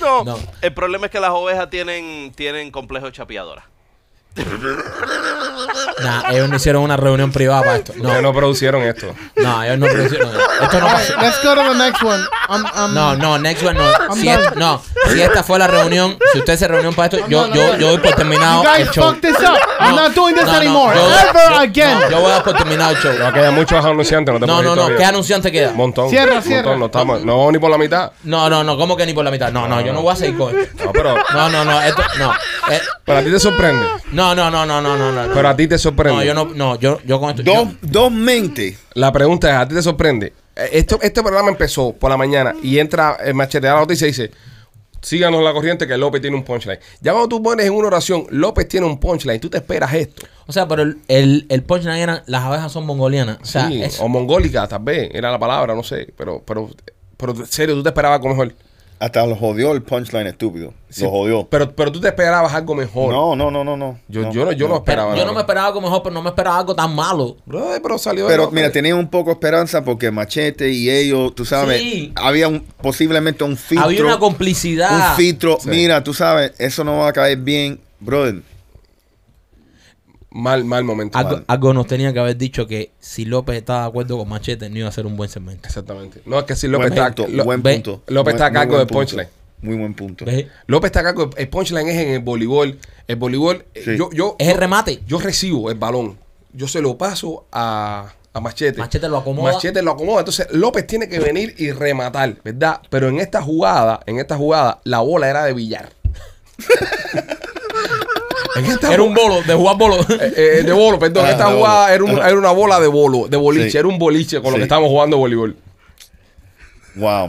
Speaker 6: No,
Speaker 3: No.
Speaker 6: el problema es que las ovejas tienen, tienen complejo de chapeadora.
Speaker 3: Nah, ellos no hicieron una reunión privada para esto.
Speaker 1: No,
Speaker 3: No,
Speaker 1: no producieron esto.
Speaker 3: no, ellos no producieron. no, Esto no pasó.
Speaker 4: Let's go to the next one. I'm- I'm-
Speaker 3: No, no, next one no. Si es-
Speaker 4: done.
Speaker 3: no, si esta fue la reunión, si usted se reunió para esto, yo,
Speaker 4: done,
Speaker 3: yo,
Speaker 4: I'm
Speaker 3: yo doy por terminado
Speaker 4: You guys
Speaker 3: el show.
Speaker 4: fucked this up. I'm
Speaker 3: No,
Speaker 4: not doing this
Speaker 3: no, no,
Speaker 4: anymore.
Speaker 3: yo-
Speaker 4: Ever
Speaker 3: yo-
Speaker 4: again.
Speaker 3: no, yo voy a dar por terminado el show.
Speaker 1: No quedan muchos anunciantes, no te
Speaker 3: No,
Speaker 1: puedes
Speaker 3: no,
Speaker 1: ir
Speaker 3: no.
Speaker 1: todavía.
Speaker 3: ¿Qué anunciante queda?
Speaker 1: Montón.
Speaker 4: Cierra,
Speaker 1: montón,
Speaker 4: cierra.
Speaker 1: No, estamos, no vamos ni por la mitad.
Speaker 3: No, no, no. ¿Cómo que ni por la mitad? No, no, yo no voy a seguir con esto.
Speaker 1: No, pero,
Speaker 3: No, no, no. Esto, no. Eh,
Speaker 1: pero a ti te sorprende.
Speaker 3: no, no, no, no, no, no, no.
Speaker 1: Pero a ti te sorprende.
Speaker 3: No, yo no, no, yo, yo con esto.
Speaker 5: Dos,
Speaker 3: yo-
Speaker 5: dos mentes.
Speaker 1: La pregunta es, ¿a ti te sorprende? Eh, Esto, este programa empezó por la mañana y entra el machete a la noticia y dice, síganos la corriente que López tiene un punchline. Ya cuando tú pones en una oración, López tiene un punchline, tú te esperas esto.
Speaker 3: o sea, pero el, el, el punchline era las abejas son mongolianas. O sea,
Speaker 1: Sí,
Speaker 3: es-
Speaker 1: o mongólica, tal vez, era la palabra, no sé, pero, pero, pero en serio, tú te esperabas algo mejor.
Speaker 5: Hasta lo jodió el punchline estúpido.
Speaker 1: Sí,
Speaker 5: lo jodió.
Speaker 1: Pero, pero tú te esperabas algo mejor.
Speaker 5: No, no, no, no, no.
Speaker 1: Yo no, yo no, yo no
Speaker 3: pero
Speaker 1: esperaba.
Speaker 3: yo no me esperaba algo mejor, pero no me esperaba algo tan malo.
Speaker 1: Brother, pero salió de
Speaker 5: Pero
Speaker 1: López.
Speaker 5: mira, tenía un poco de esperanza porque Machete y ellos, tú sabes,
Speaker 3: Sí.
Speaker 5: había un, posiblemente un filtro.
Speaker 3: Había una complicidad.
Speaker 5: Un filtro.
Speaker 1: Sí.
Speaker 5: Mira, tú sabes, eso no va a caer bien, brother.
Speaker 1: Mal, mal momento.
Speaker 3: Algo,
Speaker 1: Mal.
Speaker 3: algo nos tenía que haber dicho que si López estaba de acuerdo con Machete, no iba a ser un buen segmento.
Speaker 1: Exactamente. No, es que si López
Speaker 5: López
Speaker 1: está...
Speaker 5: punto,
Speaker 1: Lo-
Speaker 5: buen
Speaker 3: ve-
Speaker 5: punto.
Speaker 1: López está a
Speaker 5: Buen- muy
Speaker 1: cargo del
Speaker 5: buen punto.
Speaker 1: punchline.
Speaker 5: Muy buen punto.
Speaker 3: ¿Ves?
Speaker 1: López está acá, el punchline es en el voleibol. El voleibol, eh,
Speaker 5: Sí.
Speaker 1: yo, yo,
Speaker 3: Es el remate.
Speaker 1: yo recibo el balón, yo se lo paso a, a Machete.
Speaker 3: Machete lo acomoda.
Speaker 1: Machete lo acomoda. Entonces López tiene que venir y rematar, ¿verdad? Pero en esta jugada, en esta jugada, la bola era de billar. [LAUGHS] En esta
Speaker 3: Era un
Speaker 1: ju-
Speaker 3: bolo, de jugar bolo.
Speaker 1: eh, eh, de bolo, perdón.
Speaker 5: Ah,
Speaker 1: esta
Speaker 5: de
Speaker 1: jugada
Speaker 5: bolo.
Speaker 1: era, un- era una bola de bolo, de boliche.
Speaker 5: Sí.
Speaker 1: Era un boliche con lo que
Speaker 5: Sí.
Speaker 1: estábamos jugando voleibol.
Speaker 5: Wow,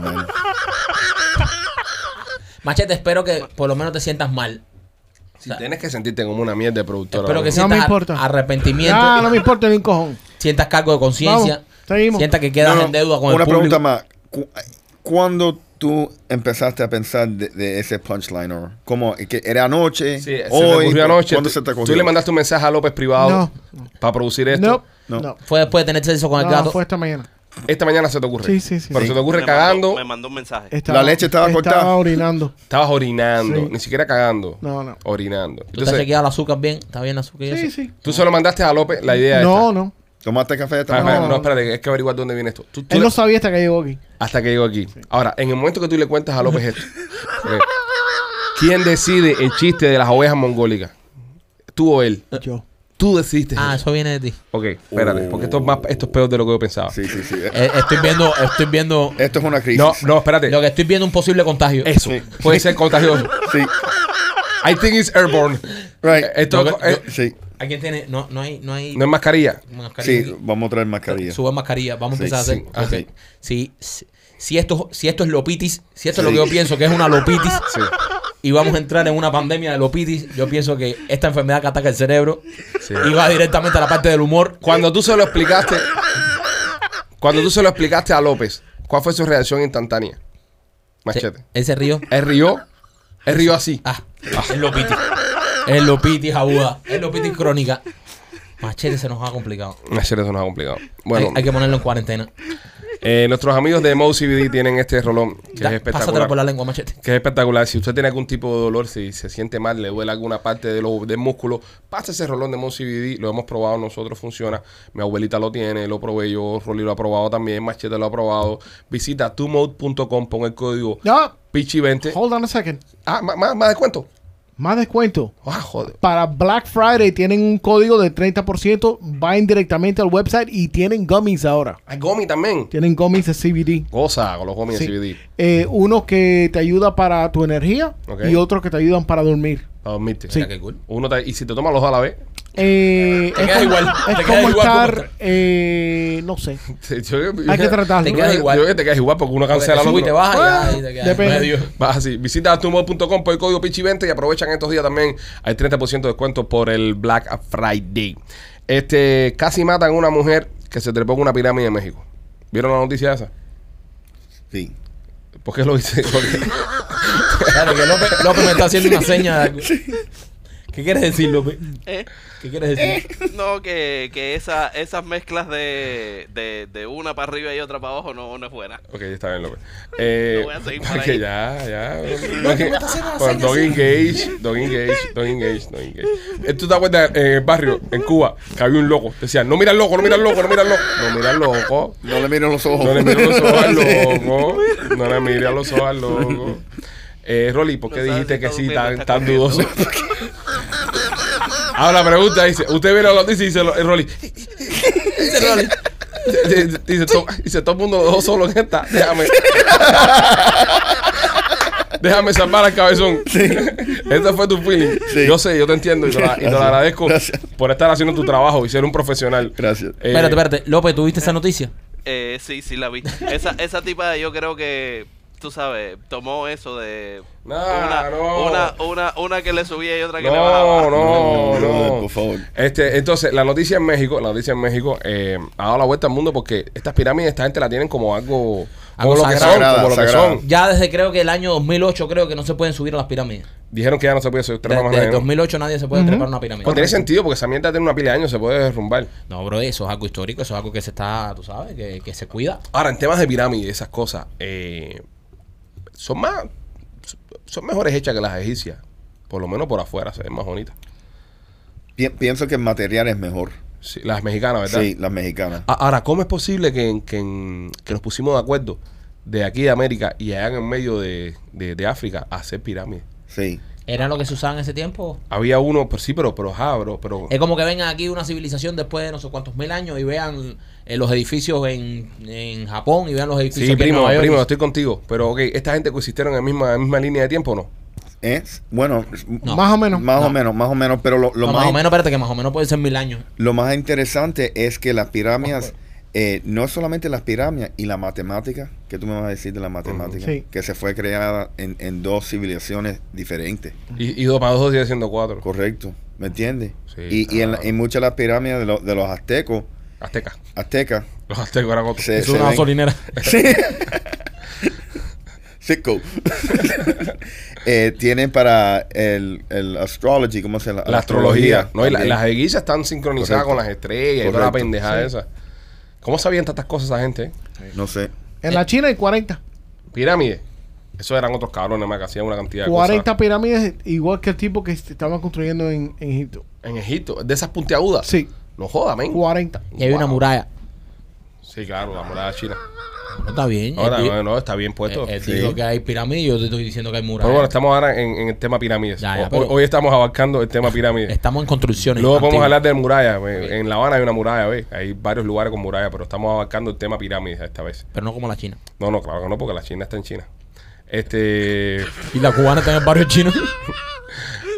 Speaker 1: [LAUGHS]
Speaker 5: man.
Speaker 3: [LAUGHS] Machete, espero que por lo menos te sientas mal.
Speaker 1: Si tienes que sentirte como una mierda de productora.
Speaker 3: Espero que
Speaker 1: ¿no?
Speaker 4: sí. No
Speaker 3: sientas
Speaker 4: me
Speaker 3: ar-
Speaker 4: importa.
Speaker 3: arrepentimiento,
Speaker 4: Ah, no me importa ni un cojón.
Speaker 3: sientas cargo de conciencia,
Speaker 4: Vamos, seguimos.
Speaker 3: sientas que quedas
Speaker 5: No, no,
Speaker 3: en deuda con
Speaker 5: Una
Speaker 3: el público.
Speaker 5: pregunta más. Cu- ¿Cuándo tú empezaste a pensar de, de ese punchline? Or? ¿Cómo? ¿Que ¿Era anoche?
Speaker 1: Sí, se te
Speaker 5: hoy,
Speaker 1: ocurrió anoche.
Speaker 5: ¿Cuándo
Speaker 1: Tú-
Speaker 5: se te ocurrió?
Speaker 1: Tú le mandaste un mensaje a López privado para producir esto.
Speaker 4: No,
Speaker 5: No.
Speaker 4: no.
Speaker 3: Fue después de tener sexo con el
Speaker 4: No,
Speaker 3: gato.
Speaker 4: fue esta mañana.
Speaker 1: Esta mañana se te ocurre.
Speaker 4: Sí, sí, sí.
Speaker 1: Pero
Speaker 5: Sí.
Speaker 1: se te ocurre
Speaker 6: me
Speaker 1: cagando.
Speaker 6: Mandó, me mandó un mensaje.
Speaker 4: Estaba-
Speaker 5: leche estaba cortada.
Speaker 4: Estaba orinando.
Speaker 1: Estabas orinando,
Speaker 4: Sí.
Speaker 1: ni siquiera cagando.
Speaker 4: No, no.
Speaker 1: Orinando.
Speaker 3: ¿Tú te has
Speaker 1: Entonces,
Speaker 3: chequeado el azúcar bien? ¿Está bien el azúcar? y
Speaker 4: Sí,
Speaker 3: eso?
Speaker 4: sí.
Speaker 1: tú se lo mandaste a López la idea
Speaker 4: No,
Speaker 1: esta.
Speaker 4: no.
Speaker 5: ¿Tomaste café esta
Speaker 1: Espera, espera,
Speaker 5: mañana?
Speaker 1: no, espérate, es que averiguar dónde viene esto. Tú- tú
Speaker 4: Él
Speaker 1: le-
Speaker 4: no sabía hasta que llegó aquí.
Speaker 1: Hasta que llego aquí. Ahora, en el momento que tú le cuentas a López esto, eh, ¿quién decide el chiste de las ovejas mongólicas? ¿Tú o él?
Speaker 4: Yo.
Speaker 1: Tú decidiste.
Speaker 3: Ah,
Speaker 1: eso.
Speaker 3: eso viene de ti.
Speaker 1: Ok, espérate,
Speaker 5: Oh.
Speaker 1: porque esto es, más, esto es peor de lo que yo pensaba.
Speaker 5: Sí, sí, sí.
Speaker 3: Eh, Estoy viendo, estoy viendo,
Speaker 5: Esto es una crisis.
Speaker 1: No, no, espérate.
Speaker 3: lo que estoy viendo un posible contagio.
Speaker 1: Eso
Speaker 5: Sí.
Speaker 1: puede ser contagioso.
Speaker 5: Sí,
Speaker 1: I think it's airborne.
Speaker 5: right.
Speaker 1: Esto
Speaker 3: Yo-
Speaker 1: eh,
Speaker 5: sí,
Speaker 3: ¿Alguien tiene? No, no hay, no hay
Speaker 1: no es mascarilla.
Speaker 3: mascarilla.
Speaker 5: sí, vamos a traer mascarilla.
Speaker 3: Sube mascarilla, vamos
Speaker 5: Sí,
Speaker 3: a empezar a hacer.
Speaker 1: sí,
Speaker 5: ah,
Speaker 3: ok.
Speaker 5: sí.
Speaker 3: Si, si- si esto, si esto es lopitis, si esto es
Speaker 5: Sí.
Speaker 3: lo que yo pienso que es una lopitis,
Speaker 1: Sí.
Speaker 3: y vamos a entrar en una pandemia de lopitis, yo pienso que esta enfermedad que ataca el cerebro
Speaker 1: Sí.
Speaker 3: y va directamente a la parte del humor.
Speaker 1: Cuando tú se lo explicaste, cuando tú se lo explicaste a López, ¿cuál fue su reacción instantánea? Machete.
Speaker 3: Ese río.
Speaker 1: Él rió, él rió así.
Speaker 3: Ah, es lopitis. Es lopitis aguda. Es lopitis crónica. Machete se nos ha complicado.
Speaker 1: Machete, eso nos ha complicado.
Speaker 3: Hay-
Speaker 1: Bueno,
Speaker 3: hay, que ponerlo en cuarentena.
Speaker 1: eh, nuestros amigos de Mo CBD tienen este rolón que
Speaker 3: Da-
Speaker 1: es
Speaker 3: pásatela
Speaker 1: espectacular.
Speaker 3: por la lengua, machete.
Speaker 1: Que es espectacular. Si usted tiene algún tipo de dolor, si se siente mal, le duele alguna parte de lo- del músculo, pase ese rolón de Mon CBD. Lo hemos probado nosotros, funciona. Mi abuelita lo tiene, lo probé yo, Rolly lo ha probado también, Machete lo ha probado. Visita tumode.com, pon el código
Speaker 4: No.
Speaker 1: Pichi20.
Speaker 4: Hold on a second.
Speaker 1: Ah, ma- ma- más, descuento.
Speaker 4: Más descuento.
Speaker 1: Ah, joder.
Speaker 4: Para Black Friday tienen un código de 30%. Vayan directamente al website y tienen gummies ahora.
Speaker 1: Hay gomi también.
Speaker 4: Tienen gummies de CBD.
Speaker 1: Goza con los gomis
Speaker 4: Sí.
Speaker 1: de CBD.
Speaker 4: Eh, uno que te ayuda para tu energía
Speaker 1: Ok.
Speaker 4: y otro que te ayudan para dormir.
Speaker 1: Para dormirte.
Speaker 3: Mira qué cool.
Speaker 1: Uno te- y si te tomas los dos a la vez, [LAUGHS]
Speaker 4: Eh,
Speaker 3: Te
Speaker 4: es
Speaker 3: queda
Speaker 4: como,
Speaker 3: igual,
Speaker 4: es
Speaker 3: te queda
Speaker 4: como
Speaker 3: igual como
Speaker 4: estar,
Speaker 3: está.
Speaker 4: eh, no sé,
Speaker 1: te- yo-
Speaker 4: hay que tratarlo.
Speaker 1: Yo
Speaker 3: Te quedas igual.
Speaker 1: creo que te quedas igual porque uno
Speaker 3: Porque
Speaker 1: cancela
Speaker 3: te
Speaker 1: lo
Speaker 3: subes y te
Speaker 1: otro.
Speaker 3: bajas y
Speaker 4: Ah.
Speaker 3: ya- y te quedas en
Speaker 4: depende.
Speaker 3: medio.
Speaker 1: Vas así. Visita tumor.com por el código Pichi20 y aprovechan estos días también. Hay 30% de descuento por el Black Friday. Este, casi matan a una mujer que se trepó en una pirámide en México. ¿Vieron la noticia esa?
Speaker 5: Sí.
Speaker 1: ¿Por qué lo hice? [LAUGHS] Porque-
Speaker 3: Claro, que López, López me está haciendo una seña. de algo. ¿Qué quieres decir, López?
Speaker 6: ¿Eh?
Speaker 3: ¿Qué quieres
Speaker 1: Eh.
Speaker 3: decir?
Speaker 6: [LAUGHS] No, que, que esa, esas mezclas de, de, de una para arriba y otra para abajo no, no es buena.
Speaker 1: Ok, está bien, López. Eh,
Speaker 6: No voy a seguir por
Speaker 1: porque
Speaker 6: ahí.
Speaker 1: ya, ya. Dog- Por Dog Engage, Dog Engage, Dog Engage, Dog Engage. Eh, ¿Tú te acuerdas en el barrio, en Cuba, que había un loco? Decían, no mira al loco, no mira al loco, no mira al loco. No mira al loco.
Speaker 5: No le miro los ojos.
Speaker 1: No le mire los ojos
Speaker 5: [LAUGHS]
Speaker 1: al loco. No le mire los ojos al loco. Eh, Rolly, ¿por qué
Speaker 6: No
Speaker 1: dijiste
Speaker 6: sabes
Speaker 1: que sí
Speaker 6: si está durmiendo,
Speaker 1: tan,
Speaker 6: está
Speaker 1: tan
Speaker 6: comiendo.
Speaker 1: dudoso? [LAUGHS] Ahora pregunta, dice, usted ve la noticia y dice, lo- eh, Rolly,
Speaker 3: Dice Rolly.
Speaker 1: dice, dice, to- dice, todo el mundo lo dejó solo en esta, déjame. Déjame salvar al cabezón. Este fue tu feeling.
Speaker 5: Sí.
Speaker 1: Yo sé, yo te entiendo y te, la- y te lo
Speaker 5: Gracias.
Speaker 1: agradezco
Speaker 5: Gracias.
Speaker 1: por estar haciendo tu trabajo y ser un profesional.
Speaker 5: Gracias.
Speaker 1: Eh,
Speaker 3: espérate, espérate. López, ¿tuviste esa noticia?
Speaker 6: Eh, sí, sí, la vi.
Speaker 1: [LAUGHS]
Speaker 6: Esa, esa tipa yo creo que, tú sabes, tomó eso de...
Speaker 1: Nah,
Speaker 6: una,
Speaker 1: no.
Speaker 6: una, una, una que le subía y otra que le bajaba.
Speaker 1: No, no, no.
Speaker 5: Por favor.
Speaker 1: Este, entonces, la noticia en México, la noticia en México eh, ha dado la vuelta al mundo porque estas pirámides, esta gente la tienen como algo,
Speaker 3: Algo
Speaker 1: como lo que
Speaker 3: sagrado.
Speaker 1: son, como lo que
Speaker 5: Sagrado,
Speaker 1: son.
Speaker 3: Ya desde creo que el año 2008 creo que no se pueden subir a las pirámides.
Speaker 1: Dijeron que ya no se puede subir tres
Speaker 3: Desde
Speaker 1: ramas de-
Speaker 3: 2008 nadie se puede trepar una pirámide.
Speaker 1: Pues tiene sentido porque esa mierda tiene una pila de años, se puede derrumbar.
Speaker 3: No, bro, eso es algo histórico, eso es algo que se está, tú sabes, que, que se cuida.
Speaker 1: Ahora, en temas de pirámides y esas cosas, eh, son más, son mejores hechas que las egipcias. Por lo menos por afuera, se ven más bonitas.
Speaker 5: Pi- pienso que el material es mejor.
Speaker 1: Sí, las mexicanas, ¿verdad?
Speaker 5: Sí, las mexicanas.
Speaker 1: A- Ahora, ¿cómo es posible que, en- que, en- que nos pusimos de acuerdo de aquí de América y allá en el medio de, de- de África a hacer pirámides?
Speaker 5: Sí.
Speaker 3: ¿Era lo que se usaba en ese tiempo?
Speaker 1: Había uno, pero sí, pero, pero, ajá, bro, pero...
Speaker 3: Es como que vengan aquí una civilización después de no sé cuántos mil años y vean eh, los edificios en, en Japón y vean los edificios
Speaker 1: Sí,
Speaker 3: aquí en
Speaker 1: primo,
Speaker 3: Nueva York.
Speaker 1: primo, estoy contigo. Pero, ok, ¿esta gente coexistieron en la misma, en la misma línea de tiempo o no?
Speaker 5: Es, bueno,
Speaker 3: No.
Speaker 4: más o menos.
Speaker 5: más o menos, más o menos, pero lo, lo
Speaker 3: No,
Speaker 5: más,
Speaker 3: más o menos, espérate, que más o menos puede ser mil años.
Speaker 5: lo más interesante es que las pirámides, eh, no solamente las pirámides y la matemática, que tú me vas a decir de la matemática,
Speaker 4: Sí.
Speaker 5: que se fue creada en, en dos civilizaciones diferentes,
Speaker 1: Y, y dos más dos sigue siendo cuatro.
Speaker 5: correcto, ¿me entiendes?
Speaker 1: Sí,
Speaker 5: y y en, la-
Speaker 1: claro.
Speaker 5: en muchas de las pirámides de, los- de los aztecos,
Speaker 1: Aztecas.
Speaker 5: aztecas,
Speaker 1: Los aztecas eran otros.
Speaker 5: se,
Speaker 3: Es
Speaker 5: se
Speaker 3: una
Speaker 5: ven-
Speaker 1: [LAUGHS]
Speaker 3: gasolinera.
Speaker 5: Sí. [LAUGHS] Sicko. [LAUGHS] Eh, tienen para el, el astrology, ¿cómo se llama?
Speaker 1: La astrología. No, y la-
Speaker 5: también.
Speaker 1: las egipcias están sincronizadas
Speaker 5: Correcto.
Speaker 1: con las estrellas y toda la
Speaker 5: Correcto.
Speaker 1: pendeja esa. ¿Cómo sabían tantas cosas esa gente? eh?
Speaker 5: No sé.
Speaker 4: En la China hay 40.
Speaker 1: Pirámides. Esos eran otros cabrones más que hacían una cantidad de
Speaker 4: 40
Speaker 1: cosas.
Speaker 4: pirámides igual que el tipo que se estaban construyendo en, en Egipto.
Speaker 1: En Egipto. De esas puntiagudas.
Speaker 4: Sí,
Speaker 1: No joda, men.
Speaker 4: 40.
Speaker 3: Y hay una
Speaker 1: Wow.
Speaker 3: muralla.
Speaker 1: Sí, claro, la muralla china.
Speaker 3: No, está bien.
Speaker 1: Ahora,
Speaker 3: él,
Speaker 1: no, no, está bien
Speaker 3: él-
Speaker 1: puesto.
Speaker 3: él
Speaker 5: Sí.
Speaker 3: dijo que hay pirámides y yo te estoy diciendo que hay
Speaker 1: Pero
Speaker 3: murallas.
Speaker 1: bueno, estamos ahora en, en el tema pirámides.
Speaker 3: Ya, ya,
Speaker 1: Hoy-
Speaker 3: pero-
Speaker 1: Hoy estamos abarcando el tema
Speaker 3: [LAUGHS]
Speaker 1: pirámides.
Speaker 3: Estamos en construcciones.
Speaker 1: Luego podemos
Speaker 3: antiguas.
Speaker 1: hablar de murallas. eh, En La Habana hay una muralla, ¿ves? Hay varios lugares con murallas, pero estamos abarcando el tema pirámides esta vez.
Speaker 3: Pero no como la china.
Speaker 1: No, no, claro que no, porque la China está en China. Este, [LAUGHS]
Speaker 3: Y la cubana está en el barrio chino.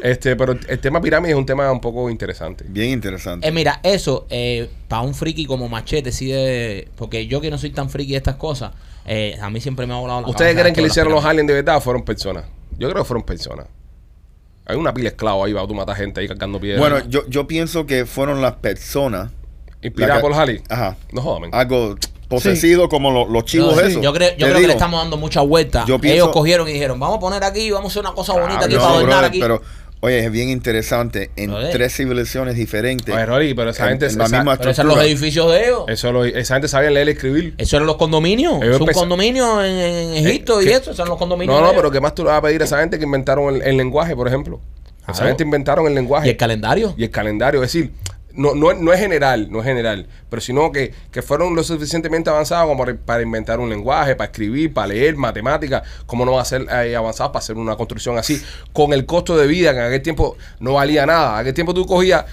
Speaker 1: este, pero el tema pirámide es un tema un poco interesante.
Speaker 5: Bien interesante.
Speaker 3: Eh, mira, eso, eh, para un friki como Machete, sí de- Porque yo que no soy tan friki de estas cosas, eh, a mí siempre me ha volado la
Speaker 1: ¿Ustedes
Speaker 3: cabeza
Speaker 1: creen que le
Speaker 3: esto de
Speaker 1: hicieron
Speaker 3: las
Speaker 1: los aliens de verdad o fueron personas? Yo creo que fueron personas. Hay una pila de esclavos ahí, va, tú matas gente ahí cargando piedras.
Speaker 5: bueno, yo, yo pienso que fueron las personas.
Speaker 1: inspirada
Speaker 5: la- Ah,
Speaker 1: por los aliens.
Speaker 5: Ajá.
Speaker 1: No jodas, men.
Speaker 5: Algo posesivo como lo- los chivos
Speaker 3: No, sí,
Speaker 5: esos.
Speaker 3: Yo creo, yo
Speaker 5: Te
Speaker 3: creo que
Speaker 5: digo,
Speaker 3: le estamos dando mucha vuelta.
Speaker 5: Yo pienso-
Speaker 3: Ellos cogieron y dijeron, vamos a poner aquí, vamos a hacer una cosa
Speaker 1: Claro,
Speaker 3: bonita aquí
Speaker 5: Ah, no,
Speaker 3: para adornar
Speaker 5: brother,
Speaker 3: aquí.
Speaker 5: pero oye, es bien interesante. En
Speaker 3: Brother.
Speaker 5: tres civilizaciones diferentes.
Speaker 1: Oye, Rolly, pero esa
Speaker 5: en-
Speaker 1: gente-
Speaker 5: en la
Speaker 1: esa-
Speaker 5: misma
Speaker 3: Pero esos son los
Speaker 5: estructura.
Speaker 3: edificios de ellos.
Speaker 1: Eso lo- esa gente sabía leer y escribir.
Speaker 3: Eso eran los condominios.
Speaker 1: Ellos
Speaker 3: Es un
Speaker 1: empeza-
Speaker 3: condominio en, en Egipto
Speaker 1: Eh,
Speaker 3: y
Speaker 1: que-
Speaker 3: eso, son los condominios.
Speaker 1: No,
Speaker 3: de
Speaker 1: no,
Speaker 3: ellos.
Speaker 1: pero ¿qué más tú le vas a pedir a esa gente que inventaron el, el lenguaje, por ejemplo? Esa
Speaker 3: Claro.
Speaker 1: gente inventaron el lenguaje.
Speaker 3: Y el calendario.
Speaker 1: y el calendario. Es decir, no, no, no es general, no es general, pero sino que, que fueron lo suficientemente avanzados como para, para inventar un lenguaje, para escribir, para leer, matemáticas, como no va a ser eh, avanzado para hacer una construcción así, con el costo de vida que en aquel tiempo no valía nada. En aquel tiempo tú cogías,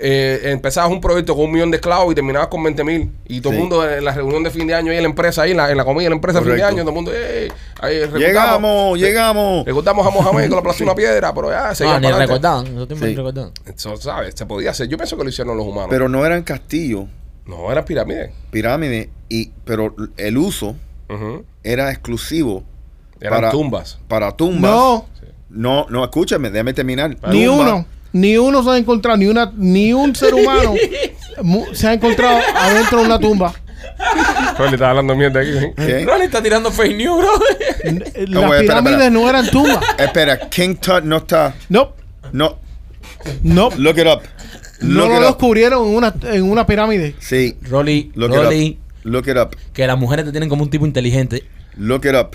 Speaker 1: eh, empezabas un proyecto con un millón de esclavos y terminabas con 20 mil, y todo el
Speaker 5: Sí.
Speaker 1: mundo en la reunión de fin de año ahí en la empresa, ahí en la, en la comida de la empresa de fin de
Speaker 5: Correcto.
Speaker 1: año, todo el mundo, "Ey, ahí reclutamos".
Speaker 5: Llegamos, llegamos.
Speaker 1: Le cortamos a Mohamed con la plaza de una piedra, pero ya se
Speaker 3: No,
Speaker 1: iban
Speaker 3: Ah, ni
Speaker 1: para adelante.
Speaker 3: recordaban. No
Speaker 5: Sí.
Speaker 3: recordaban.
Speaker 1: Eso, ¿sabes? Se podía hacer. Yo pienso que lo hicieron los humanos.
Speaker 5: Pero no eran castillos,
Speaker 1: no, eran pirámides.
Speaker 5: pirámides, y, pero el uso
Speaker 1: Ujú.
Speaker 5: era exclusivo
Speaker 1: Eran
Speaker 5: Para-
Speaker 1: tumbas.
Speaker 5: para tumbas.
Speaker 4: No,
Speaker 5: No, no, escúchame, déjame terminar.
Speaker 4: ni
Speaker 5: Tumbas,
Speaker 4: uno. Ni uno se ha encontrado, ni una, ni un ser
Speaker 3: [LAUGHS]
Speaker 4: humano mu- se ha encontrado adentro de una tumba.
Speaker 1: Rolly está hablando mierda aquí. ¿eh?
Speaker 5: ¿qué?
Speaker 3: Ronnie está tirando fake news, bro.
Speaker 4: N- eh,
Speaker 5: No,
Speaker 4: Las
Speaker 5: güey, espera,
Speaker 4: pirámides
Speaker 5: espera.
Speaker 4: no eran tumbas.
Speaker 5: Espera, King Tut no está.
Speaker 4: No,
Speaker 5: No,
Speaker 4: no.
Speaker 5: look it up.
Speaker 4: No
Speaker 5: Look
Speaker 4: lo
Speaker 5: it up.
Speaker 4: descubrieron en una, en una pirámide.
Speaker 5: Sí,
Speaker 3: [LAUGHS] Rolly,
Speaker 5: look
Speaker 3: Rolly,
Speaker 5: it up. Look it up.
Speaker 3: que las mujeres te tienen como un tipo inteligente.
Speaker 5: Look it up.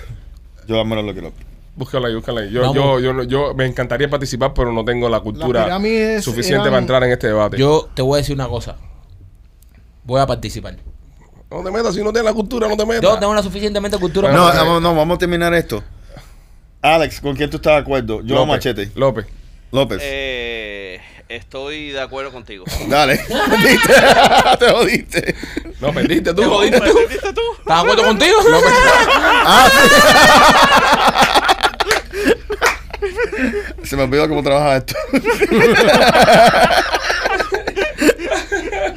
Speaker 5: Yo vamos a look it up.
Speaker 1: Búscala ahí, búscala ahí. Yo,
Speaker 3: Vamos.
Speaker 1: yo, yo, no- yo me encantaría participar, pero no tengo la
Speaker 4: Las
Speaker 1: cultura
Speaker 4: pirámides
Speaker 1: suficiente
Speaker 4: eran-
Speaker 1: para entrar en este debate.
Speaker 3: Yo te voy a decir una cosa. Voy a participar.
Speaker 1: No te metas, si no tienes la cultura, no te metas.
Speaker 3: Yo tengo la suficientemente cultura.
Speaker 5: No,
Speaker 1: eh,
Speaker 3: para-
Speaker 5: no, no, vamos a terminar esto. Alex, ¿con quién tú estás de acuerdo? Yo
Speaker 1: López,
Speaker 5: machete.
Speaker 1: López.
Speaker 5: López.
Speaker 6: Eh, estoy de acuerdo
Speaker 1: [LAUGHS]
Speaker 6: contigo.
Speaker 5: Dale. [LAUGHS] Jodiste. Te jodiste.
Speaker 1: No, perdiste tú.
Speaker 3: [LAUGHS] Te jodiste tú.
Speaker 6: ¿Entendiste tú?
Speaker 3: ¿Estás de acuerdo contigo? [LAUGHS]
Speaker 5: Ah, sí. Se me olvidó cómo trabaja esto.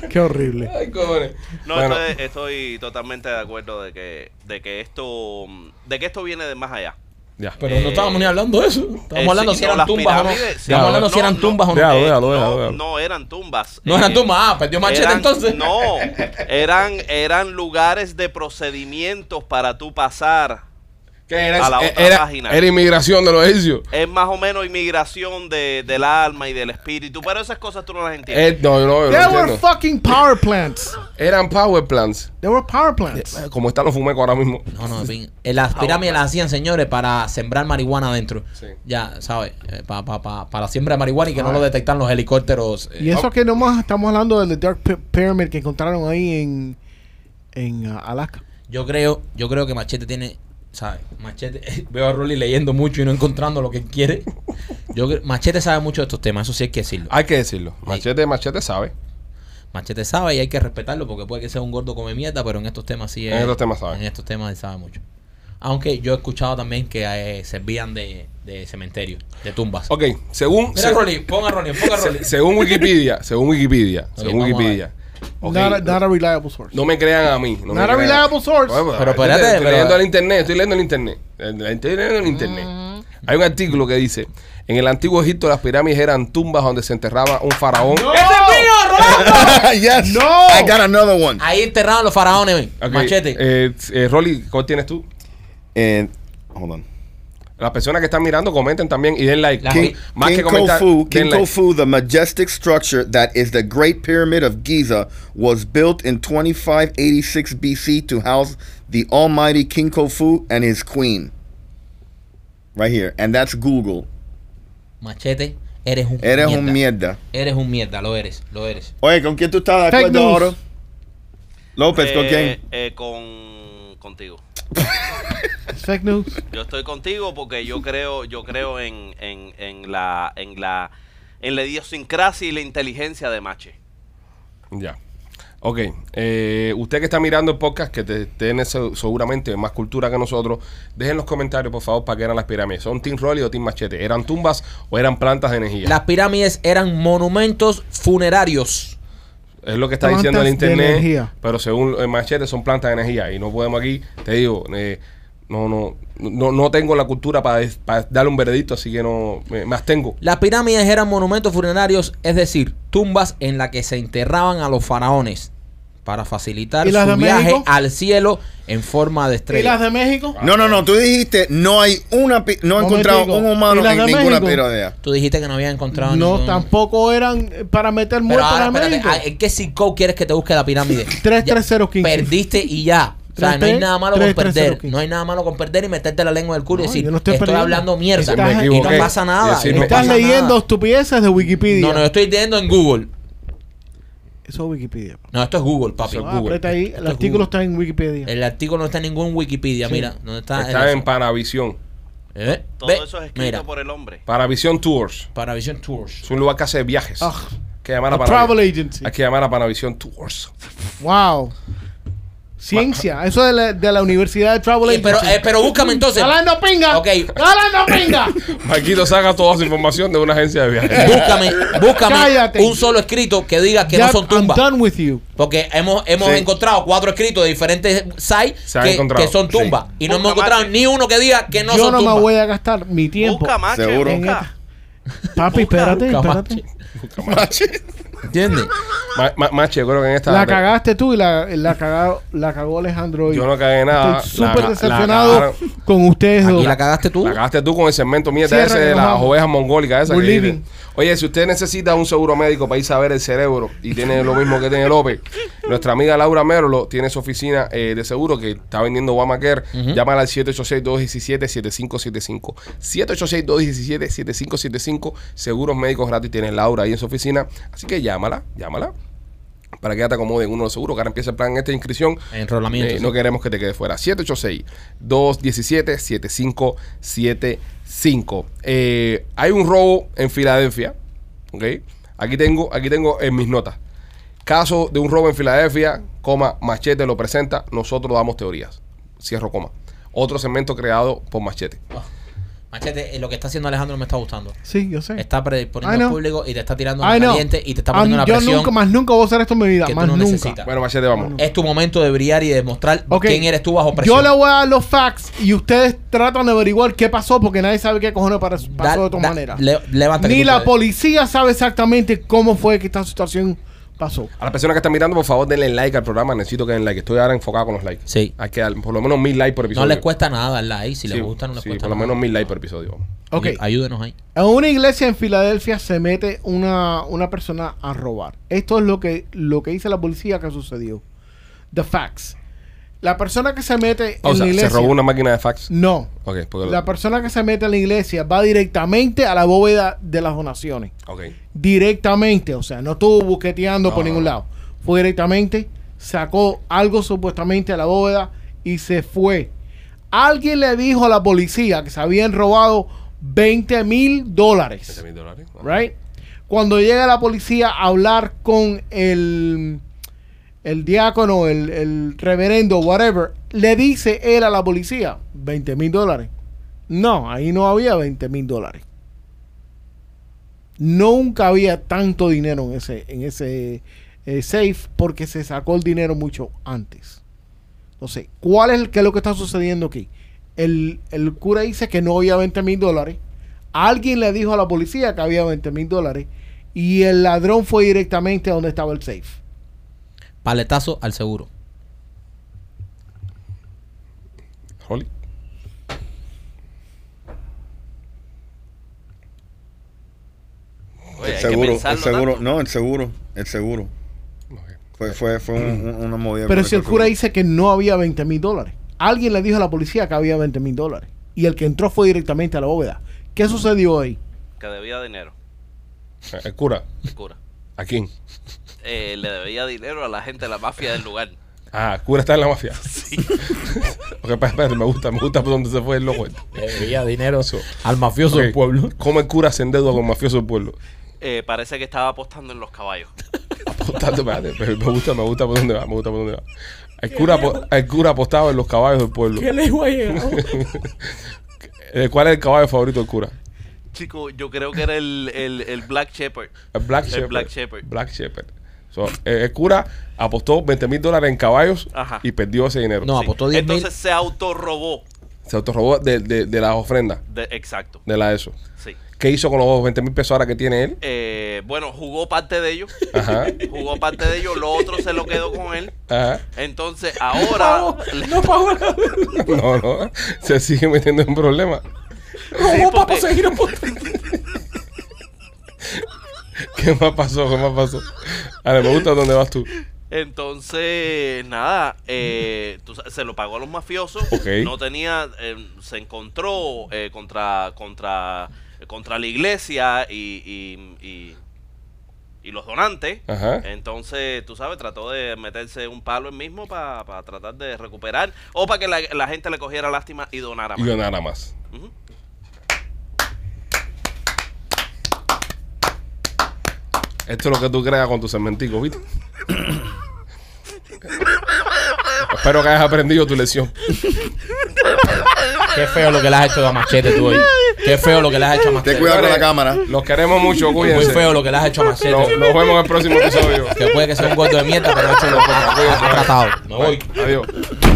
Speaker 4: Qué horrible.
Speaker 1: Ay, cojones.
Speaker 6: No,
Speaker 1: Bueno,
Speaker 6: estoy, estoy totalmente de acuerdo de que, de que esto mm, de que esto viene de más allá.
Speaker 1: ya.
Speaker 3: Pero no estábamos ni hablando de eso. Estábamos
Speaker 6: Eh, sí,
Speaker 3: hablando si
Speaker 6: no,
Speaker 3: eran
Speaker 6: las
Speaker 3: tumbas o no.
Speaker 6: pirámides, sí.
Speaker 3: Estábamos hablando si
Speaker 6: No,
Speaker 3: eran
Speaker 6: no.
Speaker 3: tumbas o no.
Speaker 1: Ya,
Speaker 6: Eh,
Speaker 1: déjalo,
Speaker 6: no,
Speaker 1: déjalo, déjalo.
Speaker 6: no eran tumbas.
Speaker 3: No
Speaker 6: eh,
Speaker 3: eran tumbas. Ah, perdió machete
Speaker 6: eran-
Speaker 3: entonces. [LAUGHS]
Speaker 6: No, eran, eran lugares de procedimientos para tú pasar.
Speaker 1: ¿Qué era,
Speaker 6: A la
Speaker 1: Eh,
Speaker 6: otra
Speaker 1: era-
Speaker 6: página.
Speaker 1: era inmigración de los egipcios.
Speaker 6: Es más o menos inmigración de, del alma y del espíritu, pero esas cosas tú no las entiendes.
Speaker 1: Eh, no, yo no, yo no
Speaker 4: There were
Speaker 1: entiendo.
Speaker 4: fucking power plants.
Speaker 1: Eran power plants.
Speaker 4: There were power plants.
Speaker 1: Eh, Como están los fumecos ahora mismo.
Speaker 3: No, no, en fin. Eh, Las pirámides las hacían, señores, para sembrar marihuana adentro.
Speaker 1: Sí.
Speaker 3: Ya, ¿sabes? Eh, para la siembra de marihuana y que no lo detectan los helicópteros. eh.
Speaker 4: Y eso que nomás estamos hablando del Dark Pi- Pyramid que encontraron ahí en, en ah, Alaska.
Speaker 3: Yo creo, yo creo que Machete tiene, ¿sabes? Machete, [LAUGHS] veo a Rolly leyendo mucho y no encontrando lo que quiere. Yo cre- Machete sabe mucho de estos temas, eso sí hay que decirlo.
Speaker 1: Hay que decirlo. Machete, machete sabe.
Speaker 3: Machete sabe y hay que respetarlo porque puede que sea un gordo come mierda, pero en estos temas sí
Speaker 1: En
Speaker 3: es.
Speaker 1: estos temas sabe.
Speaker 3: En estos temas él sabe mucho. Aunque yo he escuchado también que eh, servían de, de cementerio, de tumbas.
Speaker 1: Ok, según.
Speaker 3: Mira,
Speaker 1: se-
Speaker 3: Rolly, ponga Rolly, ponga Rolly.
Speaker 1: se- según
Speaker 3: [LAUGHS]
Speaker 1: Wikipedia, según Wikipedia, según
Speaker 3: vamos a
Speaker 1: Wikipedia. Ok,
Speaker 4: Not, a, not a reliable source.
Speaker 1: No me crean a mí. No me
Speaker 4: Not a
Speaker 1: crean.
Speaker 4: reliable source.
Speaker 3: Pero
Speaker 1: estoy-
Speaker 3: espérate,
Speaker 1: Estoy
Speaker 3: pero-
Speaker 1: leyendo el internet, estoy leyendo el internet. El- Estoy leyendo el internet. Hay un artículo que dice: En el antiguo Egipto, las pirámides eran tumbas donde se enterraba un faraón.
Speaker 3: ¡Ese es mío, Rolando!
Speaker 5: [LAUGHS] yes.
Speaker 4: No.
Speaker 5: I got another one.
Speaker 3: Ahí enterraban los faraones, ven.
Speaker 1: Ok,
Speaker 3: Machete.
Speaker 1: eh, eh, Rolly, ¿cuál tienes tú?
Speaker 5: And hold on.
Speaker 1: Las personas que están mirando comenten también y den like.
Speaker 3: La-
Speaker 1: Con-
Speaker 5: King,
Speaker 1: más
Speaker 5: King
Speaker 1: que comentar,
Speaker 5: Khufu,
Speaker 1: den
Speaker 5: King
Speaker 1: like.
Speaker 5: Khufu, the majestic structure that is the Great Pyramid of Giza, was built in 2586 BC to house the almighty King Khufu and his queen. Right here. And that's Google.
Speaker 3: Machete, eres un
Speaker 5: Eres un
Speaker 3: mierda.
Speaker 5: mierda.
Speaker 3: Eres un mierda, lo eres, lo eres.
Speaker 5: Oye, ¿con quién tú estás de
Speaker 4: Fake
Speaker 5: acuerdo
Speaker 4: news.
Speaker 5: ahora? López, ¿con
Speaker 6: Eh,
Speaker 5: quién?
Speaker 6: eh, con contigo.
Speaker 4: It's fake news.
Speaker 6: Yo estoy contigo porque yo creo, yo creo en, en, en la, en la, en la idiosincrasia y la inteligencia de Mache.
Speaker 1: Ya. Ok, eh, usted que está mirando el podcast, que te- tiene se- seguramente más cultura que nosotros, dejen los comentarios, por favor, para qué eran las pirámides. ¿Son Team Rolly o Team Machete? ¿Eran tumbas o eran plantas de energía?
Speaker 3: Las pirámides eran monumentos funerarios.
Speaker 1: es lo que está
Speaker 4: Plantas
Speaker 1: diciendo el
Speaker 4: de
Speaker 1: internet.
Speaker 4: energía.
Speaker 1: Pero según el Machete, son plantas de energía. Y no podemos aquí, te digo, eh, no, no, no, no tengo la cultura para, des- para darle un veredicto, así que no, me, me abstengo.
Speaker 3: Las pirámides eran monumentos funerarios, es decir, tumbas en las que se enterraban a los faraones para facilitar
Speaker 4: ¿Y las
Speaker 3: su
Speaker 4: de
Speaker 3: viaje
Speaker 4: México?
Speaker 3: al cielo en forma de
Speaker 4: ¿Y las
Speaker 3: estrella.
Speaker 4: de México?
Speaker 6: ah,
Speaker 5: No, no, no. Tú dijiste no hay una, pi- no he encontrado
Speaker 4: Momentico.
Speaker 5: un
Speaker 4: ¿Y
Speaker 5: humano
Speaker 4: las
Speaker 5: en
Speaker 4: de
Speaker 5: ninguna
Speaker 4: México?
Speaker 5: pirámide.
Speaker 3: Tú dijiste que no había encontrado
Speaker 4: No,
Speaker 3: ningún-
Speaker 4: tampoco eran eh, para meter
Speaker 3: Pero
Speaker 4: muertos
Speaker 3: ahora,
Speaker 4: en
Speaker 3: espérate, ah, eh,
Speaker 4: México.
Speaker 3: ¿a- ¿en qué zip code quieres que te busque la
Speaker 4: [LAUGHS]
Speaker 3: pirámide?
Speaker 4: 33015.
Speaker 3: Ya, Perdiste y ya. O sea, no hay
Speaker 4: 3T,
Speaker 3: nada malo con perder.
Speaker 4: 33015.
Speaker 3: No hay nada malo con perder y meterte la lengua del culo y
Speaker 4: No,
Speaker 3: decir,
Speaker 4: yo no
Speaker 3: estoy,
Speaker 4: estoy perdiendo.
Speaker 3: hablando mierda.
Speaker 4: Estás- Me
Speaker 3: y no
Speaker 1: equivoqué.
Speaker 3: pasa nada.
Speaker 1: Decir,
Speaker 3: y no
Speaker 1: me-
Speaker 4: Estás
Speaker 3: pasa
Speaker 4: leyendo
Speaker 3: nada.
Speaker 4: estupideces de Wikipedia.
Speaker 3: No, no, yo estoy leyendo en Google.
Speaker 4: Eso es Wikipedia.
Speaker 3: No, esto es Google,
Speaker 1: Eso
Speaker 3: papi.
Speaker 1: es
Speaker 4: No,
Speaker 1: Google.
Speaker 4: aprieta ahí.
Speaker 3: Esto
Speaker 4: El
Speaker 3: es
Speaker 4: artículo
Speaker 3: Google.
Speaker 4: está en Wikipedia.
Speaker 3: El artículo no está en ningún Wikipedia, mira. ¿Dónde está?
Speaker 1: Está
Speaker 3: El-
Speaker 1: en Panavisión.
Speaker 3: Eh,
Speaker 6: Todo
Speaker 3: ve,
Speaker 6: eso es escrito
Speaker 3: mira,
Speaker 6: por el hombre.
Speaker 1: Panavisión Tours.
Speaker 3: para Vision Tours.
Speaker 1: Es un lugar que hace viajes.
Speaker 4: Ah,
Speaker 1: Hay que llamar a
Speaker 4: a travel
Speaker 1: Panavi-
Speaker 4: agency.
Speaker 1: Hay que llamar a Panavisión Tours.
Speaker 4: Wow. Ciencia. Eso de la, de la Universidad de Travel
Speaker 3: Eh,
Speaker 4: Agency.
Speaker 3: pero, eh, pero búscame entonces.
Speaker 4: ¡Galando pinga!
Speaker 3: Ok.
Speaker 4: ¡Galando pinga!
Speaker 1: Marquito saca toda su información de una agencia de viajes.
Speaker 3: [LAUGHS] Búscame, búscame
Speaker 4: Cállate.
Speaker 3: un solo escrito que diga [LAUGHS] que
Speaker 4: Ya,
Speaker 3: no son
Speaker 4: I'm
Speaker 3: tumbas.
Speaker 4: done with you.
Speaker 3: Porque hemos, hemos
Speaker 5: Sí.
Speaker 3: encontrado cuatro escritos de diferentes sites
Speaker 1: Se han
Speaker 3: que,
Speaker 1: encontrado,
Speaker 3: que son
Speaker 5: sí.
Speaker 3: tumbas. Y no hemos
Speaker 6: Busca
Speaker 3: encontrado
Speaker 6: más.
Speaker 3: ni uno que diga que no
Speaker 4: Yo
Speaker 3: son
Speaker 4: no
Speaker 3: tumbas.
Speaker 4: me voy a gastar mi tiempo.
Speaker 6: Busca mache,
Speaker 5: Seguro.
Speaker 6: busca.
Speaker 4: Papi, espérate,
Speaker 3: Busca más,
Speaker 4: espérate.
Speaker 3: ¿Entiendes?
Speaker 1: Ma- ma- Mache, yo creo que en esta.
Speaker 4: La cagaste tú y la, la, cagao- la cagó Alejandro. hoy.
Speaker 1: Yo no cagué nada.
Speaker 4: Estoy
Speaker 1: La- la-
Speaker 4: súper
Speaker 1: la
Speaker 4: decepcionado
Speaker 1: cagaron.
Speaker 4: con ustedes
Speaker 3: Aquí
Speaker 4: dos.
Speaker 3: la cagaste tú.
Speaker 1: La cagaste tú con el segmento mierda
Speaker 4: Cierra
Speaker 1: ese
Speaker 4: que
Speaker 1: de
Speaker 4: nos
Speaker 1: las
Speaker 4: vamos.
Speaker 1: ovejas mongólicas. Esa que
Speaker 4: We're
Speaker 1: tiene.
Speaker 4: leaving.
Speaker 1: Oye, si usted necesita un seguro médico para ir a ver el cerebro y tiene lo mismo que tiene López, nuestra amiga Laura Merlo tiene su oficina eh, de seguro que está vendiendo Obamacare. Llámala al 786-217-7575. 786-217-7575. Seguros médicos gratis tiene Laura ahí en su oficina. Así que llámala, llámala. Para que ya te acomoden uno de los seguros, que ahora empieza el plan esta inscripción.
Speaker 3: Enrolamiento.
Speaker 1: Eh, no queremos que te quede fuera. 786-217-7575. Eh, hay un robo en Filadelfia. ¿ok? Aquí tengo, aquí tengo en mis notas. Caso de un robo en Filadelfia, coma, Machete lo presenta, nosotros damos teorías. Cierro coma. Otro segmento creado por Machete.
Speaker 3: Machete, eh, lo que está haciendo Alejandro me está gustando.
Speaker 4: Sí, yo sé.
Speaker 3: Está predisponiendo
Speaker 4: I know.
Speaker 3: al público y te está tirando
Speaker 4: Ay,
Speaker 3: la
Speaker 4: no.
Speaker 3: caliente y te está
Speaker 4: Ah,
Speaker 3: poniendo una
Speaker 4: yo
Speaker 3: presión.
Speaker 4: nunca, más nunca voy a usar esto en mi vida.
Speaker 3: que tú
Speaker 4: Más
Speaker 3: no
Speaker 4: nunca.
Speaker 3: necesitas.
Speaker 1: Bueno, Machete, vamos.
Speaker 3: Es tu momento de brillar y de demostrar
Speaker 4: Ok.
Speaker 3: quién eres tú bajo presión.
Speaker 4: Yo le voy a dar los facts y ustedes tratan de averiguar qué pasó porque nadie sabe qué cojones para- pasó
Speaker 3: Da-
Speaker 4: de otra
Speaker 3: da-
Speaker 4: manera.
Speaker 3: le- levanta que
Speaker 4: Ni
Speaker 3: tú
Speaker 4: la
Speaker 3: puedes.
Speaker 4: policía sabe exactamente cómo fue que esta situación pasó.
Speaker 1: A las personas que están mirando, por favor, denle like al programa. Necesito que den like. Estoy ahora enfocado con los likes.
Speaker 3: Sí.
Speaker 1: Hay que dar por lo menos mil likes por episodio.
Speaker 3: No les cuesta nada dar like. Si
Speaker 1: Sí,
Speaker 3: les gusta, no les
Speaker 1: sí,
Speaker 3: cuesta
Speaker 1: por lo
Speaker 3: nada.
Speaker 1: menos mil likes por episodio.
Speaker 4: Ok.
Speaker 3: Ay- Ayúdenos ahí.
Speaker 4: En una iglesia en Filadelfia se mete una, una persona a robar. Esto es lo que, lo que dice la policía que sucedió. The facts. La persona que se mete
Speaker 1: O
Speaker 4: en
Speaker 1: sea,
Speaker 4: la
Speaker 1: se
Speaker 4: iglesia.
Speaker 1: robó una máquina de fax.
Speaker 4: No.
Speaker 1: Ok, porque
Speaker 4: La persona que se mete en la iglesia va directamente a la bóveda de las donaciones.
Speaker 1: Ok.
Speaker 4: Directamente. O sea, no estuvo busqueteando por
Speaker 1: No,
Speaker 4: ningún
Speaker 1: no.
Speaker 4: lado. Fue directamente, sacó algo supuestamente a la bóveda y se fue. Alguien le dijo a la policía que se habían robado 20 mil dólares.
Speaker 1: mil dólares. Ah.
Speaker 4: Right? Cuando llega la policía a hablar con el, el diácono, el, el reverendo, whatever, le dice él a la policía 20 mil dólares. No, ahí no había 20 mil dólares. Nunca había tanto dinero en ese, en ese eh, safe porque se sacó el dinero mucho antes. Entonces, ¿cuál es, el- qué es lo que está sucediendo aquí? El, el cura dice que no había 20 mil dólares. Alguien le dijo a la policía que había 20 mil dólares. Y el ladrón fue directamente a donde estaba el safe.
Speaker 3: Paletazo al seguro.
Speaker 1: Holly.
Speaker 6: Oye, hay que
Speaker 5: seguro, el
Speaker 6: pensarlo
Speaker 5: seguro,
Speaker 6: tanto.
Speaker 5: no, el seguro, el seguro. Fue, fue, fue un- un- una movida.
Speaker 4: Pero
Speaker 5: con
Speaker 4: si
Speaker 5: eso,
Speaker 4: el cura
Speaker 5: seguro.
Speaker 4: dice que no había 20 mil dólares. Alguien le dijo a la policía que había 20 mil dólares. Y el que entró fue directamente a la bóveda. ¿Qué sucedió ahí?
Speaker 6: Que debía dinero.
Speaker 1: Eh, El cura.
Speaker 6: el cura.
Speaker 1: ¿A quién?
Speaker 6: Eh, le debía dinero a la gente de la mafia del lugar.
Speaker 1: Ah, el cura está en la
Speaker 4: [LAUGHS]
Speaker 1: mafia. Sí. [LAUGHS] ok, espérate, espérate, me gusta, me gusta por donde se fue el loco. este.
Speaker 3: Le debía dinero
Speaker 1: Eso.
Speaker 3: al mafioso
Speaker 1: Ok,
Speaker 3: del pueblo.
Speaker 1: ¿Cómo el cura se endeuda con mafioso del pueblo?
Speaker 6: Eh, parece que estaba apostando en los caballos. [LAUGHS]
Speaker 1: Apostando, espérate, pero me gusta, me gusta por dónde va, me gusta por dónde va. El cura, apo- el cura apostaba en los caballos del pueblo.
Speaker 3: lejos
Speaker 1: [LAUGHS]
Speaker 3: ha llegado?
Speaker 1: Eh, ¿Cuál es el caballo favorito del cura?
Speaker 6: Chico, yo creo que era el, el, el Black Shepherd.
Speaker 1: El Black
Speaker 6: El
Speaker 1: Shepherd.
Speaker 6: Black Shepherd.
Speaker 1: Black Shepherd. So, eh, el cura apostó 20 mil dólares en caballos
Speaker 6: Ajá.
Speaker 1: y perdió ese dinero.
Speaker 3: No, apostó 10 mil.
Speaker 6: Entonces se autorrobó.
Speaker 1: Se autorrobó de, de, de las ofrendas,
Speaker 6: De, exacto,
Speaker 1: de la eso.
Speaker 6: sí.
Speaker 1: ¿Qué hizo con los 20 mil pesos ahora que tiene él?
Speaker 6: Eh, bueno, jugó parte de ellos.
Speaker 1: Ajá.
Speaker 6: Jugó parte de ellos. Lo otro se lo quedó con él.
Speaker 1: Ajá. [LAUGHS]
Speaker 6: Entonces
Speaker 3: [LAUGHS]
Speaker 6: ahora. le-
Speaker 1: No, no. Se sigue metiendo en problemas. pues.
Speaker 6: Sí, porque-
Speaker 1: [LAUGHS] ¿Qué más pasó? ¿Qué más pasó? A ver, me gusta dónde vas tú.
Speaker 6: Entonces, nada, eh, tú sa- se lo pagó a los mafiosos.
Speaker 1: Ok.
Speaker 6: No tenía, eh, se encontró eh, contra, contra, contra la iglesia y, y, y, y los donantes.
Speaker 1: Ajá.
Speaker 6: Entonces, tú sabes, trató de meterse un palo él mismo para tratar de recuperar o para que la, la gente le cogiera lástima y
Speaker 3: Ah,
Speaker 6: donara
Speaker 1: Y
Speaker 6: más.
Speaker 1: yo nada más.
Speaker 6: Ujú.
Speaker 1: Esto es lo que tú creas con tus segmenticos,
Speaker 3: [COUGHS]
Speaker 1: ¿viste? Espero que hayas aprendido tu lección.
Speaker 3: Qué feo lo que le has hecho a Machete tú hoy. Qué feo lo que le has hecho a
Speaker 5: Te
Speaker 3: Machete.
Speaker 5: cuidado con la
Speaker 1: Señores,
Speaker 5: cámara.
Speaker 1: Los queremos mucho,
Speaker 3: Muy
Speaker 1: cuídense.
Speaker 3: feo lo que le has hecho a Machete.
Speaker 1: Nos, nos vemos en el próximo episodio.
Speaker 3: Que puede que sea un gordo de mierda, pero ha hecho lo que ha tratado. Me voy.
Speaker 1: Adiós.